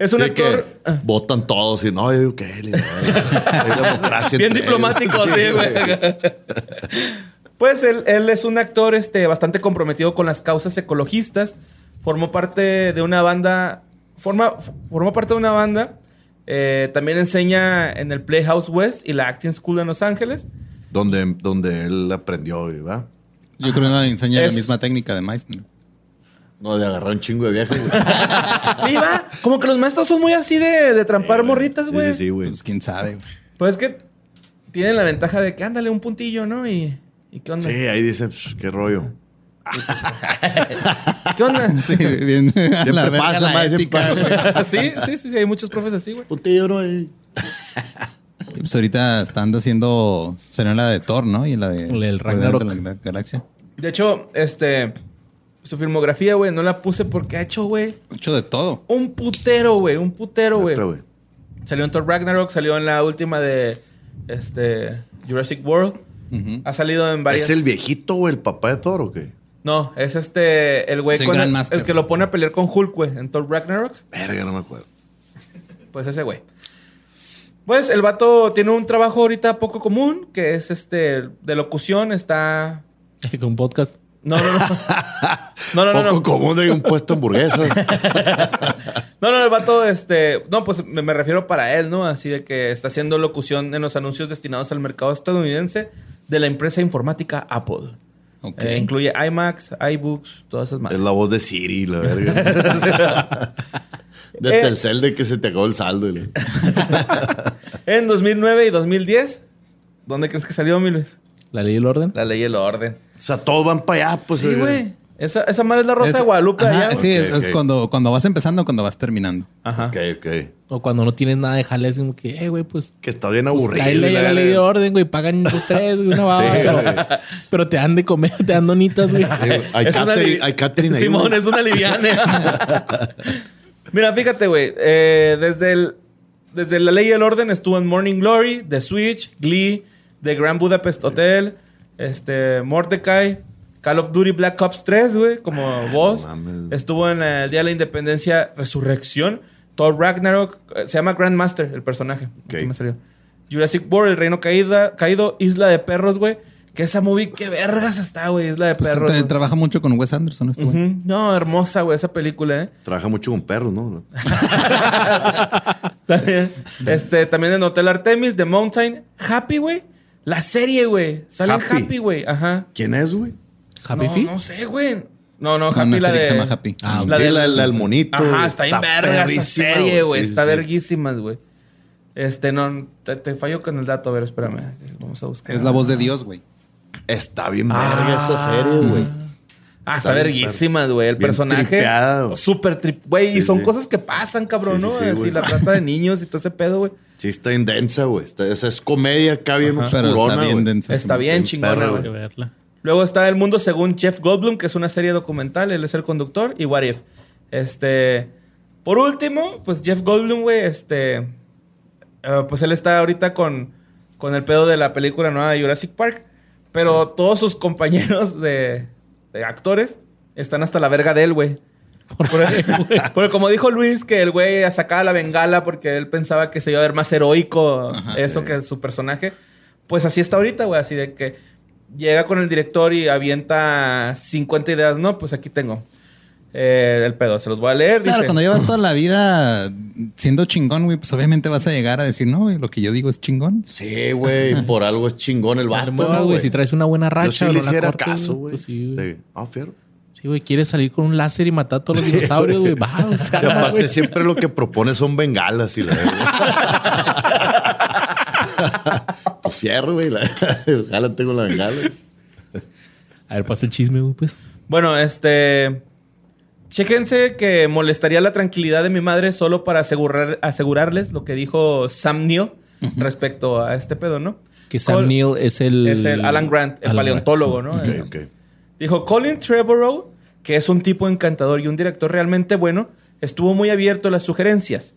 [SPEAKER 2] Es un
[SPEAKER 4] Sí, que
[SPEAKER 2] actor.
[SPEAKER 4] votan todos y no, yo digo que él. y no, hay democracia
[SPEAKER 2] Bien
[SPEAKER 4] entre
[SPEAKER 2] diplomático,
[SPEAKER 4] ellos.
[SPEAKER 2] sí, güey. Pues él, él es un actor este, bastante comprometido con las causas ecologistas. Formó parte de una banda. Forma, f- formó parte de una banda. eh, también enseña en el Playhouse West y la Acting School en Los Ángeles.
[SPEAKER 4] donde, donde él aprendió, güey, ¿va?
[SPEAKER 3] Yo creo que me enseña
[SPEAKER 2] Es-
[SPEAKER 3] la misma técnica de Meissner.
[SPEAKER 4] No, de agarrar un chingo de viajes. güey.
[SPEAKER 2] Sí, va. Como que los maestros son muy así de, de trampar morritas,
[SPEAKER 4] Sí,
[SPEAKER 2] güey.
[SPEAKER 4] Sí, sí, güey.
[SPEAKER 3] Pues quién sabe. güey.
[SPEAKER 2] Pues es que tienen la ventaja de que ándale un puntillo, ¿no? Y, y qué onda.
[SPEAKER 4] Sí, ahí dice, "Psh, qué rollo.
[SPEAKER 2] ¿Qué onda?
[SPEAKER 3] Sí, bien. A la
[SPEAKER 4] Siempre
[SPEAKER 3] verga
[SPEAKER 4] pasa,
[SPEAKER 3] la
[SPEAKER 4] ma, siempre
[SPEAKER 3] ética,
[SPEAKER 4] pasa.
[SPEAKER 3] güey.
[SPEAKER 2] sí, sí, sí, sí, hay muchos profes así, güey.
[SPEAKER 4] Puntillo, ¿no? Eh.
[SPEAKER 3] Y Pues ahorita están haciendo. Será la de Thor, ¿no? Y la de.
[SPEAKER 1] El
[SPEAKER 3] Guardianes
[SPEAKER 1] Ragnarok.
[SPEAKER 3] de la Galaxia.
[SPEAKER 2] De hecho, este. Su filmografía, güey, no la puse porque ha hecho, güey,
[SPEAKER 3] Mucho de todo.
[SPEAKER 2] un putero, güey, un putero, güey.
[SPEAKER 4] Otra, güey.
[SPEAKER 2] Salió en Thor Ragnarok, salió en la última de este Jurassic World. Ha salido en varias.
[SPEAKER 4] ¿Es el viejito, güey, el papá de Thor o qué?
[SPEAKER 2] No, es este el güey
[SPEAKER 3] Es el
[SPEAKER 2] con el,
[SPEAKER 3] Grandmaster.
[SPEAKER 2] el que lo pone a pelear con Hulk, güey, en Thor Ragnarok.
[SPEAKER 4] Verga, no me acuerdo.
[SPEAKER 2] Pues ese güey. Pues el vato tiene un trabajo ahorita poco común, que es este de locución, está
[SPEAKER 1] Con un podcast.
[SPEAKER 2] No, no, no. No, no, no,
[SPEAKER 4] Poco
[SPEAKER 2] no.
[SPEAKER 4] común de un puesto de hamburguesas.
[SPEAKER 2] No, no, el vato, este. No, pues me, me refiero para él, ¿no? Así de que está haciendo locución en los anuncios destinados al mercado estadounidense de la empresa informática Apple.
[SPEAKER 3] Ok.
[SPEAKER 2] Eh, incluye iMacs, iBooks, todas esas
[SPEAKER 4] es
[SPEAKER 2] más.
[SPEAKER 4] la voz de Siri, la verga. de
[SPEAKER 2] Eh.
[SPEAKER 4] Telcel de que se te acabó el saldo. güey.
[SPEAKER 2] En 2009 y 2010, ¿dónde crees que salió, mi Luis?
[SPEAKER 1] La ley y el orden.
[SPEAKER 2] La ley y el orden.
[SPEAKER 4] O sea, todos van para allá, pues.
[SPEAKER 2] sí, güey. Esa, esa madre es la rosa
[SPEAKER 3] Es-
[SPEAKER 2] de Guadalupe.
[SPEAKER 3] Ajá,
[SPEAKER 2] allá, güey.
[SPEAKER 3] sí, es,
[SPEAKER 4] Ok,
[SPEAKER 3] es
[SPEAKER 4] ok.
[SPEAKER 3] cuando, cuando vas empezando, cuando vas terminando.
[SPEAKER 2] Ajá.
[SPEAKER 4] Ok, ok.
[SPEAKER 1] O cuando no tienes nada, dejarle así como que, eh, güey, pues.
[SPEAKER 4] Que está bien
[SPEAKER 1] pues,
[SPEAKER 4] aburrido.
[SPEAKER 1] cáele
[SPEAKER 4] y
[SPEAKER 1] a
[SPEAKER 4] la
[SPEAKER 1] la ley
[SPEAKER 4] verga.
[SPEAKER 1] de orden, güey. Pagan los tres, güey, una baba.
[SPEAKER 4] Sí,
[SPEAKER 1] pero,
[SPEAKER 4] güey.
[SPEAKER 1] pero te dan de comer, te dan donitas, güey.
[SPEAKER 4] Sí, güey. Hay
[SPEAKER 2] Es una
[SPEAKER 4] catering-
[SPEAKER 2] li-
[SPEAKER 4] hay catering ahí,
[SPEAKER 2] Simón,
[SPEAKER 4] güey.
[SPEAKER 2] es una liviane. Mira, fíjate, güey. eh, desde, el- desde La Ley y el Orden estuvo en Morning Glory, The Switch, Glee, The Grand Budapest Hotel, este, Mordecai, Call of Duty Black Ops 3, güey, como vos.
[SPEAKER 4] mames.
[SPEAKER 2] estuvo en eh, el Día de la Independencia Resurrección, Thor Ragnarok, eh, se llama Grandmaster el personaje.
[SPEAKER 4] Ok.
[SPEAKER 2] Aquí me salió. Jurassic World, El Reino Caída, Caído, Isla de Perros, güey. Que esa movie, qué vergas está, güey. Isla de
[SPEAKER 3] Pues,
[SPEAKER 2] Perros.
[SPEAKER 3] tra-
[SPEAKER 2] güey.
[SPEAKER 3] trabaja mucho con Wes Anderson, este güey.
[SPEAKER 2] Ujú. No, hermosa, güey, esa película, ¿eh?
[SPEAKER 4] Trabaja mucho con perros, ¿no?
[SPEAKER 2] También, este, también en Hotel Artemis, The Mountain, Happy, güey. La serie, güey. Sale en
[SPEAKER 4] Happy.
[SPEAKER 2] Happy, güey. Ajá.
[SPEAKER 4] ¿Quién es, güey?
[SPEAKER 1] Happy
[SPEAKER 2] no,
[SPEAKER 1] Feet.
[SPEAKER 2] no sé, güey. No, no,
[SPEAKER 3] No,
[SPEAKER 2] Happy
[SPEAKER 3] una
[SPEAKER 2] la de...
[SPEAKER 3] serie que se llama Happy.
[SPEAKER 4] Ah,
[SPEAKER 2] La
[SPEAKER 4] la,
[SPEAKER 2] del-
[SPEAKER 4] la, la del monito.
[SPEAKER 2] Ajá,
[SPEAKER 4] güey.
[SPEAKER 2] está bien verga esa
[SPEAKER 4] perrísima,
[SPEAKER 2] serie, güey.
[SPEAKER 4] Sí,
[SPEAKER 2] está
[SPEAKER 4] sí, sí.
[SPEAKER 2] verguísimas, güey. Este, no, te, te fallo con el dato. A ver, espérame. Vamos a buscar.
[SPEAKER 3] Es la voz de Dios, güey.
[SPEAKER 4] Está bien verga esa serie, güey.
[SPEAKER 2] Ah, está,
[SPEAKER 4] Está bien
[SPEAKER 2] verguísimas, güey. El
[SPEAKER 4] Bien
[SPEAKER 2] personaje.
[SPEAKER 4] tripeada, güey.
[SPEAKER 2] Súper trip. Güey, y
[SPEAKER 4] Sí,
[SPEAKER 2] son
[SPEAKER 4] sí.
[SPEAKER 2] cosas que pasan, cabrón,
[SPEAKER 4] Sí, sí,
[SPEAKER 2] ¿no?
[SPEAKER 4] sí,
[SPEAKER 2] Así
[SPEAKER 4] güey.
[SPEAKER 2] la trata de niños y todo ese pedo, güey.
[SPEAKER 4] Sí, está bien densa, güey. Está- o sea, es comedia acá bien
[SPEAKER 3] Pero está
[SPEAKER 4] oscurona,
[SPEAKER 3] bien
[SPEAKER 4] güey.
[SPEAKER 3] densa.
[SPEAKER 2] Está
[SPEAKER 3] sí.
[SPEAKER 2] bien
[SPEAKER 4] bien
[SPEAKER 2] chingona,
[SPEAKER 4] perra,
[SPEAKER 2] güey.
[SPEAKER 4] güey.
[SPEAKER 1] Hay que verla.
[SPEAKER 2] Luego está El Mundo según Jeff Goldblum, que es una serie documental, él es el conductor, y What If. Este, por último, pues Jeff Goldblum, güey, este, eh, pues él está ahorita con, con el pedo de la película nueva de Jurassic Park, pero todos sus compañeros de, de actores están hasta la verga de él, güey. Porque, porque como dijo Luis, que el güey sacaba la bengala porque él pensaba que se iba a ver más heroico eso que su personaje. Pues así está ahorita, güey. Así de que llega con el director y avienta 50 ideas. No, pues aquí tengo eh, el pedo. Se los voy a leer.
[SPEAKER 3] Pues claro,
[SPEAKER 2] dice.
[SPEAKER 3] cuando llevas toda la vida siendo chingón, güey, pues obviamente vas a llegar a decir, no, güey, lo que yo digo es chingón.
[SPEAKER 4] Sí, güey. Por algo es chingón el vato,
[SPEAKER 1] Hermano,
[SPEAKER 4] ¿no,
[SPEAKER 1] güey,
[SPEAKER 4] güey.
[SPEAKER 1] si traes una buena
[SPEAKER 4] Yo
[SPEAKER 1] racha,
[SPEAKER 4] sí le
[SPEAKER 1] no la
[SPEAKER 4] hiciera
[SPEAKER 1] cortes,
[SPEAKER 4] caso, güey.
[SPEAKER 1] pues sí, güey.
[SPEAKER 4] De, ah, fierro.
[SPEAKER 1] Sí, güey, quieres salir con un láser y matar a todos los dinosaurios, güey. Va, o sea,
[SPEAKER 4] Y aparte,
[SPEAKER 1] güey.
[SPEAKER 4] siempre lo que propone son bengalas y la verga. Pues fierro, güey. La, jálate con la bengala.
[SPEAKER 1] A ver, pasa el chisme, güey, pues.
[SPEAKER 2] Bueno, este. Chéquense que molestaría la tranquilidad de mi madre solo para asegurar, asegurarles lo que dijo Sam Neill respecto a este pedo, ¿no?
[SPEAKER 1] Que Sam
[SPEAKER 2] Col-
[SPEAKER 1] Neill es el.
[SPEAKER 2] es el Alan Grant, el
[SPEAKER 1] Alan
[SPEAKER 2] paleontólogo, ¿no?
[SPEAKER 4] Ok,
[SPEAKER 2] El-
[SPEAKER 4] ok.
[SPEAKER 2] Dijo Colin Trevorrow, que es un tipo encantador y un director realmente bueno, estuvo muy abierto a las sugerencias.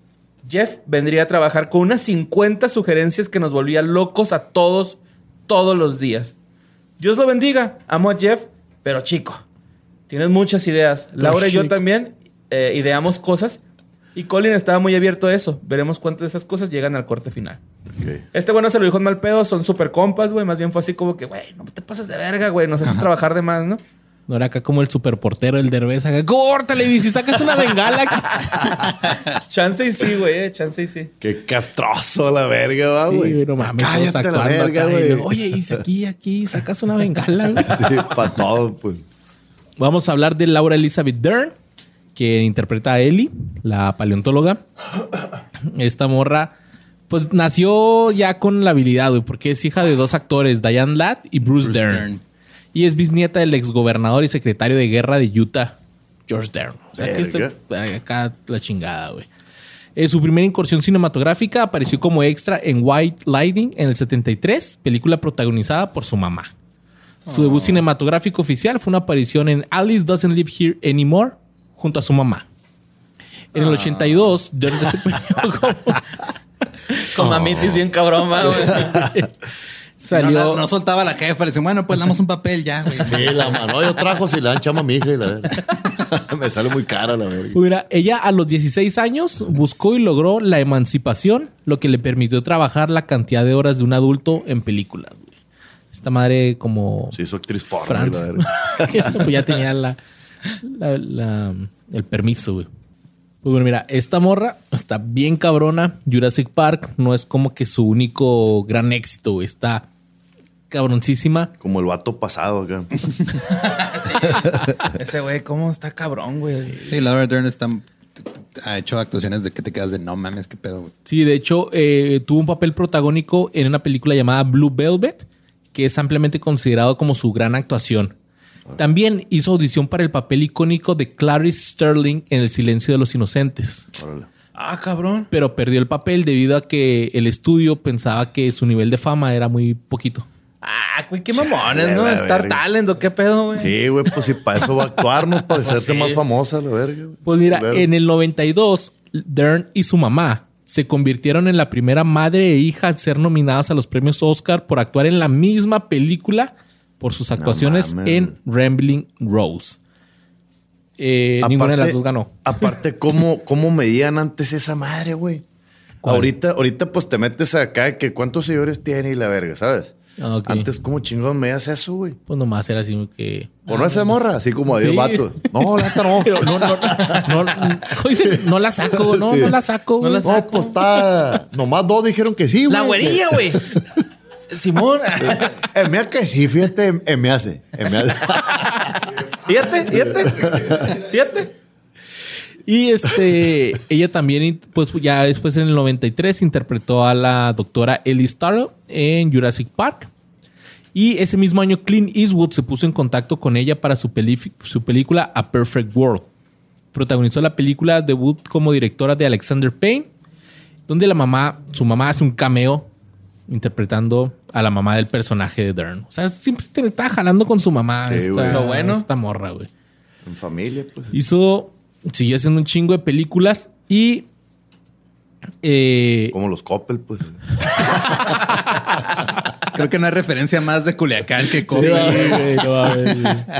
[SPEAKER 2] Jeff vendría a trabajar con unas 50 sugerencias que nos volvía locos a todos, todos los días. Dios lo bendiga, amo a Jeff, pero chico, tienes muchas ideas. Laura y yo
[SPEAKER 1] chico.
[SPEAKER 2] también eh, ideamos cosas, Y Colin estaba muy abierto a eso. Veremos cuántas de esas cosas llegan al corte final.
[SPEAKER 4] Ok.
[SPEAKER 2] Este güey no se lo dijo en mal pedo, son super compas, güey. Más bien fue así como que, güey, no te pases de verga, güey. Nos haces trabajar de más, ¿no?
[SPEAKER 1] No era acá como el superportero, el derbez. Acá, córtale, y si sacas una bengala.
[SPEAKER 2] Chance y sí, güey, eh, chance y sí.
[SPEAKER 4] Qué castroso la verga, va,
[SPEAKER 1] Sí,
[SPEAKER 4] Ah, güey.
[SPEAKER 1] güey, no mames, todos
[SPEAKER 4] Cállate la
[SPEAKER 1] actuando
[SPEAKER 4] verga,
[SPEAKER 1] acá, y
[SPEAKER 4] güey.
[SPEAKER 1] luego, Oye, y si aquí, aquí, sacas una bengala. güey".
[SPEAKER 4] Sí, para todo, pues.
[SPEAKER 1] Vamos a hablar de Laura Elizabeth Dern, que interpreta a Ellie, la paleontóloga. Esta morra, pues nació ya con la habilidad, güey, porque es hija de dos actores, Diane Ladd y Bruce,
[SPEAKER 3] Bruce
[SPEAKER 1] Dern.
[SPEAKER 3] Dern.
[SPEAKER 1] Y es bisnieta del exgobernador y secretario de guerra de Utah, George Dern. O sea, que
[SPEAKER 4] Verga.
[SPEAKER 1] este- acá la chingada, güey. Eh, su primera incursión cinematográfica apareció como extra en White Lightning en el 73, película protagonizada por su mamá. Su debut
[SPEAKER 3] Ah.
[SPEAKER 1] cinematográfico oficial fue una aparición en Alice Doesn't Live Here Anymore junto a su mamá.
[SPEAKER 3] Ah.
[SPEAKER 1] En el 82, Dern desempeñó como-
[SPEAKER 2] Con mamitis bien cabrón, va, güey.
[SPEAKER 1] salió...
[SPEAKER 3] No, la- no soltaba a la jefa, le decían, bueno, pues le damos un papel ya, güey.
[SPEAKER 4] Sí, la mano yo trajo si la dan chama a mi hija y la verga. Me sale muy cara la verga.
[SPEAKER 1] Mira, ella a los 16 años buscó y logró la emancipación, lo que le permitió trabajar la cantidad de horas de un adulto en películas. güey. Esta madre como...
[SPEAKER 4] Se hizo actriz porno y la
[SPEAKER 1] Franz.
[SPEAKER 4] verga.
[SPEAKER 1] pues ya tenía la, la- la- el permiso, güey. Pues bueno, mira, esta morra está bien cabrona. Jurassic Park no es como que su único gran éxito, güey. Está cabroncísima.
[SPEAKER 4] Como el vato pasado acá.
[SPEAKER 2] Ese güey, ¿cómo está cabrón, güey?
[SPEAKER 3] Sí, Laura Dern está, ha hecho actuaciones de que te quedas de no mames, qué pedo, güey.
[SPEAKER 1] Sí, de hecho, eh, tuvo un papel protagónico en una película llamada Blue Velvet, que es ampliamente considerado como su gran actuación. También hizo audición para el papel icónico de Clarice Sterling en El Silencio de los Inocentes,
[SPEAKER 4] Órale.
[SPEAKER 2] Ah, cabrón.
[SPEAKER 1] pero perdió el papel debido a que el estudio pensaba que su nivel de fama era muy poquito.
[SPEAKER 2] Ah, güey, qué mamones,
[SPEAKER 4] Chale,
[SPEAKER 2] ¿no?
[SPEAKER 4] la
[SPEAKER 2] Star
[SPEAKER 4] verga.
[SPEAKER 2] Talent, ¿o qué pedo, güey?
[SPEAKER 4] Sí, güey, pues si para eso va a actuar, ¿no? Para hacerse
[SPEAKER 2] sí.
[SPEAKER 4] más famosa la verga. güey.
[SPEAKER 1] Pues mira,
[SPEAKER 4] Claro.
[SPEAKER 1] en el 92, Dern y su mamá se convirtieron en la primera madre e hija en ser nominadas a los premios Oscar por actuar en la misma película por sus actuaciones
[SPEAKER 4] mames.
[SPEAKER 1] en Rambling Rose. Eh, ninguna de las dos ganó.
[SPEAKER 4] Aparte, ¿cómo, cómo medían antes esa madre, güey?
[SPEAKER 1] ¿Cuál?
[SPEAKER 4] Ahorita, ahorita, pues te metes acá que cuántos seguidores tiene y la verga, ¿sabes?
[SPEAKER 1] Ah, ok.
[SPEAKER 4] Antes, ¿cómo chingón medías eso, güey?
[SPEAKER 1] Pues nomás era así que.
[SPEAKER 4] Por Pues no esa morra, así como a 10
[SPEAKER 1] Ah, pues, Sí.
[SPEAKER 4] vatos. No, la neta no.
[SPEAKER 1] Pero no, no, no, no, ¿cómo dicen? No la saco, no,
[SPEAKER 4] Sí.
[SPEAKER 1] no la saco.
[SPEAKER 2] No la
[SPEAKER 1] güey.
[SPEAKER 4] No, pues está. Nomás dos dijeron que sí, güey.
[SPEAKER 2] La güerilla, güey. Simón.
[SPEAKER 4] Eh, mira que sí, fíjate, eh, me hace. eh, me hace.
[SPEAKER 2] Fíjate, fíjate. Fíjate.
[SPEAKER 1] Y este, ella también, pues ya después en el 93 interpretó a la doctora Ellie Starr en Jurassic Park. Y ese mismo año Clint Eastwood se puso en contacto con ella para su, peli- su película A Perfect World. Protagonizó la película debut como directora de Alexander Payne, donde la mamá, su mamá hace un cameo interpretando a la mamá del personaje de Dern. O sea, siempre te está jalando con su mamá
[SPEAKER 4] Sí,
[SPEAKER 1] esta,
[SPEAKER 4] güey.
[SPEAKER 2] Lo bueno.
[SPEAKER 1] esta morra, güey.
[SPEAKER 4] En familia, pues.
[SPEAKER 1] Hizo, siguió haciendo un chingo de películas y eh,
[SPEAKER 4] Como los Coppel, pues.
[SPEAKER 3] Creo que no hay referencia más de Culiacán que Coppel. güey.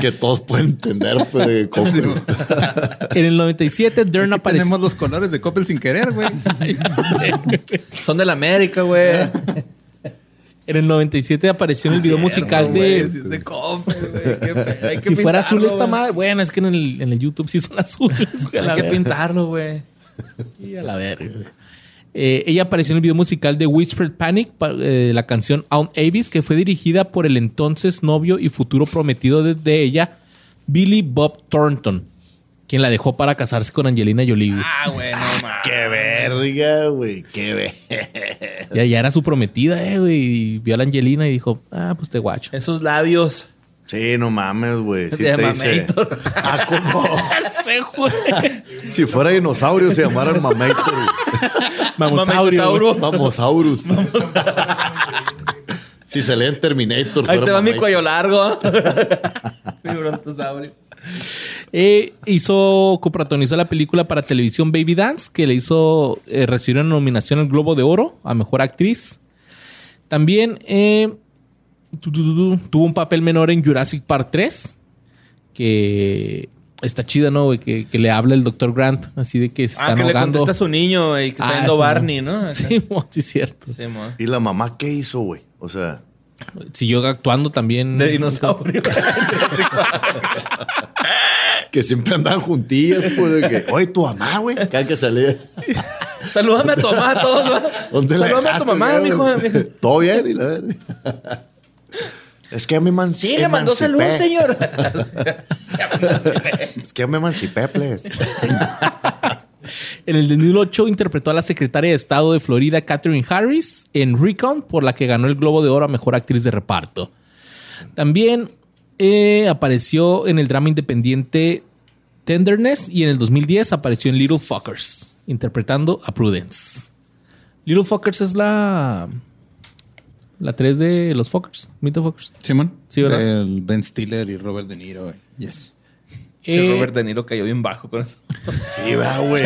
[SPEAKER 4] que todos pueden entender, pues, de Coppel.
[SPEAKER 1] en el 97 Dern
[SPEAKER 3] Aquí
[SPEAKER 1] apareció.
[SPEAKER 3] tenemos los colores de Coppel sin querer, güey.
[SPEAKER 2] Son de la América, güey.
[SPEAKER 1] En el 97 apareció en el video musical
[SPEAKER 2] Güey,
[SPEAKER 1] de.
[SPEAKER 2] si es de cofres, güey. qué pe- hay que
[SPEAKER 1] Si fuera azul
[SPEAKER 2] pintarlo,
[SPEAKER 1] esta
[SPEAKER 2] güey.
[SPEAKER 1] madre. Bueno, es que en el, en el YouTube sí son azules. güey, a la
[SPEAKER 2] Hay que
[SPEAKER 1] verga.
[SPEAKER 2] pintarlo, güey.
[SPEAKER 1] Y a la verga, güey. Eh, ella apareció en el video musical de Whispered Panic, pa- eh, la canción Aunt Avis, que fue dirigida por el entonces novio y futuro prometido de, de ella, Billy Bob Thornton, quien la dejó para casarse con Angelina Jolie. güey.
[SPEAKER 2] Ah, güey, no mames.
[SPEAKER 4] Qué verga, güey. Qué verga.
[SPEAKER 1] Ya, ya era su prometida, eh, güey. Y vio a la Angelina y dijo, ah, pues te guacho.
[SPEAKER 2] Esos labios.
[SPEAKER 4] Sí, no mames, güey. Sí
[SPEAKER 2] De
[SPEAKER 4] te dice.
[SPEAKER 2] Mamator.
[SPEAKER 4] Ah, como
[SPEAKER 1] ¡Ese, güey!
[SPEAKER 4] si fuera dinosaurio se llamaran Mamator.
[SPEAKER 1] Mamosaurio, güey.
[SPEAKER 2] Mamosauro.
[SPEAKER 4] Mamosaurus. si se leen Terminator.
[SPEAKER 2] Ahí
[SPEAKER 4] fuera
[SPEAKER 2] te va mi
[SPEAKER 4] Mamator.
[SPEAKER 2] cuello largo. mi brontosaurio.
[SPEAKER 1] Eh, hizo, coprotagonizó la película para televisión Baby Dance, que le hizo eh, recibir una nominación al Globo de Oro a Mejor Actriz. También eh, tu, tu, tu, tu, tuvo un papel menor en Jurassic Park 3, que está chida, ¿no? güey? Que, que le habla el doctor Grant, así de que se
[SPEAKER 2] Ah,
[SPEAKER 1] están
[SPEAKER 2] que le
[SPEAKER 1] ahogando.
[SPEAKER 2] contesta a su niño y que está
[SPEAKER 1] Ah,
[SPEAKER 2] viendo
[SPEAKER 1] eso,
[SPEAKER 2] Barney, ¿no?
[SPEAKER 1] Sí, mo, sí, es cierto.
[SPEAKER 2] Sí, mo.
[SPEAKER 4] ¿Y la mamá qué hizo, güey? O sea,
[SPEAKER 1] Siguió actuando también.
[SPEAKER 2] De dinosaurio.
[SPEAKER 4] que siempre andaban juntillas, pues, de que, oye, tu mamá, güey, cada que salía.
[SPEAKER 2] Salúdame a tu mamá, a todos. ¿no?
[SPEAKER 4] ¿Dónde la
[SPEAKER 2] Salúdame a tu
[SPEAKER 4] dejaste,
[SPEAKER 2] mamá,
[SPEAKER 4] güey?
[SPEAKER 2] mijo. mijo.
[SPEAKER 4] Todo bien, y la verga. Es que ya me emancipé.
[SPEAKER 2] Sí, le mandó salud, señor.
[SPEAKER 4] Es que ya me emancipé, pues. please.
[SPEAKER 1] En el 2008 interpretó a la secretaria de Estado de Florida, Catherine Harris, en Recon, por la que ganó el Globo de Oro a Mejor Actriz de Reparto. También eh, apareció en el drama independiente Tenderness y en el 2010 apareció en Little Fuckers, interpretando a Prudence. Little Fuckers es la... La 3 de los Fuckers, Meet the Fuckers.
[SPEAKER 3] Simón.
[SPEAKER 1] Sí, ¿verdad?
[SPEAKER 3] Del Ben Stiller y Robert De Niro. güey. Yes.
[SPEAKER 2] Sí,
[SPEAKER 1] Eh,
[SPEAKER 2] Robert De Niro cayó bien bajo con eso.
[SPEAKER 4] Sí, va, güey.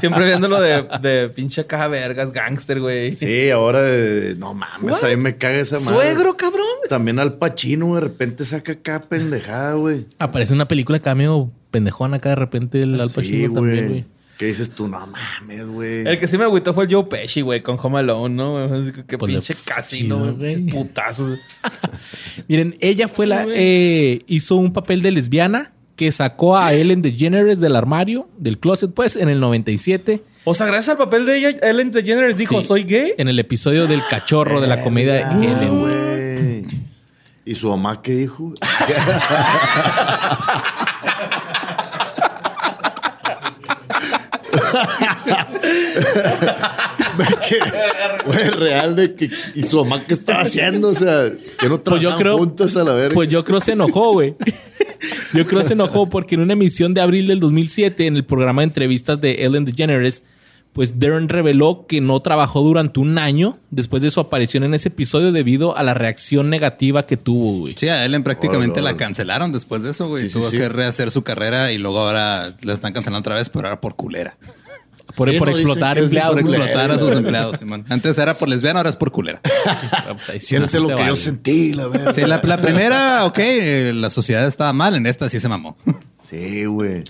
[SPEAKER 2] Siempre viéndolo de, de pinche acá, vergas, gángster, güey.
[SPEAKER 4] Sí, ahora, eh, no mames, ahí me caga esa madre.
[SPEAKER 2] Suegro, cabrón.
[SPEAKER 4] También al Pachino de repente saca acá pendejada, güey.
[SPEAKER 1] Aparece una película cameo pendejona acá de repente el Al Pacino
[SPEAKER 4] Sí,
[SPEAKER 1] también,
[SPEAKER 4] güey.
[SPEAKER 1] güey.
[SPEAKER 4] ¿Qué dices tú? No mames, güey.
[SPEAKER 2] El que sí me agüitó fue el Joe Pesci, güey, con Home Alone, ¿no? Qué
[SPEAKER 1] Pues
[SPEAKER 2] pinche
[SPEAKER 1] le-
[SPEAKER 2] casino,
[SPEAKER 1] chido,
[SPEAKER 2] güey.
[SPEAKER 1] güey.
[SPEAKER 2] Pinches Putazos.
[SPEAKER 1] Miren, ella fue la eh, hizo un papel de lesbiana que sacó a Ellen DeGeneres del armario, del closet, pues, en el 97.
[SPEAKER 2] O sea, gracias al papel de ella, Ellen DeGeneres dijo,
[SPEAKER 1] Sí.
[SPEAKER 2] ¿soy gay?
[SPEAKER 1] En el episodio del cachorro de la comedia de
[SPEAKER 4] Ah,
[SPEAKER 1] Ellen.
[SPEAKER 4] güey. ¿Y su mamá qué dijo? Me quedé- Güey, real de que. ¿Y su mamá qué estaba haciendo? O sea, que no
[SPEAKER 1] Pues yo
[SPEAKER 4] trabajan
[SPEAKER 1] creo-
[SPEAKER 4] juntas a la verga.
[SPEAKER 1] Pues yo creo se enojó, güey. Yo creo se enojó porque en una emisión de abril del 2007, en el programa de entrevistas de Ellen DeGeneres, pues Darren reveló que no trabajó durante un año después de su aparición en ese episodio debido a la reacción negativa que tuvo, güey.
[SPEAKER 3] Sí, a Ellen prácticamente
[SPEAKER 4] Órale,
[SPEAKER 3] la
[SPEAKER 4] órale.
[SPEAKER 3] cancelaron después de eso, güey.
[SPEAKER 4] Sí, sí,
[SPEAKER 3] Tuvo
[SPEAKER 4] sí.
[SPEAKER 3] que rehacer su carrera y luego ahora la están cancelando otra vez, pero ahora por culera.
[SPEAKER 1] Por,
[SPEAKER 4] Sí,
[SPEAKER 1] por
[SPEAKER 4] no, dicen
[SPEAKER 1] explotar
[SPEAKER 4] que es
[SPEAKER 1] empleados.
[SPEAKER 3] Por
[SPEAKER 1] güey.
[SPEAKER 3] explotar a sus empleados, Simón. Antes era por lesbiana, ahora es por culera.
[SPEAKER 1] Pues ahí sí,
[SPEAKER 4] Siente
[SPEAKER 1] así
[SPEAKER 4] lo
[SPEAKER 1] se
[SPEAKER 4] que yo
[SPEAKER 1] vale.
[SPEAKER 4] sentí, la verga.
[SPEAKER 3] Sí, la, la primera, ok, eh, la sociedad estaba mal, en esta sí se mamó.
[SPEAKER 4] Sí, güey.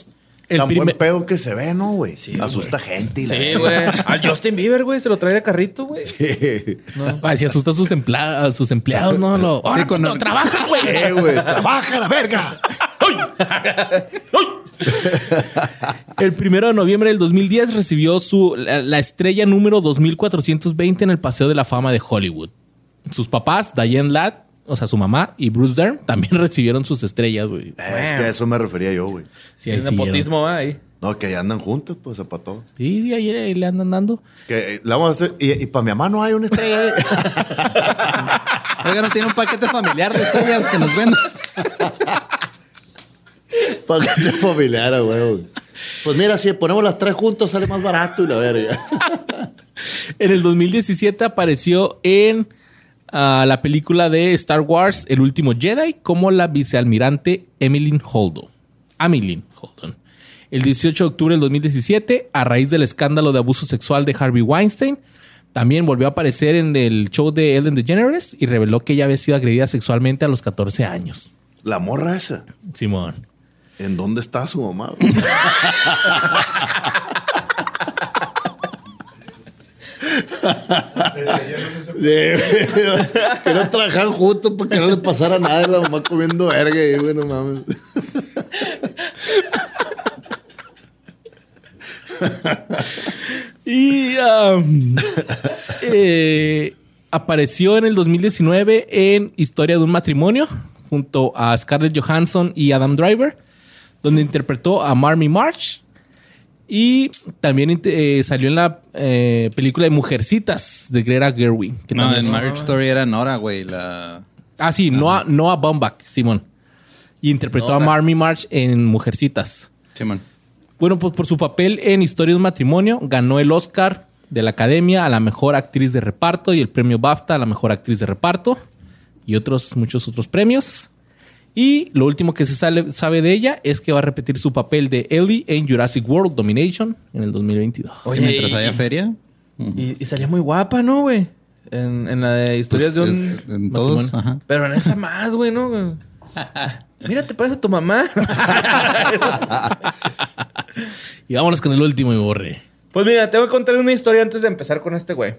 [SPEAKER 1] El
[SPEAKER 4] Tan
[SPEAKER 1] primer-
[SPEAKER 4] buen pedo que se ve, ¿no, güey? Asusta gente y la
[SPEAKER 2] Sí,
[SPEAKER 4] verga.
[SPEAKER 2] güey. Al Justin Bieber, güey, se lo trae de carrito, güey.
[SPEAKER 4] Sí.
[SPEAKER 1] Ah, si asusta a sus, empla- a sus empleados, no lo. ¡Ahora,
[SPEAKER 3] con-
[SPEAKER 1] puto, trabaja, güey!
[SPEAKER 4] Eh, güey, trabaja la verga.
[SPEAKER 1] El primero de noviembre del 2010 recibió su, la, la estrella número 2420 en el Paseo de la Fama de Hollywood. Sus papás, Diane Ladd, o sea, su mamá y Bruce Dern, también recibieron sus estrellas, güey.
[SPEAKER 4] Eh, Es que a eso me refería yo, güey.
[SPEAKER 1] Sí, ahí
[SPEAKER 2] el
[SPEAKER 1] siguieron.
[SPEAKER 2] nepotismo va ahí.
[SPEAKER 4] No, que ya andan juntas, pues, para todo.
[SPEAKER 1] Sí, sí, ahí ahí le andan dando.
[SPEAKER 4] Que eh, la vamos a hacer- Y, para mi mamá no hay una estrella. güey.
[SPEAKER 3] Oiga, no tiene un paquete familiar de estrellas que nos venda.
[SPEAKER 4] Paquete familiar, a huevo, güey. Pues mira, si ponemos las tres juntos sale más barato y la verga.
[SPEAKER 1] En el 2017 apareció en ah, la película de Star Wars, El último Jedi, como la vicealmirante Emmeline Holdo. Amelin Holden. El 18 de octubre del 2017, a raíz del escándalo de abuso sexual de Harvey Weinstein, también volvió a aparecer en el show de Ellen DeGeneres y reveló que ella había sido agredida sexualmente a los 14 años.
[SPEAKER 4] La morra esa.
[SPEAKER 1] Simón.
[SPEAKER 4] ¿En dónde está su mamá? güey? Sí, güey. que no trabajaban juntos para que no le pasara nada a la mamá comiendo verga y bueno, mames.
[SPEAKER 1] Y um, eh, apareció en el 2019 en Historia de un matrimonio junto a Scarlett Johansson y Adam Driver, donde interpretó a Marmy March. Y también int- eh, salió en la eh, película de Mujercitas de Greta Gerwig. que
[SPEAKER 3] No,
[SPEAKER 1] también-
[SPEAKER 3] en Marriage Story era Nora, güey, la...
[SPEAKER 1] Ah, sí, Noah, Noah Baumbach, Simón. Y interpretó a
[SPEAKER 2] Nora.
[SPEAKER 1] Marmy March en Mujercitas.
[SPEAKER 3] Simón.
[SPEAKER 1] Bueno, pues por su papel en Historia de un matrimonio, ganó el Oscar de la Academia a la mejor actriz de reparto y el premio BAFTA a la mejor actriz de reparto y otros muchos otros premios. Y lo último que se sale- sabe de ella es que va a repetir su papel de Ellie en Jurassic World Domination en el 2022.
[SPEAKER 3] Es que
[SPEAKER 2] Oye,
[SPEAKER 3] mientras
[SPEAKER 2] y-
[SPEAKER 3] haya feria,
[SPEAKER 2] Y, y salía muy guapa, ¿no, güey? En, en la de historias
[SPEAKER 3] pues,
[SPEAKER 2] de un...
[SPEAKER 3] es- en todos,
[SPEAKER 1] matrimonio.
[SPEAKER 3] ajá.
[SPEAKER 2] Pero en esa más, güey, ¿no? güey? Mira, te parece a tu mamá.
[SPEAKER 1] Y vámonos con el último y borre.
[SPEAKER 2] Pues mira, tengo que contar una historia antes de empezar con este güey.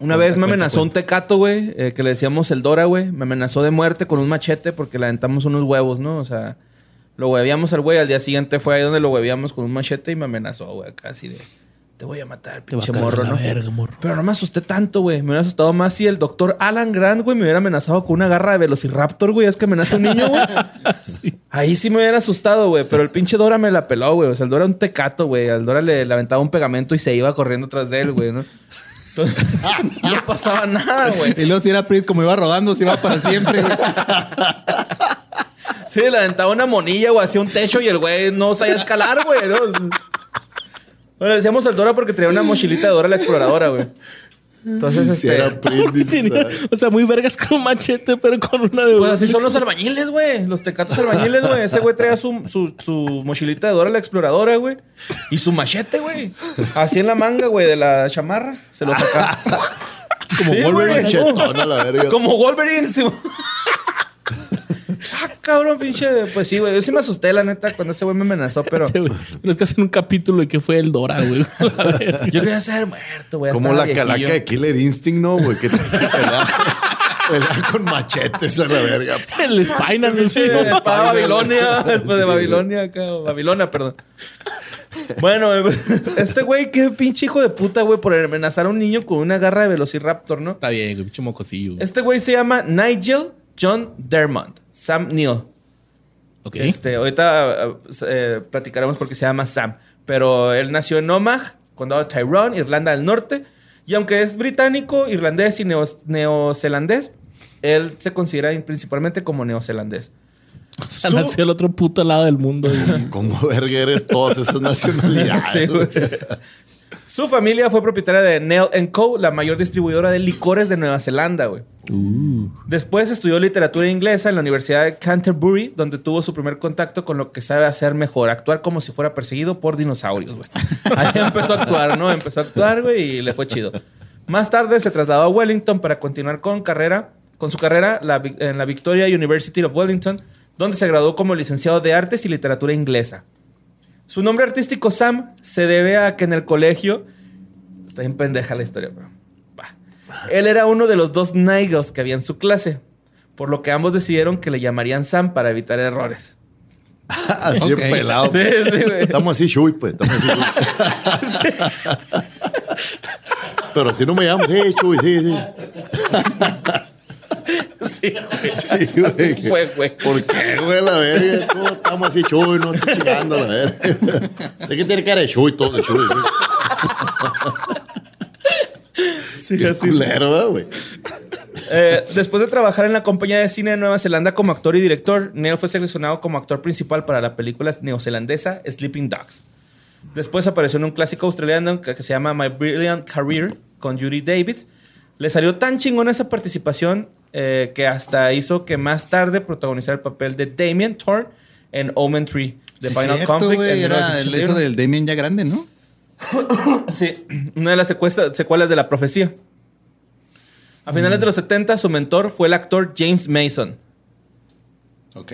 [SPEAKER 2] Una vez me amenazó un tecato, güey, eh, que le decíamos el Dora, güey. Me amenazó de muerte con un machete porque le aventamos unos huevos, ¿no? O sea, lo hueveamos al güey. Al día siguiente fue ahí donde lo hueveamos con un machete y me amenazó, güey, casi de... Te voy a matar,
[SPEAKER 1] Te va a
[SPEAKER 2] pinche
[SPEAKER 1] cargar
[SPEAKER 2] morro,
[SPEAKER 1] la
[SPEAKER 2] ¿no?
[SPEAKER 1] verga, morro.
[SPEAKER 2] Pero no me asusté tanto, güey. Me hubiera asustado más si el doctor Alan Grant, güey, me hubiera amenazado con una garra de Velociraptor, güey. Es que amenaza a un niño, güey. Ahí sí me hubiera asustado, güey. Pero el pinche Dora me la peló, güey. O sea, el Dora era un tecato, güey. Al Dora le, le aventaba un pegamento y se iba corriendo tras de él, güey, ¿no? Entonces, no pasaba nada, güey.
[SPEAKER 3] Y luego si era Prit, como iba rodando, se iba para siempre. güey.
[SPEAKER 2] Sí, le aventaba una monilla, güey, hacía un techo y el güey no sabía escalar, güey. ¿no? Bueno, le decíamos al Dora porque tenía una mochilita de Dora la exploradora, güey. Entonces,
[SPEAKER 4] Si
[SPEAKER 2] este.
[SPEAKER 4] era Prince,
[SPEAKER 1] Porque
[SPEAKER 4] dices,
[SPEAKER 1] tenía-
[SPEAKER 4] ah,
[SPEAKER 1] o sea, muy vergas con un machete, pero con una de
[SPEAKER 2] Pues así son los albañiles, güey. Los tecatos albañiles, güey. Ese güey traía su, su, su mochilita de Dora la exploradora, güey. Y su machete, güey. Así en la manga, güey, de la chamarra. Se lo sacaba.
[SPEAKER 4] como
[SPEAKER 2] Sí,
[SPEAKER 4] Wolverine
[SPEAKER 2] güey.
[SPEAKER 4] chetón a la verga.
[SPEAKER 2] Como Wolverine. sí. ah, cabrón, pinche. Pues sí, güey. Yo sí me asusté, la neta, cuando ese güey me amenazó, pero.
[SPEAKER 1] Este, güey. Tienes que hacer un capítulo de qué fue el Dora, güey. A ver.
[SPEAKER 2] Yo quería ser muerto, güey. ya
[SPEAKER 4] Como
[SPEAKER 2] estaba
[SPEAKER 4] la calaca
[SPEAKER 2] viejillo.
[SPEAKER 4] de Killer Instinct, ¿no, güey? Que te pelea, pelea con machetes a la verga.
[SPEAKER 1] El Spinal, güey.
[SPEAKER 2] Sí,
[SPEAKER 1] No,
[SPEAKER 2] espada Babilonia. Después de
[SPEAKER 4] Sí.
[SPEAKER 2] Babilonia, acá. o Babilona, perdón. Bueno, este güey, qué pinche hijo de puta, güey, por amenazar a un niño con una garra de Velociraptor, ¿no?
[SPEAKER 1] Está bien, güey. Pinche mocosillo. güey.
[SPEAKER 2] Este güey se llama Nigel John Dermont. Sam Neil.
[SPEAKER 1] Ok.
[SPEAKER 2] Este, ahorita eh, platicaremos porque se llama Sam. Pero él nació en Omagh, condado de Tyrone, Irlanda del Norte. Y aunque es británico, irlandés y neo- neozelandés, él se considera principalmente como neozelandés.
[SPEAKER 1] O sea, nació el otro puto lado del mundo. güey.
[SPEAKER 4] Como verga eres todas esas nacionalidades.
[SPEAKER 2] Sí, güey. Su familia fue propietaria de Nell Co., la mayor distribuidora de licores de Nueva Zelanda, güey. Uh. Después estudió literatura inglesa en la Universidad de Canterbury, donde tuvo su primer contacto con lo que sabe hacer mejor, actuar como si fuera perseguido por dinosaurios, güey. Ahí empezó a actuar, ¿no? Empezó a actuar, güey, y le fue chido. Más tarde se trasladó a Wellington para continuar con, carrera, con su carrera la vi- en la Victoria University of Wellington, donde se graduó como licenciado de Artes y Literatura Inglesa. Su nombre artístico Sam se debe a que en el colegio. Está bien pendeja la historia, bro. Va. Él era uno de los dos Nigels que había en su clase, por lo que ambos decidieron que le llamarían Sam para evitar errores.
[SPEAKER 4] Así
[SPEAKER 3] Ok.
[SPEAKER 4] pelado.
[SPEAKER 2] Sí, sí, güey.
[SPEAKER 4] Estamos así, chuy, pues. Estamos así, chuy. Pero así no me llamo. Sí, chuy, sí, sí.
[SPEAKER 2] Sí, güey.
[SPEAKER 4] Sí, güey.
[SPEAKER 2] Fue, güey.
[SPEAKER 4] ¿Por qué, güey? La verga. Tú, estamos así, chuy, no estoy chingando, la verga. Hay que tener cara de chuy, todo de chuy. güey.
[SPEAKER 2] Sí,
[SPEAKER 4] Qué
[SPEAKER 2] así.
[SPEAKER 4] culero, ¿verdad, güey.
[SPEAKER 2] Eh, después de trabajar en la compañía de cine de Nueva Zelanda como actor y director, Neil fue seleccionado como actor principal para la película neozelandesa Sleeping Dogs. Después apareció en un clásico australiano que que se llama My Brilliant Career con Judy Davids. Le salió tan chingón esa participación eh, que hasta hizo que más tarde protagonizara el papel de Damien Thorne en Omen 3, The
[SPEAKER 3] Sí,
[SPEAKER 2] Final
[SPEAKER 3] cierto,
[SPEAKER 2] Conflict. en
[SPEAKER 3] güey. Era el
[SPEAKER 2] 1981.
[SPEAKER 3] eso del Damien ya grande, ¿no?
[SPEAKER 2] Sí, una de las secuestra- secuelas de la profecía. A finales de los 70, su mentor fue el actor James Mason.
[SPEAKER 3] Ok.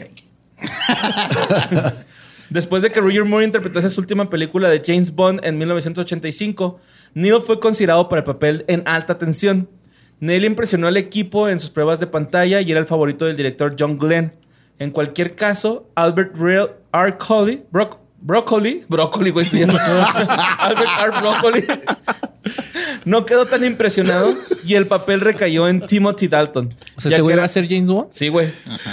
[SPEAKER 2] Después de que Roger Moore interpretase su última película de James Bond en 1985, Neil fue considerado para el papel en alta tensión. Neil impresionó al equipo en sus pruebas de pantalla y era el favorito del director John Glenn. En cualquier caso, Albert Real R. Coley, Broc- Broccoli, Broccoli, güey, se llama. Albert R. Broccoli no quedó tan impresionado y el papel recayó en Timothy Dalton.
[SPEAKER 1] O sea, este
[SPEAKER 2] ya que
[SPEAKER 1] güey
[SPEAKER 2] era-
[SPEAKER 1] va a ser James Bond.
[SPEAKER 2] Sí, güey.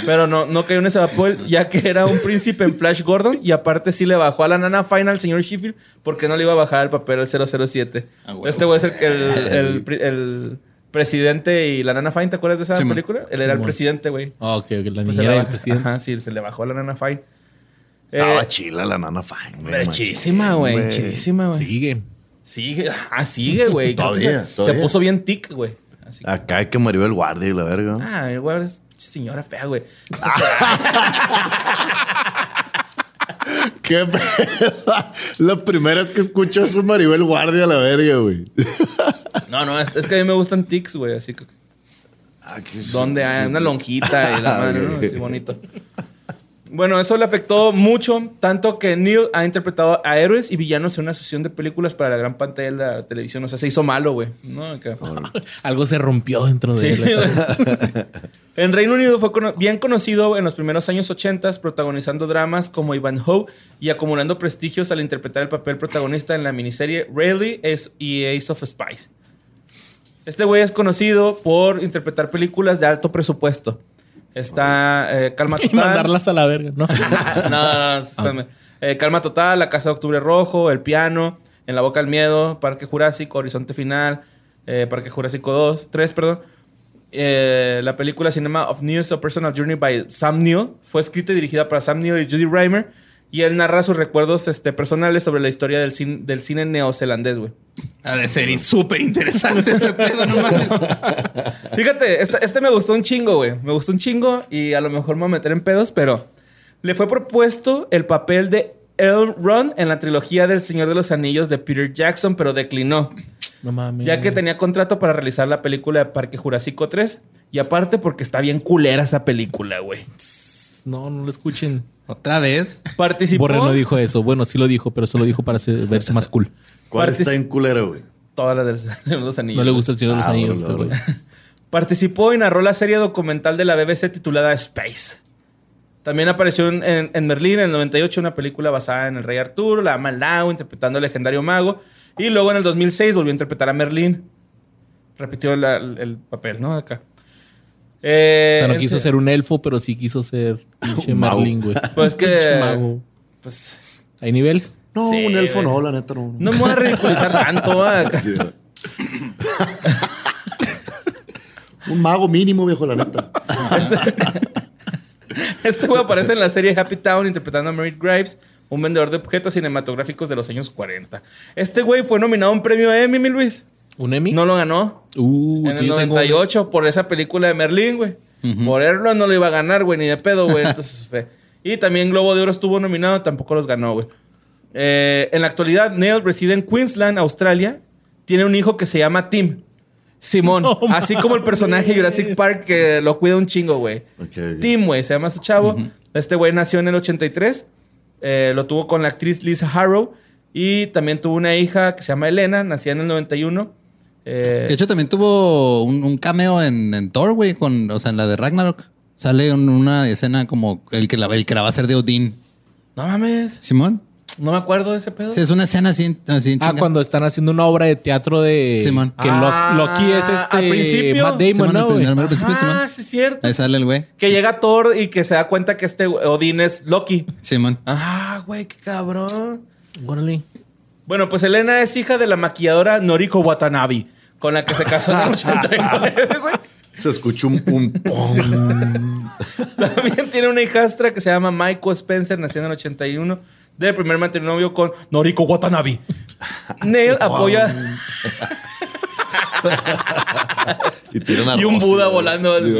[SPEAKER 2] Pero no, no cayó en ese papel, ya que era un príncipe en Flash Gordon. Y aparte sí le bajó a la nana final, señor Sheffield, porque no le iba a bajar al papel al 007.
[SPEAKER 3] Ah, güey.
[SPEAKER 2] este güey es el, que el, el pri- el presidente y la nana Fine. ¿Te acuerdas de esa
[SPEAKER 3] Sí, man.
[SPEAKER 2] película? Él era el
[SPEAKER 1] Simón.
[SPEAKER 2] presidente, güey.
[SPEAKER 1] Ah, ok, ok. La
[SPEAKER 2] Pues
[SPEAKER 1] niñera
[SPEAKER 2] se la
[SPEAKER 1] del
[SPEAKER 2] baja-
[SPEAKER 1] presidente.
[SPEAKER 2] Ajá, sí, se le bajó a la nana Fine.
[SPEAKER 4] Estaba
[SPEAKER 2] Eh,
[SPEAKER 4] chila la nana fan, güey.
[SPEAKER 2] pero
[SPEAKER 4] machín,
[SPEAKER 2] chidísima, güey. Chidísima, güey.
[SPEAKER 1] Sigue.
[SPEAKER 2] Sigue. Ah, sigue, güey. Creo que se-
[SPEAKER 4] Todavía, todavía.
[SPEAKER 2] Se puso bien tic, güey. Así que-
[SPEAKER 4] Acá hay que Maribel Guardia y la verga.
[SPEAKER 2] Ah, el güey es señora fea, güey.
[SPEAKER 4] Qué pedo. La primera vez que escucho es un Maribel Guardia a la verga, güey.
[SPEAKER 2] No, no, es, es que a mí me gustan tics, güey, así que.
[SPEAKER 4] Ah, qué-
[SPEAKER 2] donde hay una lonjita y la madre, ¿no? Así bonito. Bueno, eso le afectó mucho, tanto que Neil ha interpretado a héroes y villanos en una asociación de películas para la gran pantalla de la televisión. O sea, se hizo malo, güey. ¿No? Acá.
[SPEAKER 1] Algo se rompió dentro de
[SPEAKER 2] Sí.
[SPEAKER 1] él.
[SPEAKER 2] en Reino Unido fue cono- bien conocido en los primeros años 80, protagonizando dramas como Ivanhoe y acumulando prestigios al interpretar el papel protagonista en la miniserie Rayleigh es- y Ace of Spice. Este güey es conocido por interpretar películas de alto presupuesto. Está eh, Calma
[SPEAKER 1] Y
[SPEAKER 2] Total.
[SPEAKER 1] mandarlas a la verga, ¿no?
[SPEAKER 2] no, no, no, espérame. Eh, Calma Total, La Casa de Octubre Rojo, El Piano, En la Boca del Miedo, Parque Jurásico, Horizonte Final, eh, Parque Jurásico 2, 3, perdón. Eh, la película Cinema of News A Personal Journey by Sam Neill fue escrita y dirigida para Sam Neill y Judy Reimer. Y él narra sus recuerdos este, personales sobre la historia del, cin- del cine neozelandés, güey.
[SPEAKER 3] Ha de ser súper interesante ese pedo, no mames.
[SPEAKER 2] Fíjate, esta- este, me gustó un chingo, güey. Me gustó un chingo y a lo mejor me voy a meter en pedos, pero le fue propuesto el papel de Elrond en la trilogía del Señor de los Anillos de Peter Jackson, pero declinó,
[SPEAKER 1] No mames.
[SPEAKER 2] ya que tenía contrato para realizar la película de Parque Jurásico 3 y aparte porque está bien culera esa película, güey.
[SPEAKER 1] No, no lo escuchen.
[SPEAKER 3] Otra vez.
[SPEAKER 2] Participó
[SPEAKER 1] Borre no dijo eso. Bueno, sí lo dijo, pero se lo dijo para ser- verse más cool.
[SPEAKER 4] ¿Cuál
[SPEAKER 2] Partes-
[SPEAKER 4] está en culera, güey?
[SPEAKER 2] todas las del Señor de los Anillos.
[SPEAKER 1] No le gusta el Señor de los
[SPEAKER 4] Ah,
[SPEAKER 1] Anillos.
[SPEAKER 4] bueno,
[SPEAKER 1] este
[SPEAKER 4] bueno.
[SPEAKER 1] güey.
[SPEAKER 2] Participó y narró la serie documental de la BBC titulada Space. También apareció en, en- en Merlín en el 98, una película basada en el Rey Arturo, la ama Lau, interpretando al legendario mago. Y luego en el 2006 volvió a interpretar a Merlín. Repitió la- el, el papel, ¿no? Acá. Eh,
[SPEAKER 1] O sea, no
[SPEAKER 2] en
[SPEAKER 1] quiso
[SPEAKER 2] se-
[SPEAKER 1] ser un elfo, pero sí quiso ser pinche
[SPEAKER 4] Un mago.
[SPEAKER 1] Merlin, güey.
[SPEAKER 2] Pues que-
[SPEAKER 1] Pinche mago.
[SPEAKER 2] Pues,
[SPEAKER 1] ¿Hay niveles?
[SPEAKER 4] No,
[SPEAKER 2] Sí,
[SPEAKER 4] un elfo
[SPEAKER 2] güey.
[SPEAKER 4] no, la neta no.
[SPEAKER 2] no me voy a ridiculizar tanto. ¿va? Acá.
[SPEAKER 4] Sí, güey. un mago mínimo, viejo, la neta.
[SPEAKER 2] Este güey aparece en la serie Happy Town interpretando a Merritt Grimes, un vendedor de objetos cinematográficos de los años 40. Este güey fue nominado a un premio Emmy, mi Luis.
[SPEAKER 1] ¿Un Emmy?
[SPEAKER 2] No lo ganó.
[SPEAKER 1] Uh,
[SPEAKER 2] en
[SPEAKER 1] sí,
[SPEAKER 2] el
[SPEAKER 1] yo tengo-
[SPEAKER 2] 98 por esa película de Merlín, güey. Por Erlo no lo iba a ganar, güey, ni de pedo, güey. Entonces, fue. Y también Globo de Oro estuvo nominado, tampoco los ganó, güey. Eh, en la actualidad, Neil reside en Queensland, Australia. Tiene un hijo que se llama Tim. Simón.
[SPEAKER 1] No
[SPEAKER 2] así como el personaje de Jurassic Park que lo cuida un chingo, güey.
[SPEAKER 4] Ok, ok.
[SPEAKER 2] Tim, güey, se llama su chavo. Este güey nació en el 83. eh, lo tuvo con la actriz Lisa Harrow. Y también tuvo una hija que se llama Elena, nacida en el 91. Eh,
[SPEAKER 3] De hecho, también tuvo un, un cameo en, en Thor, güey, con, o sea, en la de Ragnarok. Sale en una escena como el que la, el que la va a hacer de Odín.
[SPEAKER 2] No mames.
[SPEAKER 3] Simón.
[SPEAKER 2] No me acuerdo de ese pedo.
[SPEAKER 3] Sí, es una escena así. así en
[SPEAKER 1] Ah,
[SPEAKER 3] chinga.
[SPEAKER 1] cuando están haciendo una obra de teatro de...
[SPEAKER 3] Simón.
[SPEAKER 1] Que Lo-
[SPEAKER 2] Ah,
[SPEAKER 1] Loki es este...
[SPEAKER 2] al principio.
[SPEAKER 1] Matt Damon,
[SPEAKER 3] Simón,
[SPEAKER 1] ¿no,
[SPEAKER 3] al
[SPEAKER 1] güey?
[SPEAKER 3] primer- al principio,
[SPEAKER 2] ah,
[SPEAKER 3] Simón.
[SPEAKER 2] sí es cierto.
[SPEAKER 3] Ahí sale el güey.
[SPEAKER 2] Que llega Thor y que se da cuenta que este Odín es Loki.
[SPEAKER 3] Simón.
[SPEAKER 2] Ah, güey, qué cabrón.
[SPEAKER 1] Órale.
[SPEAKER 2] Bueno, pues Elena es hija de la maquilladora Noriko Watanabe, con la que se casó en el 89, güey.
[SPEAKER 4] Se escuchó un pum pum.
[SPEAKER 2] También tiene una hijastra que se llama Maiko Spencer, nacida en el 81, del primer matrimonio con Noriko Watanabe. Neil apoya
[SPEAKER 4] y tiran a
[SPEAKER 2] y un
[SPEAKER 4] Rosy,
[SPEAKER 2] Buda
[SPEAKER 4] güey.
[SPEAKER 2] volando. así.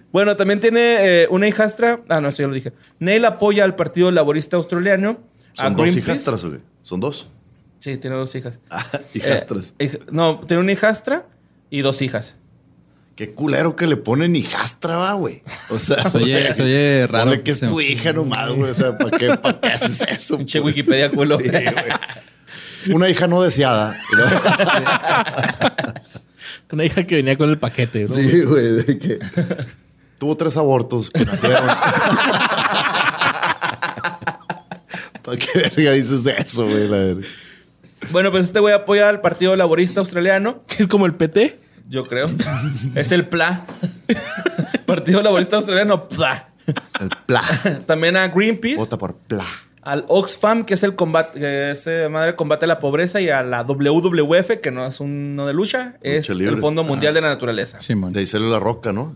[SPEAKER 2] Bueno, también tiene eh, una hijastra. Ah, no, eso ya lo dije. Neil apoya al Partido Laborista Australiano. a
[SPEAKER 4] Son dos
[SPEAKER 2] Ah, Greenpeace.
[SPEAKER 4] hijastras, güey. Son dos.
[SPEAKER 2] Sí, tiene dos hijas.
[SPEAKER 4] Ah, hijastras.
[SPEAKER 2] Eh, hij- no, tiene una hijastra y dos hijas.
[SPEAKER 4] Qué culero que le ponen hijastra, va, güey. O sea,
[SPEAKER 3] Se oye-
[SPEAKER 4] güey,
[SPEAKER 3] se oye raro.
[SPEAKER 4] ponle que es
[SPEAKER 3] Se-
[SPEAKER 4] tu hija nomás, güey. O sea, ¿para qué, para qué haces eso?
[SPEAKER 2] Pinche
[SPEAKER 4] güey?
[SPEAKER 2] Wikipedia culo.
[SPEAKER 4] Sí, güey. Una hija no deseada.
[SPEAKER 1] Una hija que venía con el paquete, ¿no?
[SPEAKER 4] Sí, güey. de que tuvo tres abortos que nacieron. ¿Para qué verga dices eso, güey? La verga.
[SPEAKER 2] Bueno, pues este güey apoya al Partido Laborista Australiano,
[SPEAKER 1] Que es como el PT.
[SPEAKER 2] yo creo. es el PLA. Partido Laborista Australiano, PLA.
[SPEAKER 4] El pla.
[SPEAKER 2] También a Greenpeace,
[SPEAKER 4] Vota por pla.
[SPEAKER 2] al Oxfam, que es el combate, que es eh, madre combate a la pobreza, y a la WWF, que no es uno de lucha, Ah. es el
[SPEAKER 4] libre.
[SPEAKER 2] Fondo Mundial de la Naturaleza.
[SPEAKER 3] Simón.
[SPEAKER 4] De ahí salió la roca, ¿no?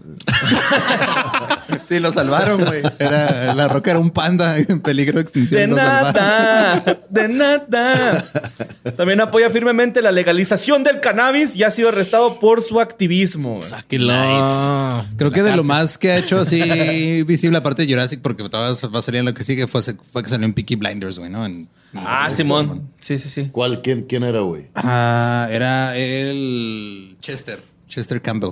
[SPEAKER 3] Sí, lo salvaron, güey. Era, la roca era un panda en peligro de extinción.
[SPEAKER 2] De
[SPEAKER 3] lo salvaron.
[SPEAKER 2] nada, de nada. También apoya firmemente la legalización del cannabis y ha sido arrestado por su activismo. güey.
[SPEAKER 1] Sáquenla.
[SPEAKER 3] Ah, Creo
[SPEAKER 1] La
[SPEAKER 3] que de lo
[SPEAKER 1] cárcel.
[SPEAKER 3] más que ha hecho así visible, aparte de Jurassic, porque todavía va a salir en lo que sigue, fue, fue que salió en Peaky Blinders, güey, ¿no? En-
[SPEAKER 2] Ah, Simón. Sí, sí, sí.
[SPEAKER 4] ¿Cuál? ¿Quién, quién era, güey?
[SPEAKER 3] Ah, era el Chester. Chester Campbell.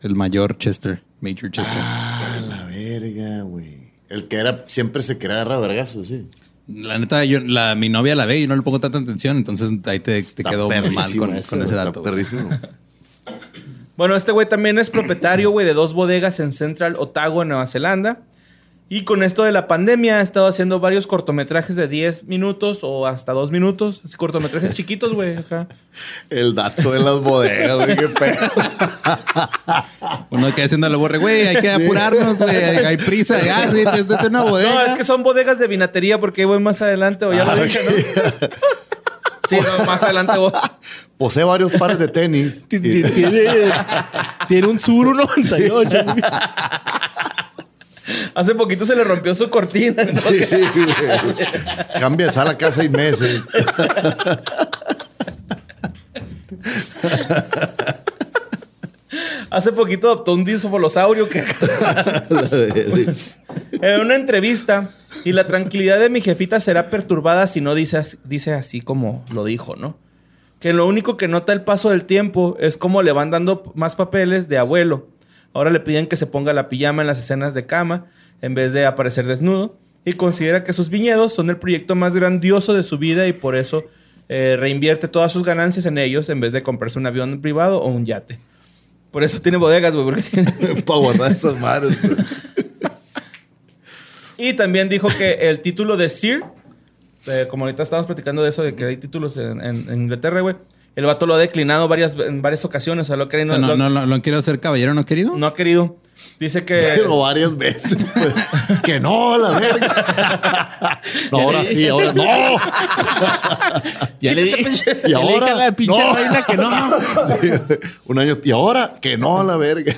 [SPEAKER 3] el mayor Chester, Major Chester.
[SPEAKER 4] Ah, la verga, güey. El que era, siempre se quería agarrar a vergazos, sí.
[SPEAKER 3] La neta, yo, la, mi novia la ve y no le pongo tanta atención, entonces ahí te, te
[SPEAKER 4] Está
[SPEAKER 3] quedó mal
[SPEAKER 4] perrísimo
[SPEAKER 3] con, con ese
[SPEAKER 4] está
[SPEAKER 3] dato. güey.
[SPEAKER 4] perrísimo.
[SPEAKER 2] Bueno, este güey también es propietario, güey, de dos bodegas en Central Otago, Nueva Zelanda. Y con esto de la pandemia ha estado haciendo varios cortometrajes de 10 minutos o hasta 2 minutos. Así, cortometrajes chiquitos, güey, acá.
[SPEAKER 4] El dato de las bodegas, güey, qué pedo.
[SPEAKER 3] Uno que haciendo la borre, güey, hay que apurarnos, güey, hay, hay prisa, ya, güey, te- te- te una bodega.
[SPEAKER 2] No, es que son bodegas de vinatería porque ahí voy más adelante o ya
[SPEAKER 4] Ah,
[SPEAKER 2] lo dije, ¿no? Sí, no, más adelante voy.
[SPEAKER 4] Posee varios pares de tenis.
[SPEAKER 1] Ti- ti- Tiene, tiene un Zuru 98. güey.
[SPEAKER 2] Hace poquito se le rompió su cortina. ¿no?
[SPEAKER 4] Sí, güey. Cambia de sala cada seis meses.
[SPEAKER 2] Hace poquito adoptó un disofolosaurio que
[SPEAKER 4] La verga.
[SPEAKER 2] en una entrevista y la tranquilidad de mi jefita será perturbada si no dice, as- dice así como lo dijo, ¿no? Que lo único que nota el paso del tiempo es como le van dando p- más papeles de abuelo. Ahora le piden que se ponga la pijama en las escenas de cama en vez de aparecer desnudo y considera que sus viñedos son el proyecto más grandioso de su vida y por eso eh, reinvierte todas sus ganancias en ellos en vez de comprarse un avión privado o un yate. Por eso tiene bodegas, güey, porque tiene...
[SPEAKER 4] Para guardar esas madres. güey.
[SPEAKER 2] Y también dijo que el título de Sir, eh, como ahorita estábamos platicando de eso, de que hay títulos en, en- en Inglaterra, güey. El vato lo ha declinado varias, en varias ocasiones, o sea, lo ha
[SPEAKER 3] O
[SPEAKER 2] querido-
[SPEAKER 3] sea, no,
[SPEAKER 2] lo-
[SPEAKER 3] no, no, no quiero ser caballero no querido.
[SPEAKER 2] no ha querido. Dice que.
[SPEAKER 4] Pero varias veces. pues, que no, la verga. No, ahora sí, ahora no.
[SPEAKER 1] Ya le dije.
[SPEAKER 4] Y
[SPEAKER 1] ya le dije
[SPEAKER 4] ahora.
[SPEAKER 1] a la pinche
[SPEAKER 4] no.
[SPEAKER 1] reina que no.
[SPEAKER 4] Sí, un año. Y ahora que no, la verga.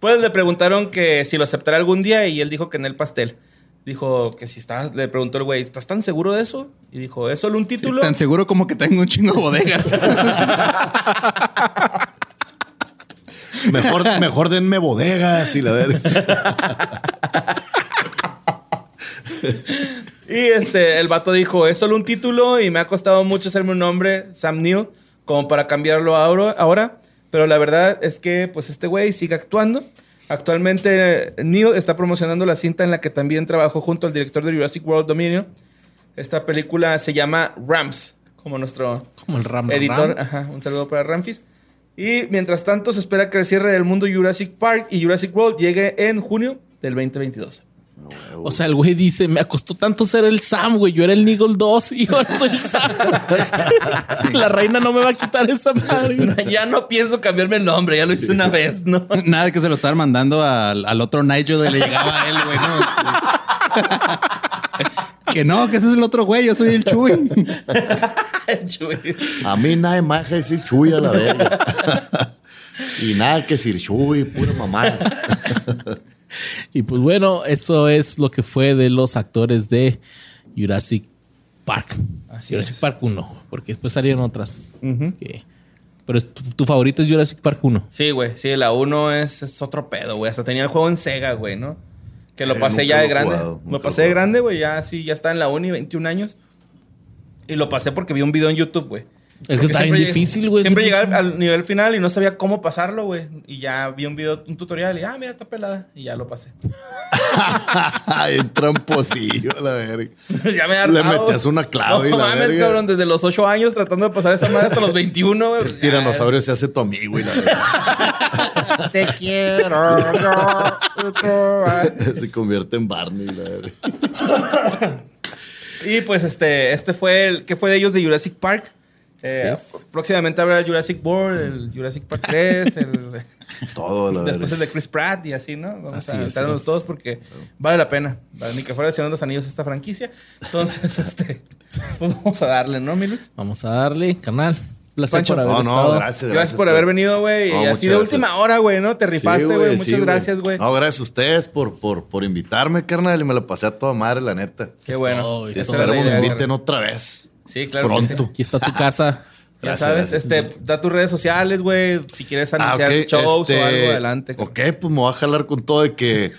[SPEAKER 2] Pues le preguntaron que si lo aceptará algún día y él dijo que en el pastel. Dijo que si estás, le preguntó el güey, ¿estás tan seguro de eso? Y dijo, ¿es solo un
[SPEAKER 3] Sí,
[SPEAKER 2] título?
[SPEAKER 3] Tan seguro como que tengo un chingo de bodegas.
[SPEAKER 4] Mejor, mejor denme bodegas y la verga.
[SPEAKER 2] Y este, el vato dijo, es solo un título y me ha costado mucho hacerme un nombre, Sam Neill, como para cambiarlo ahora, ahora. Pero la verdad es que, pues, este güey sigue actuando. Actualmente, Neil está promocionando la cinta en la que también trabajó junto al director de Jurassic World Dominion. Esta película se llama Rams, como nuestro
[SPEAKER 1] Como el Ram.
[SPEAKER 2] editor.
[SPEAKER 1] Ram.
[SPEAKER 2] Ajá, un saludo para Ramfis. Y mientras tanto, se espera que el cierre del mundo Jurassic Park y Jurassic World llegue en junio del 2022.
[SPEAKER 1] O sea, el güey dice: Me costó tanto ser el Sam, güey. Yo era el Nigel 2 y ahora soy el Sam. La reina no me va a quitar esa madre.
[SPEAKER 2] ya no pienso cambiarme el nombre, ya lo hice una vez, ¿no?
[SPEAKER 3] Nada de que se lo estaban mandando al, al otro Nigel le llegaba a él, güey. no, sí. que no, que ese es el otro güey, yo soy el Chuy.
[SPEAKER 4] A mí nada más que decir chuy a la verga. Y nada que decir chuy, pura mamada.
[SPEAKER 1] Y pues bueno, eso es lo que fue de los actores de Jurassic Park.
[SPEAKER 2] Así
[SPEAKER 1] Jurassic
[SPEAKER 2] es.
[SPEAKER 1] Park 1, porque después salieron otras. que- Pero es- tu, tu favorito es Jurassic Park 1.
[SPEAKER 2] Sí, güey, sí, la 1 es, es otro pedo, güey. Hasta tenía el juego en Sega, güey, ¿no? Que lo
[SPEAKER 4] Eh,
[SPEAKER 2] pasé
[SPEAKER 4] nunca
[SPEAKER 2] ya
[SPEAKER 4] lo
[SPEAKER 2] de
[SPEAKER 4] he
[SPEAKER 2] grande.
[SPEAKER 4] jugado, nunca
[SPEAKER 2] lo
[SPEAKER 4] lo
[SPEAKER 2] pasé
[SPEAKER 4] he
[SPEAKER 2] de
[SPEAKER 4] jugado.
[SPEAKER 2] grande, güey, ya sí, ya está en la uni, 21 años. Y lo pasé porque vi un video en YouTube, güey.
[SPEAKER 1] Es
[SPEAKER 2] Porque
[SPEAKER 1] que está bien
[SPEAKER 2] siempre lleg-
[SPEAKER 1] difícil, güey.
[SPEAKER 2] Siempre
[SPEAKER 1] ese
[SPEAKER 2] llegaba
[SPEAKER 1] pinche-
[SPEAKER 2] al nivel final y no sabía cómo pasarlo, güey. Y ya vi un video, un tutorial y, ah, mira, está pelada. Y ya lo pasé.
[SPEAKER 4] El tramposillo a la verga.
[SPEAKER 2] ya me he
[SPEAKER 4] Le
[SPEAKER 2] hartado.
[SPEAKER 4] metías una clave
[SPEAKER 2] No
[SPEAKER 4] y la
[SPEAKER 2] mames,
[SPEAKER 4] verga.
[SPEAKER 2] cabrón, desde los 8 años tratando de pasar esa madre hasta los 21, güey.
[SPEAKER 4] El tiranosaurio se hace tu amigo y la verga.
[SPEAKER 6] Te quiero.
[SPEAKER 4] Se convierte en Barney y la verga.
[SPEAKER 2] Y pues este, este fue el que fue de ellos de Jurassic Park. Eh,
[SPEAKER 1] Así es.
[SPEAKER 2] Próximamente habrá Jurassic World, el Jurassic Park 3, el-
[SPEAKER 4] Todo a la
[SPEAKER 2] después el
[SPEAKER 4] verga.
[SPEAKER 2] de Chris Pratt y así, ¿no? Vamos
[SPEAKER 1] Así
[SPEAKER 2] a
[SPEAKER 1] es,
[SPEAKER 2] aventarnos
[SPEAKER 1] es-
[SPEAKER 2] todos porque vale la pena. Ni que fuera el Señor de los Anillos esta franquicia. Entonces, este, pues vamos a darle, ¿no, Milux?
[SPEAKER 1] Vamos a darle, canal. Placer
[SPEAKER 2] Pancho.
[SPEAKER 1] por haber
[SPEAKER 4] No,
[SPEAKER 1] estado.
[SPEAKER 4] no, gracias.
[SPEAKER 2] Gracias, por haber venido, güey.
[SPEAKER 4] No,
[SPEAKER 2] y
[SPEAKER 4] muchas
[SPEAKER 2] así de
[SPEAKER 4] gracias.
[SPEAKER 2] última hora, güey, ¿no? Te
[SPEAKER 4] Sí,
[SPEAKER 2] rifaste, güey.
[SPEAKER 4] sí,
[SPEAKER 2] Muchas gracias, güey.
[SPEAKER 4] No, gracias a ustedes por, por, por invitarme, carnal. Y me la pasé a toda madre, la neta.
[SPEAKER 2] Qué bueno.
[SPEAKER 1] todo, güey,
[SPEAKER 4] Sí,
[SPEAKER 2] Esa
[SPEAKER 1] es
[SPEAKER 2] era la
[SPEAKER 4] esperemos me
[SPEAKER 2] idea,
[SPEAKER 4] inviten
[SPEAKER 2] güey.
[SPEAKER 4] otra vez.
[SPEAKER 2] Sí, claro. que sí.
[SPEAKER 4] Pronto.
[SPEAKER 1] Aquí está tu casa.
[SPEAKER 2] Ya
[SPEAKER 4] Gracias,
[SPEAKER 2] sabes,
[SPEAKER 4] gracias. Ah,
[SPEAKER 2] este, da tus redes sociales, güey. Si quieres anunciar
[SPEAKER 4] ok,
[SPEAKER 2] shows
[SPEAKER 4] este,
[SPEAKER 2] o algo, adelante.
[SPEAKER 4] Ok, pues me voy a jalar con todo de que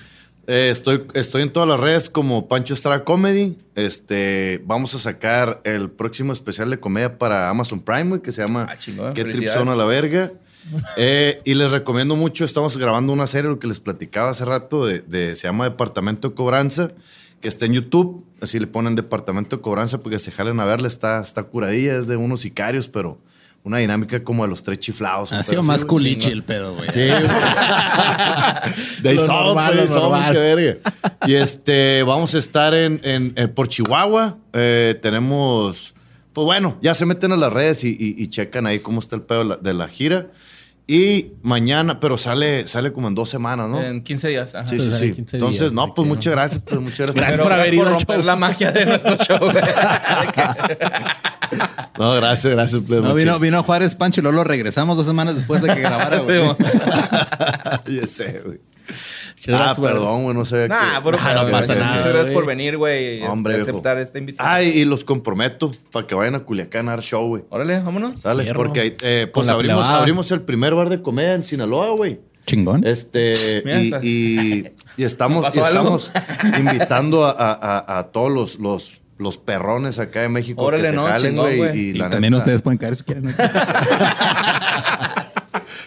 [SPEAKER 4] eh, estoy, estoy en todas las redes como Pancho Estrada Comedy. Este, vamos a sacar el próximo especial de comedia para Amazon Prime, güey, que se llama
[SPEAKER 2] Ah, chingón,
[SPEAKER 4] ¿Qué trip
[SPEAKER 2] felicidades.
[SPEAKER 4] son a la verga? Eh, y les recomiendo mucho, estamos grabando una serie, lo que les platicaba hace rato, de, de- se llama Departamento de Cobranza, que está en YouTube, así le ponen Departamento de Cobranza, porque se jalen a verla, está, está curadilla, es de unos sicarios, pero una dinámica como de los tres chiflados.
[SPEAKER 3] Ha sido Ah, más culichi el pedo, güey.
[SPEAKER 4] Sí, de ahí
[SPEAKER 1] Lo
[SPEAKER 4] somos,
[SPEAKER 1] normal,
[SPEAKER 4] de ahí
[SPEAKER 1] lo
[SPEAKER 4] somos,
[SPEAKER 1] normal.
[SPEAKER 4] qué verga. Y este, vamos a estar en, en- eh, por Chihuahua. Eh, tenemos, pues bueno, ya se meten a las redes y, y- y checan ahí cómo está el pedo de la, de la gira. Y mañana, pero sale, sale como en dos semanas, ¿no?
[SPEAKER 2] En 15 días. Ajá.
[SPEAKER 4] sí, sí,
[SPEAKER 1] sale en
[SPEAKER 4] sí.
[SPEAKER 1] 15 días,
[SPEAKER 4] Entonces,
[SPEAKER 1] así
[SPEAKER 4] no, pues
[SPEAKER 1] que
[SPEAKER 4] muchas gracias, pues muchas gracias.
[SPEAKER 1] Gracias
[SPEAKER 2] Pero
[SPEAKER 1] por haber ido al
[SPEAKER 2] romper
[SPEAKER 1] show.
[SPEAKER 2] la magia de nuestro show. güey.
[SPEAKER 4] No, gracias, gracias, pues.
[SPEAKER 3] No,
[SPEAKER 4] muchas-
[SPEAKER 3] vino, vino Juárez Pancho y luego lo regresamos dos semanas después de que grabara, güey.
[SPEAKER 4] ya sé, güey.
[SPEAKER 1] Muchas
[SPEAKER 4] Ah,
[SPEAKER 1] gracias por-
[SPEAKER 4] perdón, güey, no sé.
[SPEAKER 2] nah, pero,
[SPEAKER 1] Ah, no
[SPEAKER 2] pero-
[SPEAKER 1] pasa nada,
[SPEAKER 2] Muchas gracias
[SPEAKER 1] güey.
[SPEAKER 2] por venir, güey. y
[SPEAKER 4] Hombre,
[SPEAKER 2] este,
[SPEAKER 4] viejo.
[SPEAKER 2] aceptar esta invitación.
[SPEAKER 4] Ay, y los comprometo para que vayan a Culiacán a dar show, güey.
[SPEAKER 2] Órale, vámonos.
[SPEAKER 4] Sale,
[SPEAKER 1] Fierro.
[SPEAKER 4] porque ahí, eh,
[SPEAKER 1] Con
[SPEAKER 4] pues
[SPEAKER 1] la
[SPEAKER 4] abrimos,
[SPEAKER 1] plebada.
[SPEAKER 4] abrimos el primer bar de comedia en Sinaloa, güey.
[SPEAKER 3] Chingón.
[SPEAKER 4] Este,
[SPEAKER 2] Mira,
[SPEAKER 4] y,
[SPEAKER 2] está-
[SPEAKER 4] y- y estamos, y
[SPEAKER 2] ¿Pasó algo?
[SPEAKER 4] estamos invitando a, a- a- a todos los, los, los perrones acá de México
[SPEAKER 2] Órale,
[SPEAKER 4] que se
[SPEAKER 2] no,
[SPEAKER 4] jalen,
[SPEAKER 2] chingón,
[SPEAKER 4] güey.
[SPEAKER 2] güey.
[SPEAKER 4] Y,
[SPEAKER 3] Y
[SPEAKER 4] la
[SPEAKER 3] también
[SPEAKER 4] neta-
[SPEAKER 3] ustedes pueden caer si quieren.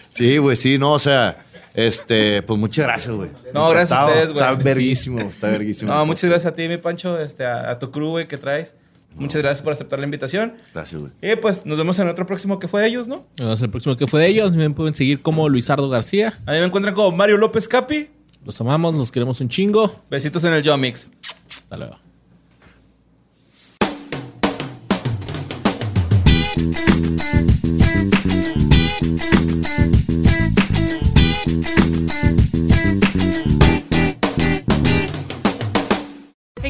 [SPEAKER 4] Sí, güey, sí, no, o sea, este, pues muchas gracias, güey.
[SPEAKER 2] No, gracias a
[SPEAKER 4] Está-
[SPEAKER 2] ustedes, güey.
[SPEAKER 4] Está verguísimo, está verguísimo.
[SPEAKER 2] No, muchas gracias a ti, mi Pancho, este, a, a tu crew, güey, que traes. Muchas gracias por aceptar la invitación.
[SPEAKER 4] Gracias, güey.
[SPEAKER 2] Y pues nos vemos en otro próximo que fue de ellos, ¿no?
[SPEAKER 1] Nos vemos en el próximo que fue de ellos. Me pueden seguir como Luisardo García.
[SPEAKER 2] A mí me encuentran como Mario López Capi.
[SPEAKER 1] Los amamos, los queremos un chingo.
[SPEAKER 2] Besitos en el Jomix.
[SPEAKER 1] Hasta luego.
[SPEAKER 7] Hey